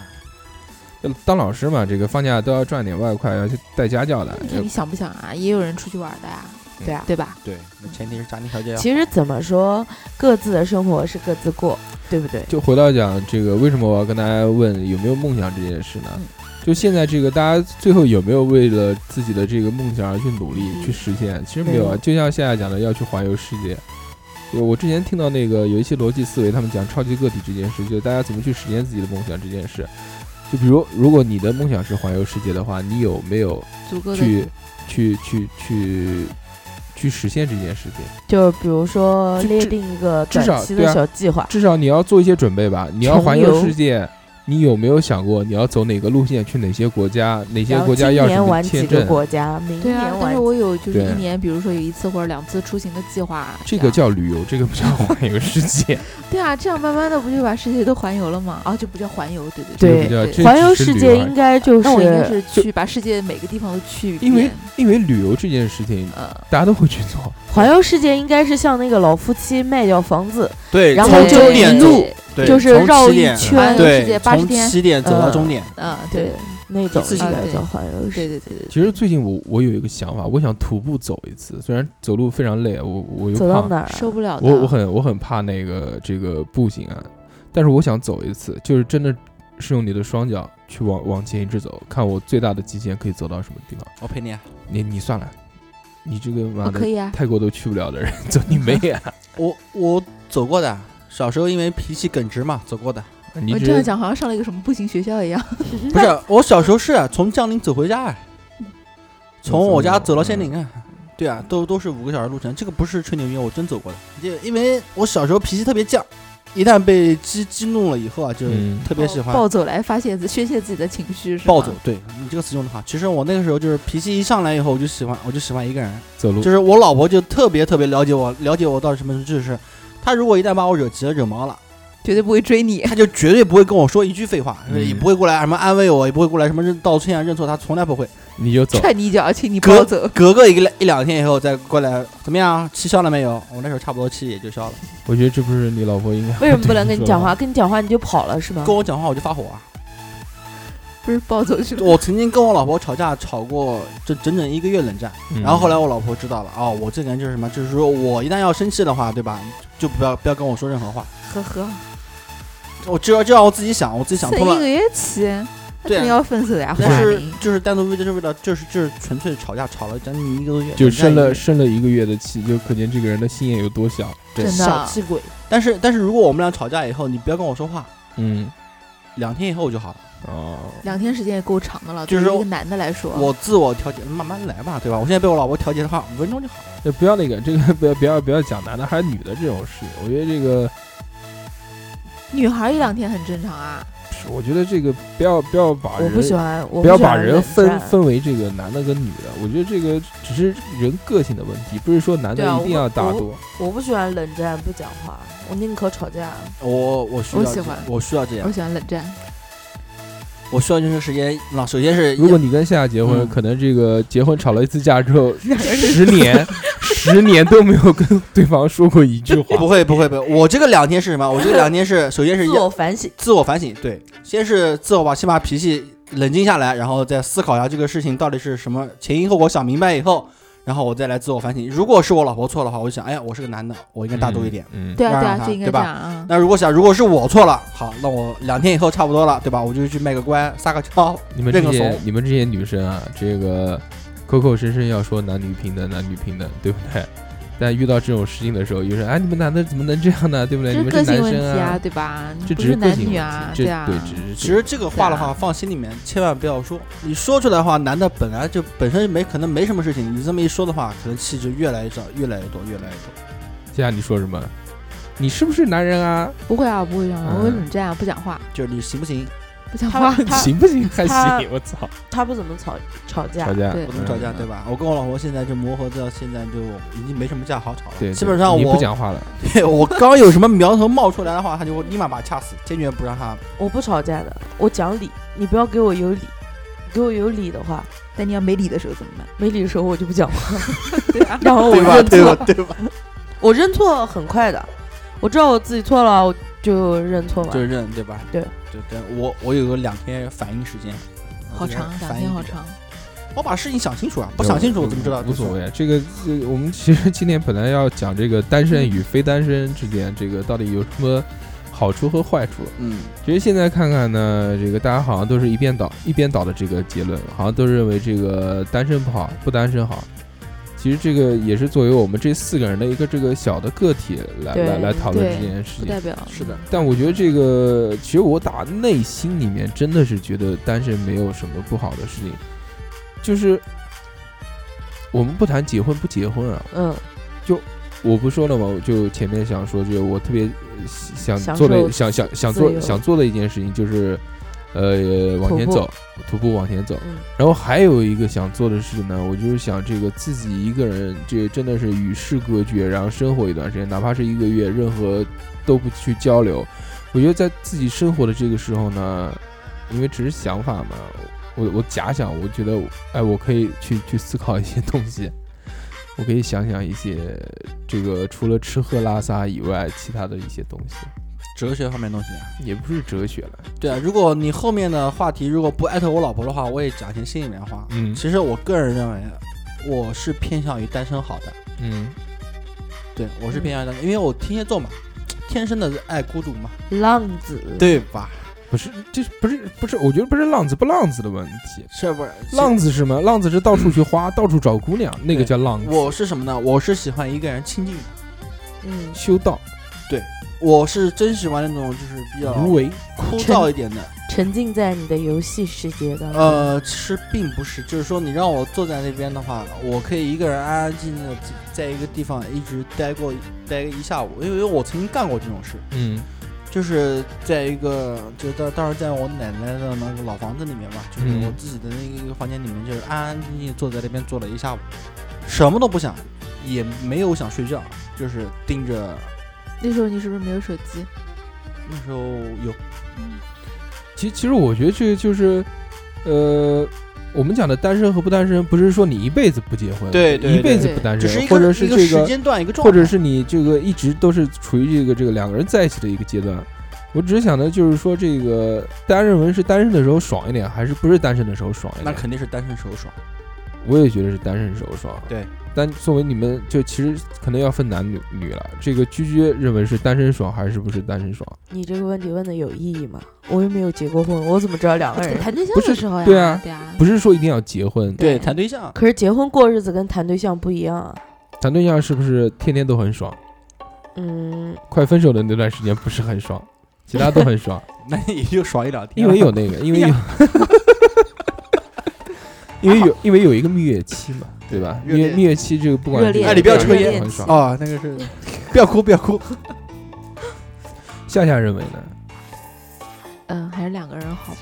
Speaker 3: 当老师嘛，这个放假都要赚点外快，要去带家教的
Speaker 1: 你。
Speaker 5: 嗯
Speaker 1: 看你想不想啊？也有人出去玩的呀，
Speaker 3: 嗯
Speaker 5: 对啊，
Speaker 1: 对吧？
Speaker 4: 对，那前提是家庭条件要好。
Speaker 5: 其实怎么说，各自的生活是各自过，对不对？
Speaker 3: 就回到讲这个，为什么我要跟大家问有没有梦想这件事呢
Speaker 1: 嗯？
Speaker 3: 就现在这个，大家最后有没有为了自己的这个梦想而去努力、去实现？其实没有
Speaker 5: 没
Speaker 3: 啊
Speaker 5: 有，
Speaker 3: 就像夏夏讲的，要去环游世界。就我之前听到那个有一些逻辑思维，他们讲超级个体这件事，就大家怎么去实现自己的梦想这件事。就比如，如果你的梦想是环游世界的话，你有没有
Speaker 1: 足够的
Speaker 3: 去去去去去实现这件事情？
Speaker 5: 就比如说
Speaker 3: 至
Speaker 5: 列
Speaker 3: 至
Speaker 5: 定一个
Speaker 3: 至
Speaker 5: 短
Speaker 3: 少
Speaker 5: 期
Speaker 3: 对
Speaker 5: 的
Speaker 3: 啊
Speaker 5: 小计划，
Speaker 3: 至少你要做一些准备 吧。你要
Speaker 5: 重
Speaker 3: 环游
Speaker 5: 游
Speaker 3: 世界，你有没有想过你要走哪个路线，去哪些国家，哪些
Speaker 5: 然后
Speaker 3: 啊国家
Speaker 5: 今
Speaker 3: 要什
Speaker 5: 年
Speaker 3: 么
Speaker 5: 玩几
Speaker 3: 签
Speaker 5: 个
Speaker 3: 证？
Speaker 5: 国家，明
Speaker 1: 对
Speaker 5: 年
Speaker 1: 啊，但
Speaker 5: 玩
Speaker 1: 是我有就是
Speaker 3: 对
Speaker 1: 一年，比如说有一次或者两次出行的计划。啊
Speaker 3: 这
Speaker 1: 样
Speaker 3: 个叫旅游，这个不叫环游世界，
Speaker 1: 对啊，这样慢慢的不就把世界都环游了吗？啊，就不叫环游，对对
Speaker 3: 这
Speaker 5: 对
Speaker 3: 个不叫这
Speaker 5: 环游
Speaker 3: 只是
Speaker 5: 世
Speaker 3: 旅
Speaker 5: 界
Speaker 3: 游而
Speaker 5: 应该就
Speaker 1: 那我应该
Speaker 5: 是
Speaker 1: 是去把世界每个地方都去一遍。
Speaker 3: 因为因为旅游这件事情，
Speaker 1: 呃，
Speaker 3: 大家都会去做。
Speaker 5: 环游世界应该是像那个老夫妻卖掉房子，
Speaker 4: 对，
Speaker 5: 然后
Speaker 4: 从
Speaker 5: 就
Speaker 4: 终
Speaker 5: 一
Speaker 4: 点
Speaker 5: 路
Speaker 4: 走，对
Speaker 5: 就是
Speaker 4: 从
Speaker 5: 绕
Speaker 4: 起
Speaker 5: 一
Speaker 4: 点
Speaker 1: 环
Speaker 5: 圈，
Speaker 1: 游
Speaker 5: 对
Speaker 1: 世界
Speaker 4: 对，
Speaker 1: 80
Speaker 4: 从
Speaker 1: 天
Speaker 4: 起点走到
Speaker 5: 嗯
Speaker 4: 终点，
Speaker 1: 嗯，对
Speaker 5: 那种
Speaker 4: 自
Speaker 5: 应
Speaker 4: 己
Speaker 5: 该
Speaker 1: 对
Speaker 5: 叫环游世
Speaker 1: 对
Speaker 5: 界。
Speaker 1: 对对对。
Speaker 3: 其实最近我我有一个想法，我想徒步走一次，虽然走路非常累，我我又
Speaker 5: 走到
Speaker 3: 怕，
Speaker 5: 哪儿啊？
Speaker 1: 受不了的。
Speaker 3: 我我很我很怕那个这个步行啊，但是我想走一次，就是真的是用你的双脚去往往前一直走，看我最大的极限可以走到什么地方。
Speaker 4: 我陪你啊。
Speaker 3: 你你算了，你这个妈
Speaker 1: 我可
Speaker 3: 的
Speaker 1: 以啊，
Speaker 3: 泰国都去不了的人，走你妹 啊！
Speaker 4: 我我走过的，小时候因为脾气耿直嘛，走过的。
Speaker 3: 你
Speaker 1: 我
Speaker 3: 只
Speaker 1: 这样讲好像上了一个什么步行学校一样。
Speaker 4: 不是，我小时候是啊，从江宁走回家啊，从我家走到仙林啊。对啊，都都是五个小时路程，这个不是吹牛逼，我真走过的。就因为我小时候脾气特别犟，一旦被激激怒了以后啊，就
Speaker 3: 嗯
Speaker 4: 特别喜欢
Speaker 1: 暴走来发泄自宣泄自己的情绪，是吗
Speaker 4: 暴走。对你这个词用的好，其实我那个时候就是脾气一上来以后，我就喜欢，我就喜欢一个人，
Speaker 3: 走路，
Speaker 4: 就是我老婆就特别特别了解我，了解我到什么就是，她如果一旦把我惹急了、惹毛了，
Speaker 1: 绝对不会追你。
Speaker 4: 她就绝对不会跟我说一句废话，
Speaker 3: 嗯
Speaker 4: 也不会过来什么安慰我，也不会过来什么认道歉啊、认错，她从来不会。
Speaker 3: 你就走。
Speaker 1: 踹你一脚，请你
Speaker 4: 哥
Speaker 1: 暴走。
Speaker 4: 隔个一个一两天以后再过来，怎么样？啊气消了没有？我那时候差不多气也就消了。
Speaker 3: 我觉得这不是你老婆 应该
Speaker 5: 为什么不
Speaker 3: 对
Speaker 5: 能跟你
Speaker 3: 说的
Speaker 5: 讲话？？跟你讲话你就跑了是吗？
Speaker 4: 跟我讲话我就发火啊！
Speaker 1: 不是暴走去了，
Speaker 4: 我曾经跟我老婆吵架吵过这整整一个月冷战，
Speaker 3: 嗯
Speaker 4: 然后后来我老婆知道了，哦，我这个人就是什么，就是说我一旦要生气的话，对吧？就不要不要跟我说任何话，
Speaker 1: 呵呵。
Speaker 4: 我只要就让我自己想，我自己想
Speaker 1: 这
Speaker 4: 通
Speaker 1: 一
Speaker 4: 了
Speaker 1: 个。月起，那
Speaker 4: 对啊
Speaker 1: 肯定要分手的呀，
Speaker 4: 但
Speaker 1: 华
Speaker 4: 是
Speaker 1: 明。
Speaker 4: 就是单独为就是为了就是就是纯粹吵架，吵了将近一个多月，
Speaker 3: 就
Speaker 4: 冷战
Speaker 3: 生
Speaker 4: 一个
Speaker 3: 了
Speaker 4: 月
Speaker 3: 生了一个月的气，就可见这个人的心眼有多小。
Speaker 1: 真的
Speaker 5: 小气鬼，
Speaker 4: 但是但是如果我们俩吵架以后，你不要跟我说话，
Speaker 3: 嗯，
Speaker 4: 两天以后就好了。
Speaker 7: 哦，
Speaker 1: 两天时间也够长的了，
Speaker 4: 就是
Speaker 1: 对于一
Speaker 4: 说
Speaker 1: 个男的来说，
Speaker 4: 我自我调节，慢慢来吧，对吧？我现在被我老婆调节的话，五分钟就好了。
Speaker 3: 就不要那个，这个不要不要不要讲男的还是女的这种事，我觉得这个，
Speaker 1: 女孩一两天很正常啊。
Speaker 3: 我觉得这个不要不要把
Speaker 5: 我
Speaker 3: 人
Speaker 5: 不喜欢，我
Speaker 3: 不要
Speaker 5: 喜
Speaker 3: 把
Speaker 5: 欢
Speaker 3: 人
Speaker 5: 冷
Speaker 3: 分
Speaker 5: 战
Speaker 3: 分为这个男的跟女的，我觉得这个只是人个性的问题，不是说男的
Speaker 5: 对啊
Speaker 3: 一定
Speaker 5: 我
Speaker 3: 要打
Speaker 5: 我
Speaker 3: 多。
Speaker 5: 我不喜欢冷战不讲话，我宁可吵架。
Speaker 4: 我我需要
Speaker 1: 我
Speaker 4: 这，
Speaker 1: 喜欢
Speaker 4: 我需要这样
Speaker 1: 我，喜欢冷战，
Speaker 4: 我需要就是时间。那首先是
Speaker 3: 如果你跟夏夏结婚，
Speaker 4: 嗯
Speaker 3: 可能这个结婚吵了一次架之后，
Speaker 1: 两个人
Speaker 3: 十年十年都没有跟对方说过一句话。
Speaker 4: 不会不会不会，我这个两天是什么？我这个两天是首 先是
Speaker 5: 自
Speaker 4: 要
Speaker 5: 我反省，
Speaker 4: 自我反省，对，先是自我把先把脾气冷静下来，然后再思考一下这个事情到底是什么前因后果，想明白以后，然后我再来自我反省。如果是我老婆错的话，我就想，哎呀，我是个男的，我应该大度一点。
Speaker 7: 嗯，
Speaker 1: 对啊
Speaker 4: 让
Speaker 1: 对啊，
Speaker 4: 他
Speaker 1: 就应该
Speaker 4: 对
Speaker 1: 这
Speaker 4: 吧
Speaker 1: 样啊。
Speaker 4: 那如果想，如果是我错了，好，那我两天以后差不多了，对吧？我就去卖个乖，撒个娇，
Speaker 7: 你们
Speaker 4: 认
Speaker 7: 这
Speaker 4: 个
Speaker 7: 些
Speaker 4: 怂。
Speaker 7: 你们这些女生啊，这个口口声声要说男女平等，男女平等，对不对？但遇到这种事情的时候，有人啊，你们男的怎么能这样呢？对不对？
Speaker 1: 这
Speaker 7: 你们
Speaker 1: 是
Speaker 7: 是
Speaker 1: 个性
Speaker 7: 男
Speaker 1: 问
Speaker 7: 生
Speaker 1: 题啊，
Speaker 7: 啊，
Speaker 1: 对吧？
Speaker 7: 这
Speaker 1: 不
Speaker 7: 只是
Speaker 1: 是
Speaker 7: 个
Speaker 1: 男
Speaker 7: 性
Speaker 1: 女
Speaker 7: 问
Speaker 1: 啊，
Speaker 7: 题，这
Speaker 1: 啊，
Speaker 7: 对，只是
Speaker 4: 其实这个话的话，放心里面，千万不要说。你说出来的话，男的本来就本身没可能没什么事情，你这么一说的话，可能气质越来越少，越来越多，越来越多。
Speaker 7: 接下来你说什么？你是不是男人啊？
Speaker 1: 不会啊，不会这样，我会
Speaker 7: 嗯
Speaker 1: 冷战啊，不讲话，
Speaker 4: 就是你行不行？
Speaker 1: 不讲
Speaker 5: 他
Speaker 1: 话。
Speaker 5: 他
Speaker 3: 行不行？还
Speaker 5: 他
Speaker 3: 行，我操！
Speaker 5: 他不怎么吵吵架
Speaker 3: 吵，架
Speaker 1: 对
Speaker 4: 不怎么吵架，
Speaker 7: 嗯
Speaker 4: 对吧？我跟我老婆现在就磨合到现在，就已经没什么架好吵了。
Speaker 7: 对，
Speaker 4: 基本上
Speaker 7: 嗯你
Speaker 4: 我
Speaker 7: 不讲话了，
Speaker 4: 对 我刚有什么苗头冒出来的话，她就会立马把她掐死，坚决不让她。
Speaker 5: 我不吵架的，我讲理，你不要给我有理，给我有理的话，
Speaker 1: 但你要没理的时候怎么办？
Speaker 5: 没理的时候我就不讲话，
Speaker 1: 对啊，
Speaker 5: 然后 我
Speaker 4: 对吧？
Speaker 5: 认
Speaker 4: 对吧
Speaker 5: 错，？
Speaker 4: 对吧？
Speaker 5: 我认错很快的，我知道我自己错了，我就认错嘛
Speaker 4: 就。认对吧？
Speaker 5: 对
Speaker 4: 对对，我我有个两天反应时间，呃
Speaker 1: 好长，两天好
Speaker 4: 长。
Speaker 1: 长。
Speaker 4: 我把事情想清楚啊，不想清楚我怎么知道？
Speaker 3: 哎无所。谓，啊这个这个我们其实今天本来要讲这个单身与非单身之间，这个到底有什么好处和坏处？
Speaker 4: 嗯，
Speaker 3: 其实现在看看呢，这个大家好像都是一边倒一边倒的这个结论，好像都认为这个单身不好，不单身好。其实这个也是作为我们这四个人的一个这个小的个体来
Speaker 5: 对
Speaker 3: 来来讨论
Speaker 1: 对
Speaker 3: 这件事
Speaker 1: 不
Speaker 3: 情
Speaker 1: 代。表
Speaker 4: 是的，
Speaker 3: 但我觉得这个，其实我打内心里面真的是觉得单身没有什么不好的事情，就是我们不谈结婚不结婚啊，
Speaker 5: 嗯，
Speaker 3: 我不说了吗？我就前面想说，就是我特别呃想
Speaker 5: 享
Speaker 3: 想做的、
Speaker 5: 受
Speaker 3: 想想想
Speaker 5: 自
Speaker 3: 做
Speaker 5: 由
Speaker 3: 想做的一件事情，就是呃往前
Speaker 5: 徒步
Speaker 3: 走，徒步往前走。
Speaker 5: 嗯
Speaker 3: 然后还有一个想做的事情呢，我就是想这个自己一个人，这真的是与世隔绝，然后生活一段时间，哪怕是一个月，任何都不去交流。我觉得在自己生活的这个时候呢，因为只是想法嘛，我我假想，我觉得哎，我可以去去思考一些东 西，我可以想想一些这个除了吃喝拉撒以外其他的一些东西，
Speaker 4: 哲学方面的东西啊。
Speaker 3: 也不是哲学了，
Speaker 4: 对啊，如果你后面的话题如果不艾特我老婆的话，我也讲一些心里面的话。
Speaker 3: 嗯
Speaker 4: 其实我个人认为，啊我是偏向于单身好的。
Speaker 3: 嗯，
Speaker 4: 对，我是偏向于单身，因为我天蝎座嘛，天生的爱孤独嘛，
Speaker 5: 浪子，
Speaker 4: 对吧？
Speaker 3: 不是，这不是不是，我觉得不是浪子不浪子的问题，
Speaker 4: 是不是？
Speaker 3: 浪子是什么？浪子是到处去花，到处找姑娘，那个
Speaker 4: 对
Speaker 3: 叫浪子。
Speaker 4: 我是什么呢？我是喜欢一个人清静的，
Speaker 5: 嗯，
Speaker 3: 修道
Speaker 4: 我是真喜欢那种就是比较
Speaker 3: 无为，
Speaker 4: 枯燥一点的。
Speaker 5: 沉浸在你的游戏世界当中。
Speaker 4: 呃，其实并不是，就是说你让我坐在那边的话，我可以一个人安安静静的在一个地方一直待过待一下午，因为我曾经干过这种事，
Speaker 3: 嗯
Speaker 4: 就是在一个就当当时在我奶奶的那个老房子里面嘛，就是
Speaker 3: 嗯
Speaker 4: 我自己的那个房间里面，就是安安静静坐在那边坐了一下午，什么都不想，也没有想睡觉，就是盯着
Speaker 1: 那时候你是不是没有手机？
Speaker 4: 那时候有
Speaker 3: 其其实我觉得这个就是，呃，我们讲的单身和不单身，不是说你一辈子不结婚，
Speaker 4: 对对
Speaker 3: 一辈子
Speaker 1: 对
Speaker 3: 不单
Speaker 4: 只是
Speaker 3: 身
Speaker 4: 一，个
Speaker 3: 或者
Speaker 4: 一
Speaker 3: 是
Speaker 4: 个
Speaker 3: 这
Speaker 4: 时间段一个状态，
Speaker 3: 或者是你这个一直都是处于这个这个两个人在一起的一个阶段。我只是想的就是说，这个大家认为是单身的时候爽一点，还是不是单身的时候爽一
Speaker 4: 那
Speaker 3: 点？
Speaker 4: 肯定是单身时候爽。
Speaker 3: 我也觉得是单身时候爽。
Speaker 4: 对，
Speaker 3: 但作为你们，就其实可能要分男女女了。这个居居认为是单身爽还是不是单身爽？
Speaker 5: 你这个问题问的有意义吗？我又没有结过婚，我怎么知道两个人？
Speaker 1: 谈对象
Speaker 3: 不
Speaker 1: 的
Speaker 3: 是
Speaker 1: 时候呀，
Speaker 3: 对啊
Speaker 1: 对啊，
Speaker 3: 不是说一定要结婚，
Speaker 4: 对，谈对象
Speaker 5: 可是结婚过日子跟谈对象不一样啊。
Speaker 3: 谈对象是不是天天都很爽？
Speaker 5: 嗯，
Speaker 3: 快分手的那段时间不是很爽，其他都 很爽，
Speaker 4: 那也就爽一两天
Speaker 3: 因
Speaker 4: 了。
Speaker 3: 为有那
Speaker 1: 哎
Speaker 3: 个，因为有，因为有，因为有一个蜜月期嘛，对吧？
Speaker 4: 热
Speaker 3: 蜜月
Speaker 4: 恋
Speaker 3: 蜜月期这个不管
Speaker 1: 热
Speaker 3: 是
Speaker 1: 恋
Speaker 4: 哎你不要
Speaker 3: 怎么
Speaker 4: 抽
Speaker 3: 样
Speaker 4: 烟
Speaker 3: 很爽。
Speaker 4: 哦，那个是，不要哭，不要哭。
Speaker 3: 夏夏认为呢？
Speaker 1: 嗯，还是两个人好吧，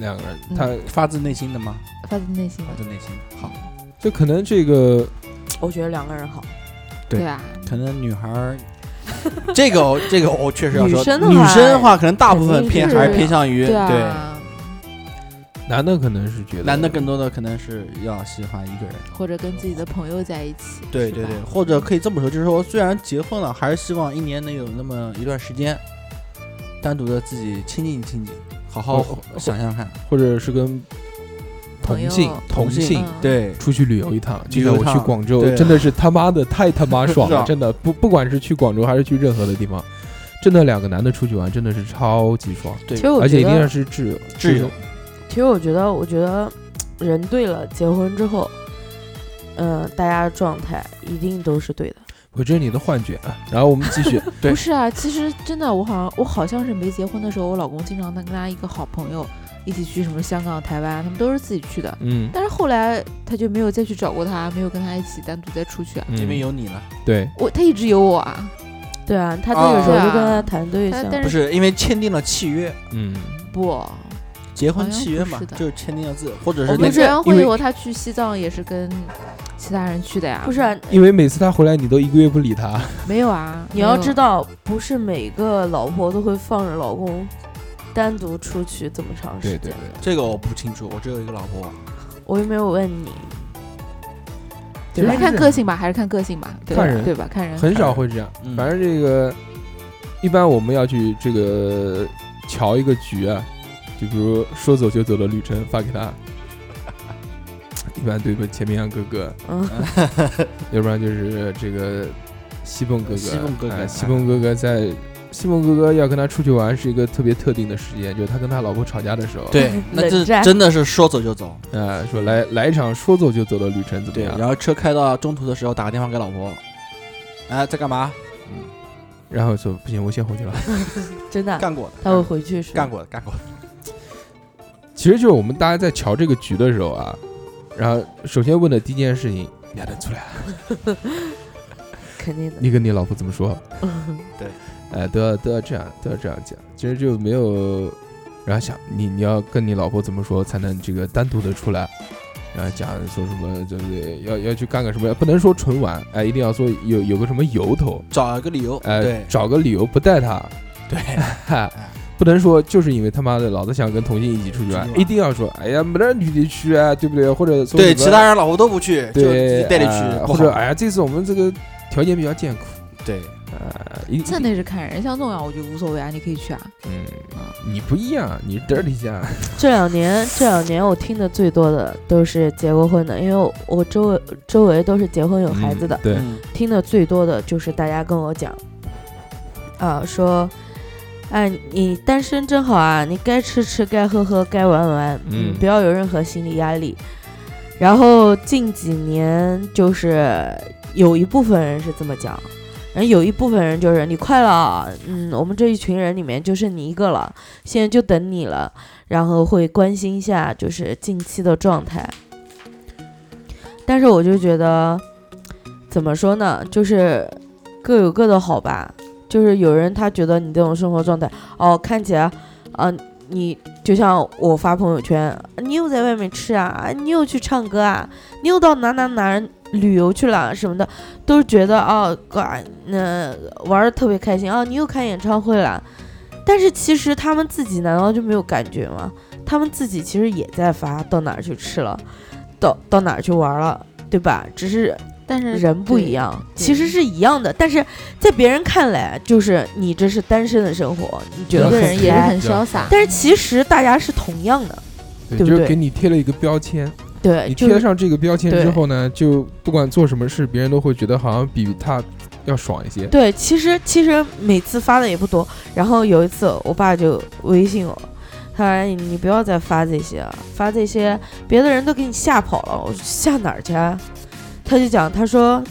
Speaker 3: 两个人，
Speaker 1: 嗯
Speaker 3: 他
Speaker 4: 发自内心的吗？
Speaker 1: 发自内心的
Speaker 4: 发，自内心的。好，
Speaker 3: 就可能这个
Speaker 5: 我觉得两个人好，
Speaker 4: 对
Speaker 1: 对啊，
Speaker 4: 可能女孩 儿，这个我这个我确实要说，
Speaker 5: 女
Speaker 4: 女
Speaker 5: 生
Speaker 4: 生
Speaker 5: 的话
Speaker 4: 的话，可能大部分偏
Speaker 1: 肯定是
Speaker 4: 还是偏向于对
Speaker 1: 啊，
Speaker 3: 男的可能是觉得
Speaker 4: 男的更多的可能是要喜欢一个人。
Speaker 1: 或者跟自己的朋友在一起，
Speaker 4: 对
Speaker 1: 是
Speaker 4: 对
Speaker 1: 吧
Speaker 4: 对，或者可以这么说，就是说虽然结婚了，还是希望一年能有那么一段时间，单独的自己亲近亲近，好好
Speaker 3: 或或
Speaker 4: 想想看。
Speaker 3: 或者是跟
Speaker 1: 朋
Speaker 3: 同
Speaker 1: 友
Speaker 3: 性同
Speaker 4: 同性
Speaker 3: 性
Speaker 1: 嗯
Speaker 4: 对，
Speaker 3: 出去旅游一趟，就
Speaker 4: 旅
Speaker 3: 像
Speaker 4: 游
Speaker 3: 我
Speaker 4: 一趟
Speaker 3: 去广州
Speaker 4: 对，啊
Speaker 3: 真的是他妈的太他妈爽
Speaker 4: 是
Speaker 3: 了，
Speaker 4: 啊
Speaker 3: 真的不不管是去广州还是去任何的地方，真的两个男的出去玩真的是超级爽，
Speaker 5: 其实我
Speaker 3: 而且
Speaker 5: 觉
Speaker 3: 一定要
Speaker 5: 得，
Speaker 3: 是挚友，
Speaker 4: 挚友
Speaker 5: 其实我觉得，我觉得人对了，结婚之后，嗯、大家的状态一定都是对的。
Speaker 3: 我这是你的幻觉啊。然后我们继续，对
Speaker 1: 不是啊，其实真的，我好像我好像是没结婚的时候，我老公经常能跟他一个好朋友一起去什么香港、台湾，他们都是自己去的。
Speaker 3: 嗯，
Speaker 1: 但是后来他就没有再去找过他，没有跟他一起单独再出去啊。
Speaker 3: 嗯
Speaker 4: 因为有你了，
Speaker 3: 对，
Speaker 1: 我他一直有我啊，
Speaker 5: 对啊，他那个时候就跟他谈对
Speaker 1: 但
Speaker 5: 象，
Speaker 1: 但
Speaker 4: 不
Speaker 1: 是
Speaker 4: 是因为签订了契约，
Speaker 3: 嗯，
Speaker 1: 不，
Speaker 4: 结
Speaker 1: 好
Speaker 4: 婚
Speaker 1: 像
Speaker 4: 契
Speaker 1: 不
Speaker 4: 约嘛
Speaker 1: 是，的
Speaker 4: 就是签订了字，或者
Speaker 1: 我
Speaker 4: 是
Speaker 1: 们
Speaker 4: 那
Speaker 1: 之
Speaker 4: 个
Speaker 1: 前
Speaker 3: 因
Speaker 1: 会
Speaker 3: 为
Speaker 1: 有他去西藏也是跟其他人去的呀。
Speaker 5: 不是、啊？
Speaker 3: 因为每次他回来你都一个月不理他，
Speaker 1: 没有啊，
Speaker 5: 你要
Speaker 1: 没有
Speaker 5: 知道，不是每个老婆都会放着老公单独出去这么长时
Speaker 3: 对
Speaker 5: 间。
Speaker 3: 对对，
Speaker 4: 这个我不清楚，我只有一个老婆。
Speaker 5: 我又没有问你，
Speaker 3: 其实
Speaker 1: 还是看
Speaker 3: 是
Speaker 1: 个性吧，还是看个性吧，对吧
Speaker 3: 看人
Speaker 1: 对吧？看人。
Speaker 3: 很少会这样，
Speaker 4: 嗯
Speaker 3: 反正这个一般我们要去这个瞧一个局啊，就比如说走就走的旅程发给他，一般对奔前面杨哥哥，
Speaker 5: 嗯，
Speaker 3: 要不然就是这个西蹦哥哥，
Speaker 4: 西蹦哥哥
Speaker 3: 哎西蹦哥哥在西蹦哥哥要跟他出去玩是一个特别特定的时间，就是他跟他老婆吵架的时候，，
Speaker 4: 对，那这
Speaker 5: 冷战
Speaker 4: 真的是说走就走。
Speaker 3: 呃，说来来一场说走就走的旅程怎么
Speaker 4: 对，
Speaker 3: 样？
Speaker 4: 然后车开到中途的时候打个电话给老婆，哎，在干嘛？
Speaker 3: 然后说不行，我先回去了。
Speaker 5: 真的，
Speaker 3: 啊
Speaker 5: 啊
Speaker 4: 干过的，
Speaker 5: 他会回去说
Speaker 4: 干过的，干过的。
Speaker 3: 其实就是我们大家在瞧这个局的时候啊，然后首先问的第一件事情，你还能出来啊？
Speaker 5: 肯定 的。
Speaker 3: 你跟你老婆怎么说？
Speaker 5: 嗯
Speaker 3: 哎，都要都要这样，都要这样讲。其实就没有，然后想你你要跟你老婆怎么说才能这个单独的出来，然后讲说什么就是要要去干个什么，不能说纯玩，哎，一定要说有有个什么由头，
Speaker 4: 找一个理由，
Speaker 3: 哎
Speaker 4: 对，
Speaker 3: 找个理由不带他，
Speaker 4: 对，
Speaker 3: 哈，不能说就是因为他妈的老子想跟同性一起出去玩
Speaker 4: 出去，玩
Speaker 3: 一定要说，哎呀，没得女的去啊，对不对？或者说
Speaker 4: 对，
Speaker 3: 什么
Speaker 4: 其他人老婆都不去，就自
Speaker 3: 对
Speaker 4: 己带你
Speaker 3: 哎
Speaker 4: 去，
Speaker 3: 或者哎
Speaker 4: 哎，
Speaker 3: 呀，这次我们这个条件比较艰苦，
Speaker 4: 对，
Speaker 3: 呃，一
Speaker 1: 这那是看人，像这种啊，我觉得无所谓啊，你可以去啊。
Speaker 3: 嗯，你不一样，你这里下，
Speaker 5: 这两年，这两年我听的最多的都是结过婚的，因为我我周围周围都是结婚有 孩子的，
Speaker 3: 嗯对，
Speaker 4: 嗯
Speaker 5: 听的最多的就是大家跟我讲，啊，说，哎，你单身真好啊，你该吃吃，该喝喝，该玩玩，
Speaker 3: 嗯
Speaker 5: 不要有任何心理压力。然后近几年就是有一部分人是这么讲，然后有一部分人就是你快了啊，嗯，我们这一群人里面就剩你一个了，现在就等你了，然后会关心一下就是近期的状态。但是我就觉得，怎么说呢，就是各有各的好吧。就是有人他觉得你这种生活状态，哦，看起来，啊、你就像我发朋友圈，你又在外面吃啊，啊你又去唱歌啊，你又到哪哪哪旅游去了啊什么的，都觉得哦，哇，那、玩的特别开心啊、你又看演唱会了。但是其实他们自己难道就没有感觉吗？他们自己其实也在发到哪儿去吃了，到到哪儿去玩了，对吧？只是
Speaker 1: 但是
Speaker 5: 人不一
Speaker 1: 对，
Speaker 5: 样，
Speaker 1: 对
Speaker 5: 其实是一样的，但是在别人看来，就是你这是单身的生活，你觉得
Speaker 1: 一个
Speaker 3: 很
Speaker 1: 人也是
Speaker 5: 开
Speaker 1: 很潇洒。
Speaker 5: 但是其实大家是同样的，
Speaker 3: 对，
Speaker 5: 对不
Speaker 3: 就
Speaker 5: 对
Speaker 3: 给你贴了一个标签，
Speaker 5: 对，
Speaker 3: 你
Speaker 5: 就
Speaker 3: 贴
Speaker 5: 是
Speaker 3: 上这个标签
Speaker 5: 对
Speaker 3: 之后呢，就不管做什么事，别人都会觉得好像比他要爽一些，
Speaker 5: 对，其实其实每次发的也不多，然后有一次我爸就微信我，他说哎你不要再发这些了，发这些别的人都给你吓跑了，我说吓哪儿去啊？他就讲，他说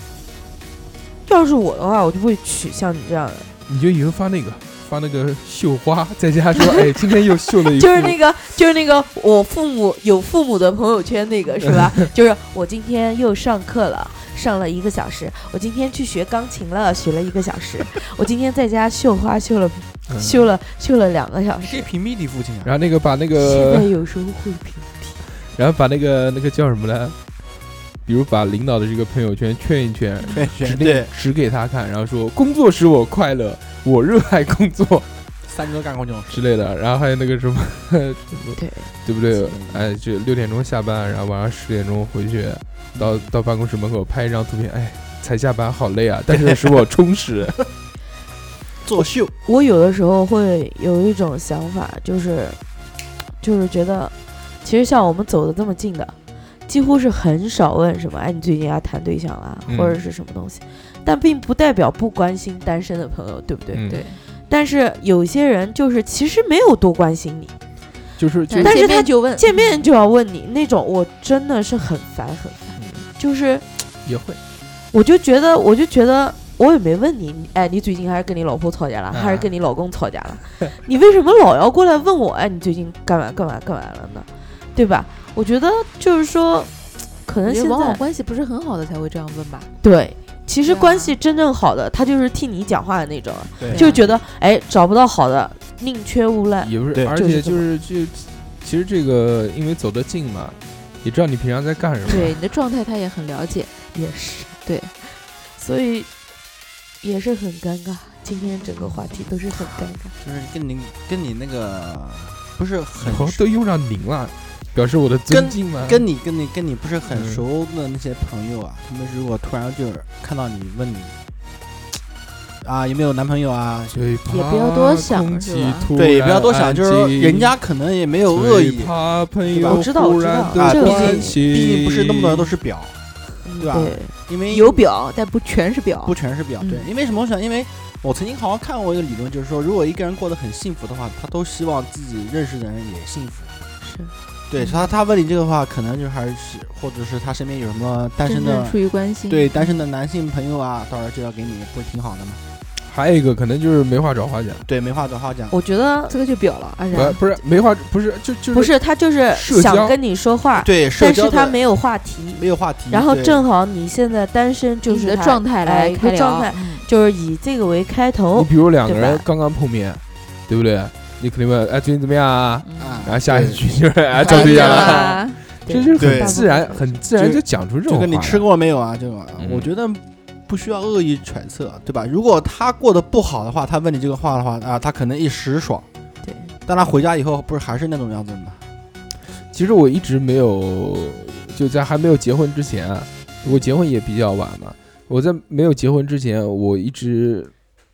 Speaker 5: 要是我的话，我就不会娶像你这样的。
Speaker 3: 你就以后发那个，发那个绣花，在家 说，哎，今天又绣了一幅，
Speaker 5: 就是那个，就是那个，我父母有父母的朋友圈那个是 吧？就是我今天又上课了，上了一个小时。我今天去学钢琴了，学了一个小 时。我今天在家绣花绣了
Speaker 3: 嗯
Speaker 5: 绣了绣了两个小
Speaker 4: 你可以
Speaker 5: 时。
Speaker 4: 屏蔽你父亲啊。
Speaker 3: 然后那个把那
Speaker 5: 现
Speaker 3: 个
Speaker 5: 在，有时候会屏蔽。
Speaker 3: 然后把那个那个叫什么呢？比如把领导的这个朋友圈圈 一圈，
Speaker 4: 对
Speaker 3: 指
Speaker 4: 对
Speaker 3: 定，指给他看，然后说工作使我快乐，我热爱工作
Speaker 4: 三哥干过这种
Speaker 3: 之类的。然后还有那个什么，
Speaker 5: 对
Speaker 3: 对不对？哎，这六点钟下班，然后晚上十点钟回去，到到办公室门口拍一张图片，哎，才下班好累啊，但是使我充实。
Speaker 4: 作秀，
Speaker 5: 我有的时候会有一种想法，就是就是觉得，其实像我们走的这么近的，几乎是很少问什么，哎，你最近要谈对象啦，
Speaker 3: 嗯
Speaker 5: 或者是什么东西，但并不代表不关心单身的朋友，对不对？
Speaker 3: 嗯，
Speaker 1: 对，
Speaker 5: 但是有些人就是其实没有多关心你，
Speaker 3: 就是就
Speaker 5: 但是
Speaker 1: 见
Speaker 5: 他
Speaker 1: 面就问
Speaker 5: 见面就要问你那种，我真的是很烦很烦，
Speaker 3: 嗯
Speaker 5: 就是
Speaker 3: 也会
Speaker 5: 我就觉得我就觉得。我也没问你，你哎，你最近还是跟你老婆吵架了，还是跟你老公吵架 了？你为什么老要过来问我？哎，你最近干嘛干嘛干嘛 了呢？对吧？我觉得就是说，可
Speaker 1: 我
Speaker 5: 能
Speaker 1: 觉
Speaker 5: 现
Speaker 1: 得往往
Speaker 5: 在
Speaker 1: 关系不是很好的才会这样问吧。
Speaker 5: 对，其实
Speaker 1: 对啊
Speaker 5: 关系真正好的，他就是替你讲话的那种，
Speaker 4: 对
Speaker 5: 就觉得哎找不到好的，宁缺毋滥。
Speaker 3: 也不是，
Speaker 4: 对
Speaker 3: 而
Speaker 5: 呃就是
Speaker 3: 且
Speaker 5: 这
Speaker 3: 就是就其实这个因为走得近嘛，也知道你平常在干什么。
Speaker 1: 对你的状态，他也很了解。
Speaker 5: 也是
Speaker 1: 对，
Speaker 5: 所以也是很尴尬。今天整个话题都是很尴尬，
Speaker 4: 就是跟你跟你那个不是很
Speaker 3: 哦，都用上您了，表示我的尊敬嘛。
Speaker 4: 跟你跟你跟你不是很
Speaker 3: 嗯
Speaker 4: 熟的那些朋友啊，他们如果突然就是看到你问你啊有没有男朋友啊，
Speaker 3: 最怕
Speaker 1: 也不要多想
Speaker 3: 空
Speaker 1: 是
Speaker 3: 气
Speaker 1: 吧
Speaker 3: 突
Speaker 4: 对，也不要
Speaker 3: 然
Speaker 4: 多想，
Speaker 3: 安
Speaker 4: 就是说
Speaker 3: 静
Speaker 4: 人家可能也没有恶
Speaker 3: 最
Speaker 4: 意，
Speaker 3: 怕朋
Speaker 4: 对吧
Speaker 3: 友
Speaker 5: 我知道我
Speaker 3: 忽
Speaker 5: 知
Speaker 3: 然
Speaker 5: 道
Speaker 3: 的
Speaker 4: 啊，
Speaker 5: 这个
Speaker 3: 关
Speaker 4: 毕竟
Speaker 3: 心，
Speaker 4: 毕竟不是那么多人都是表，对吧？因为
Speaker 1: 有表，但不全是表
Speaker 4: 不。全是表，对，
Speaker 1: 嗯
Speaker 4: 因为什么？我想，因为我曾经好像看过一个理论，就是说，如果一个人过得很幸福的话，他都希望自己认识的人也幸福。
Speaker 1: 是
Speaker 4: 对，他他问你这个话，可能就还是或者是他身边有什么单身
Speaker 1: 真正
Speaker 4: 的
Speaker 1: 出于关 心。
Speaker 4: 对单身的男性朋友啊，到时候介绍给你，不是挺好的吗？
Speaker 3: 还有一个可能就是没话找话讲，
Speaker 4: 对，没话找话讲，
Speaker 5: 我觉得
Speaker 1: 这个就表了啊，然
Speaker 3: 不不是没话不是就就是
Speaker 5: 不是他就是
Speaker 3: 社交
Speaker 5: 想跟你说话，
Speaker 4: 对，社
Speaker 5: 但
Speaker 4: 交
Speaker 5: 是他
Speaker 4: 的
Speaker 5: 没有话题。
Speaker 4: 没有话题，
Speaker 5: 然后
Speaker 4: 对
Speaker 5: 正好你现在单身，就
Speaker 1: 就是是的
Speaker 5: 他
Speaker 1: 状
Speaker 5: 哎
Speaker 1: 态来
Speaker 5: 一
Speaker 1: 开
Speaker 5: 个
Speaker 1: 聊。
Speaker 5: 状态
Speaker 1: 嗯
Speaker 5: 就是以这个为开
Speaker 3: 你
Speaker 5: 头。
Speaker 3: 比如两个
Speaker 5: 对
Speaker 3: 人
Speaker 5: 吧
Speaker 3: 刚刚碰面，对不对？你肯定问哎最近怎么样啊？
Speaker 4: 啊
Speaker 3: 然后下一
Speaker 4: 对
Speaker 3: 句就是哎
Speaker 4: 找
Speaker 3: 找对象
Speaker 4: 对
Speaker 3: 了，
Speaker 1: 嗯 啊，
Speaker 3: 这就是
Speaker 4: 对
Speaker 3: 很自然很自然就讲出这
Speaker 4: 这
Speaker 3: 种
Speaker 4: 个
Speaker 3: 话
Speaker 4: 你
Speaker 3: 来
Speaker 4: 吃过没有啊？这种啊
Speaker 3: 嗯
Speaker 4: 我觉得不需要恶意揣测，对吧？如果他过得不好的话，他问你这个话的话啊，他可能一时爽，
Speaker 1: 对，
Speaker 4: 但他回家以后不是还是那种样子吗？
Speaker 3: 其实我一直没有，就在还没有结婚之前啊，我结婚也比较晚嘛。我在没有结婚之前，我一直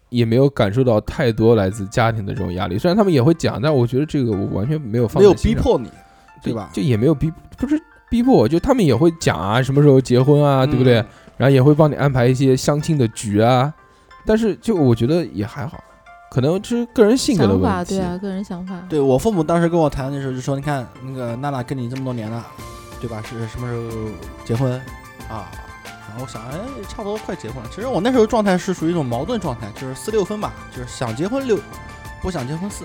Speaker 3: 也没有感受到太多来自家庭的这种压力。虽然他们也会讲，但我觉得这个我完全没有放
Speaker 4: 没有
Speaker 3: 在心
Speaker 4: 逼
Speaker 3: 上，
Speaker 4: 迫你，
Speaker 3: 就
Speaker 4: 对吧？
Speaker 3: 就也没有逼，不是逼迫我，就他们也会讲啊，什么时候结婚啊，对不对？
Speaker 4: 嗯？
Speaker 3: 然后也会帮你安排一些相亲的局啊。但是就我觉得也还好，可能是个人性格的
Speaker 1: 想法
Speaker 3: 问题。
Speaker 1: 对啊，个人想法。
Speaker 4: 对我父母当时跟我谈的时候就说，你看那个娜娜跟你这么多年了，对吧？是什么时候结婚啊？然后我想，哎，差不多快结婚了。其实我那时候状态是属于一种矛盾状态，就是四六分吧，就是想结婚六，不想结婚四。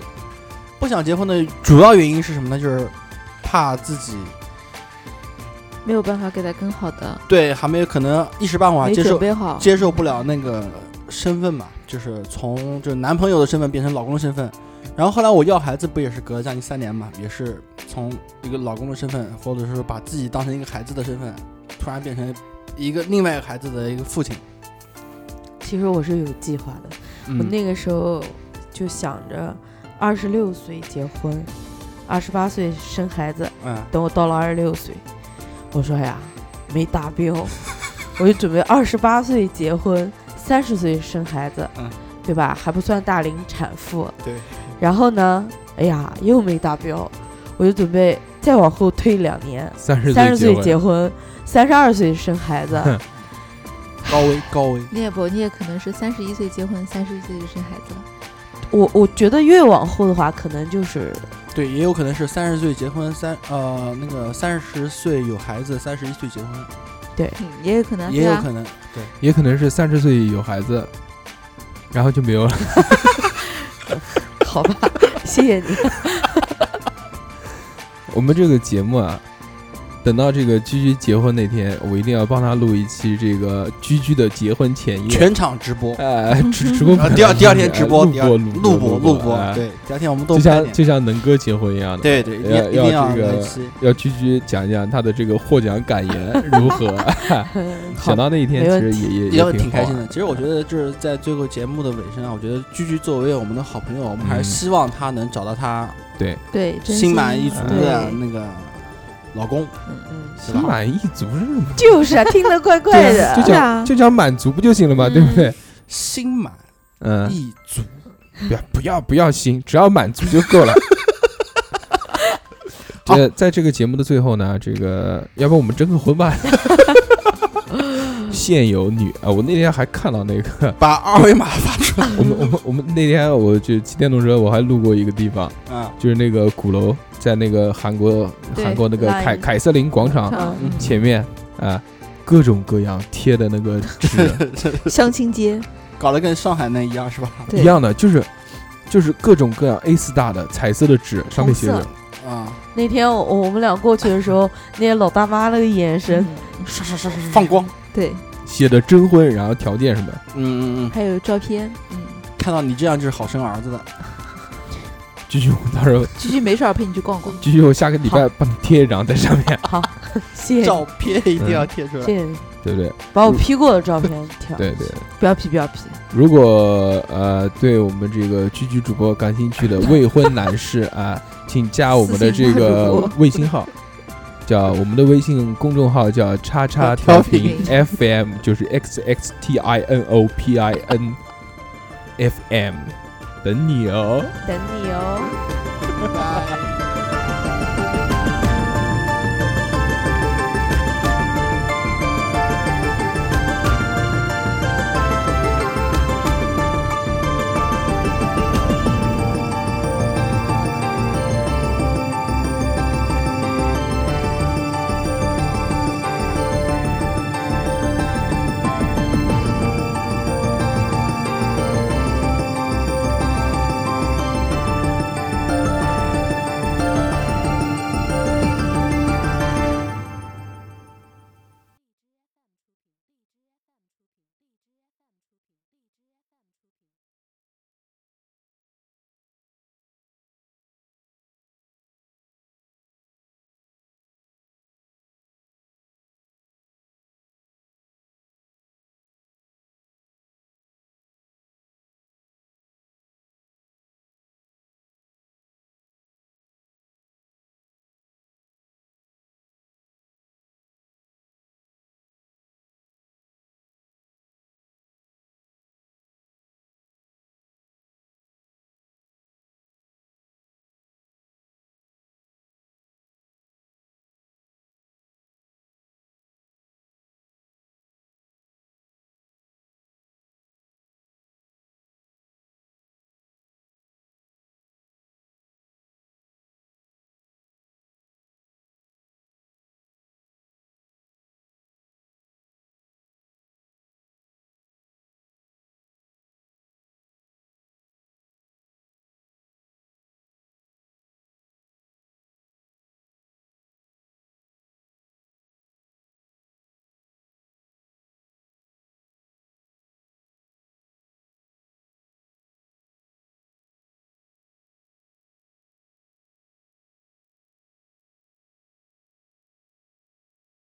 Speaker 4: 不想结婚的主要原因是什么呢？就是怕自己
Speaker 1: 没有办法给他更好的，
Speaker 4: 对还没有可能一时半
Speaker 3: 啊
Speaker 4: 会儿
Speaker 1: 没
Speaker 4: 接
Speaker 1: 准
Speaker 4: 受
Speaker 1: 备好。
Speaker 4: 接受不了那个身份嘛，就是从就是男朋友的身份变成老公的身份，然后后来我要孩子不也是隔了将近三年嘛，也是从一个老公的身份，或者是把自己当成一个孩子的身份，突然变成一个另外一个孩子的一个父亲。
Speaker 5: 其实我是有计划的，我
Speaker 4: 嗯，
Speaker 5: 那个时候就想着二十六岁结婚，二十八岁生孩子。
Speaker 4: 嗯，
Speaker 5: 等我到了二十六岁，我说哎呀，没 达标，我就准备二十八岁结婚，三十岁生孩子，
Speaker 4: 嗯
Speaker 5: 对吧？还不算大龄产妇。
Speaker 4: 对。
Speaker 5: 然后呢，哎呀，又没达标，我就准备再往后推两年，
Speaker 3: 三十
Speaker 5: 三十岁
Speaker 3: 结
Speaker 5: 结婚，三十二岁生孩子。
Speaker 4: 高危高危，
Speaker 1: 你也不，你也可能是三十一岁结婚，三十一岁就生孩子了。
Speaker 5: 我我觉得越往后的话，可能就是
Speaker 4: 对，也有可能是三十岁结婚，三呃那个三十岁有孩子，三十一岁结婚，
Speaker 1: 嗯，也有可能，
Speaker 4: 也
Speaker 1: 对
Speaker 4: 有
Speaker 1: 啊
Speaker 4: 可能。
Speaker 3: 也可能是三十岁有孩子，然后就没有了。
Speaker 5: 好吧， 谢谢你。
Speaker 3: 我们这个节目啊，等到这个居居结婚那天，我一定要帮他录一期这个居居的结婚前夜。
Speaker 4: 全场直播，
Speaker 3: 哎，直直
Speaker 4: 然
Speaker 3: 播不
Speaker 4: 后
Speaker 3: 了，
Speaker 4: 第二第二天直播，
Speaker 3: 哎录
Speaker 4: 第二
Speaker 3: 播
Speaker 4: 录
Speaker 3: 播
Speaker 4: 录
Speaker 3: 播，
Speaker 4: 播
Speaker 3: 哎，
Speaker 4: 对，第二天我们都
Speaker 3: 就
Speaker 4: 拍
Speaker 3: 像
Speaker 4: 点
Speaker 3: 就像能哥结婚一样的。
Speaker 4: 对对，一定
Speaker 3: 要
Speaker 4: 一定
Speaker 3: 要这个
Speaker 4: 来一期
Speaker 3: 要居居讲一讲他的这个获奖感言 如何？
Speaker 5: 好
Speaker 3: 想到那一天，
Speaker 5: 没
Speaker 3: 其
Speaker 5: 问
Speaker 3: 实
Speaker 5: 题
Speaker 3: 也也
Speaker 4: 也
Speaker 3: 也
Speaker 4: 挺开
Speaker 3: 好啊
Speaker 4: 心的
Speaker 3: 玩。
Speaker 4: 其实我觉得就是在最后节目的尾声啊，我觉得居居作为我们的好朋友，我们还是
Speaker 3: 嗯
Speaker 4: 希望她能找到她
Speaker 3: 对，
Speaker 5: 对，真啊
Speaker 4: 心满意足的
Speaker 5: 对
Speaker 4: 那个老公，
Speaker 5: 嗯，
Speaker 4: 是
Speaker 3: 心
Speaker 4: 吧
Speaker 3: 满意足是什么？
Speaker 5: 就是啊，听得怪怪
Speaker 3: 对啊就
Speaker 5: 的。嗯
Speaker 3: 讲就讲满足不就行了吗？对不对？
Speaker 4: 心满
Speaker 3: 嗯，
Speaker 4: 意足。
Speaker 3: 不要不要不要心，只要满足就 够了。
Speaker 5: 哦
Speaker 3: 这在这个节目的最后呢，这个要不我们征 个婚吧？现有女啊，我那天还看到那个，
Speaker 4: 把二维码发出来。
Speaker 3: 我们我们我们那天我就骑电动车，我还路过一个地方，
Speaker 4: 啊，
Speaker 3: 就是那个鼓楼，在那个韩国
Speaker 5: 对
Speaker 3: 韩国那个凯
Speaker 5: Line
Speaker 3: 凯瑟琳广 场
Speaker 5: 嗯
Speaker 3: 前面啊，各种各样贴的那个纸
Speaker 1: 相亲街，
Speaker 4: 搞得跟上海那一样是吧？
Speaker 3: 一
Speaker 1: 对，
Speaker 3: 样的，就是就是各种各样 A 4大的彩色的纸，上面写
Speaker 5: 红
Speaker 3: 着
Speaker 5: 色
Speaker 4: 啊，
Speaker 5: 那天我我们俩过去的时候，那些老大妈那个眼神，
Speaker 4: 嗯
Speaker 3: 嗯
Speaker 5: 刷刷刷刷刷，
Speaker 4: 放光。
Speaker 1: 对，
Speaker 3: 写的征婚，然后条件什么，
Speaker 4: 嗯嗯
Speaker 1: 还有照片，嗯，
Speaker 4: 嗯，看到你这样就是好生儿子的。
Speaker 3: 继续我到时候
Speaker 1: 继续没事儿陪你去逛逛。
Speaker 3: 继续我下个礼拜帮你贴一张在上面，
Speaker 5: 谢谢你
Speaker 4: 照片一定要贴出来。
Speaker 5: 谢谢你，
Speaker 3: 对不对？
Speaker 5: 把我 P 过的照片挑，
Speaker 3: 嗯对对。
Speaker 5: 不要 P 不要 P，
Speaker 3: 如果呃对我们这个居居主播感兴趣的未婚男 士啊，请加我们的这
Speaker 1: 私信
Speaker 3: 个
Speaker 1: 关注
Speaker 3: 微信号，叫我们的微信公众号叫叉叉调频 FM，就是 X X T I N O P I N F M，等你哦。
Speaker 5: 等你哦。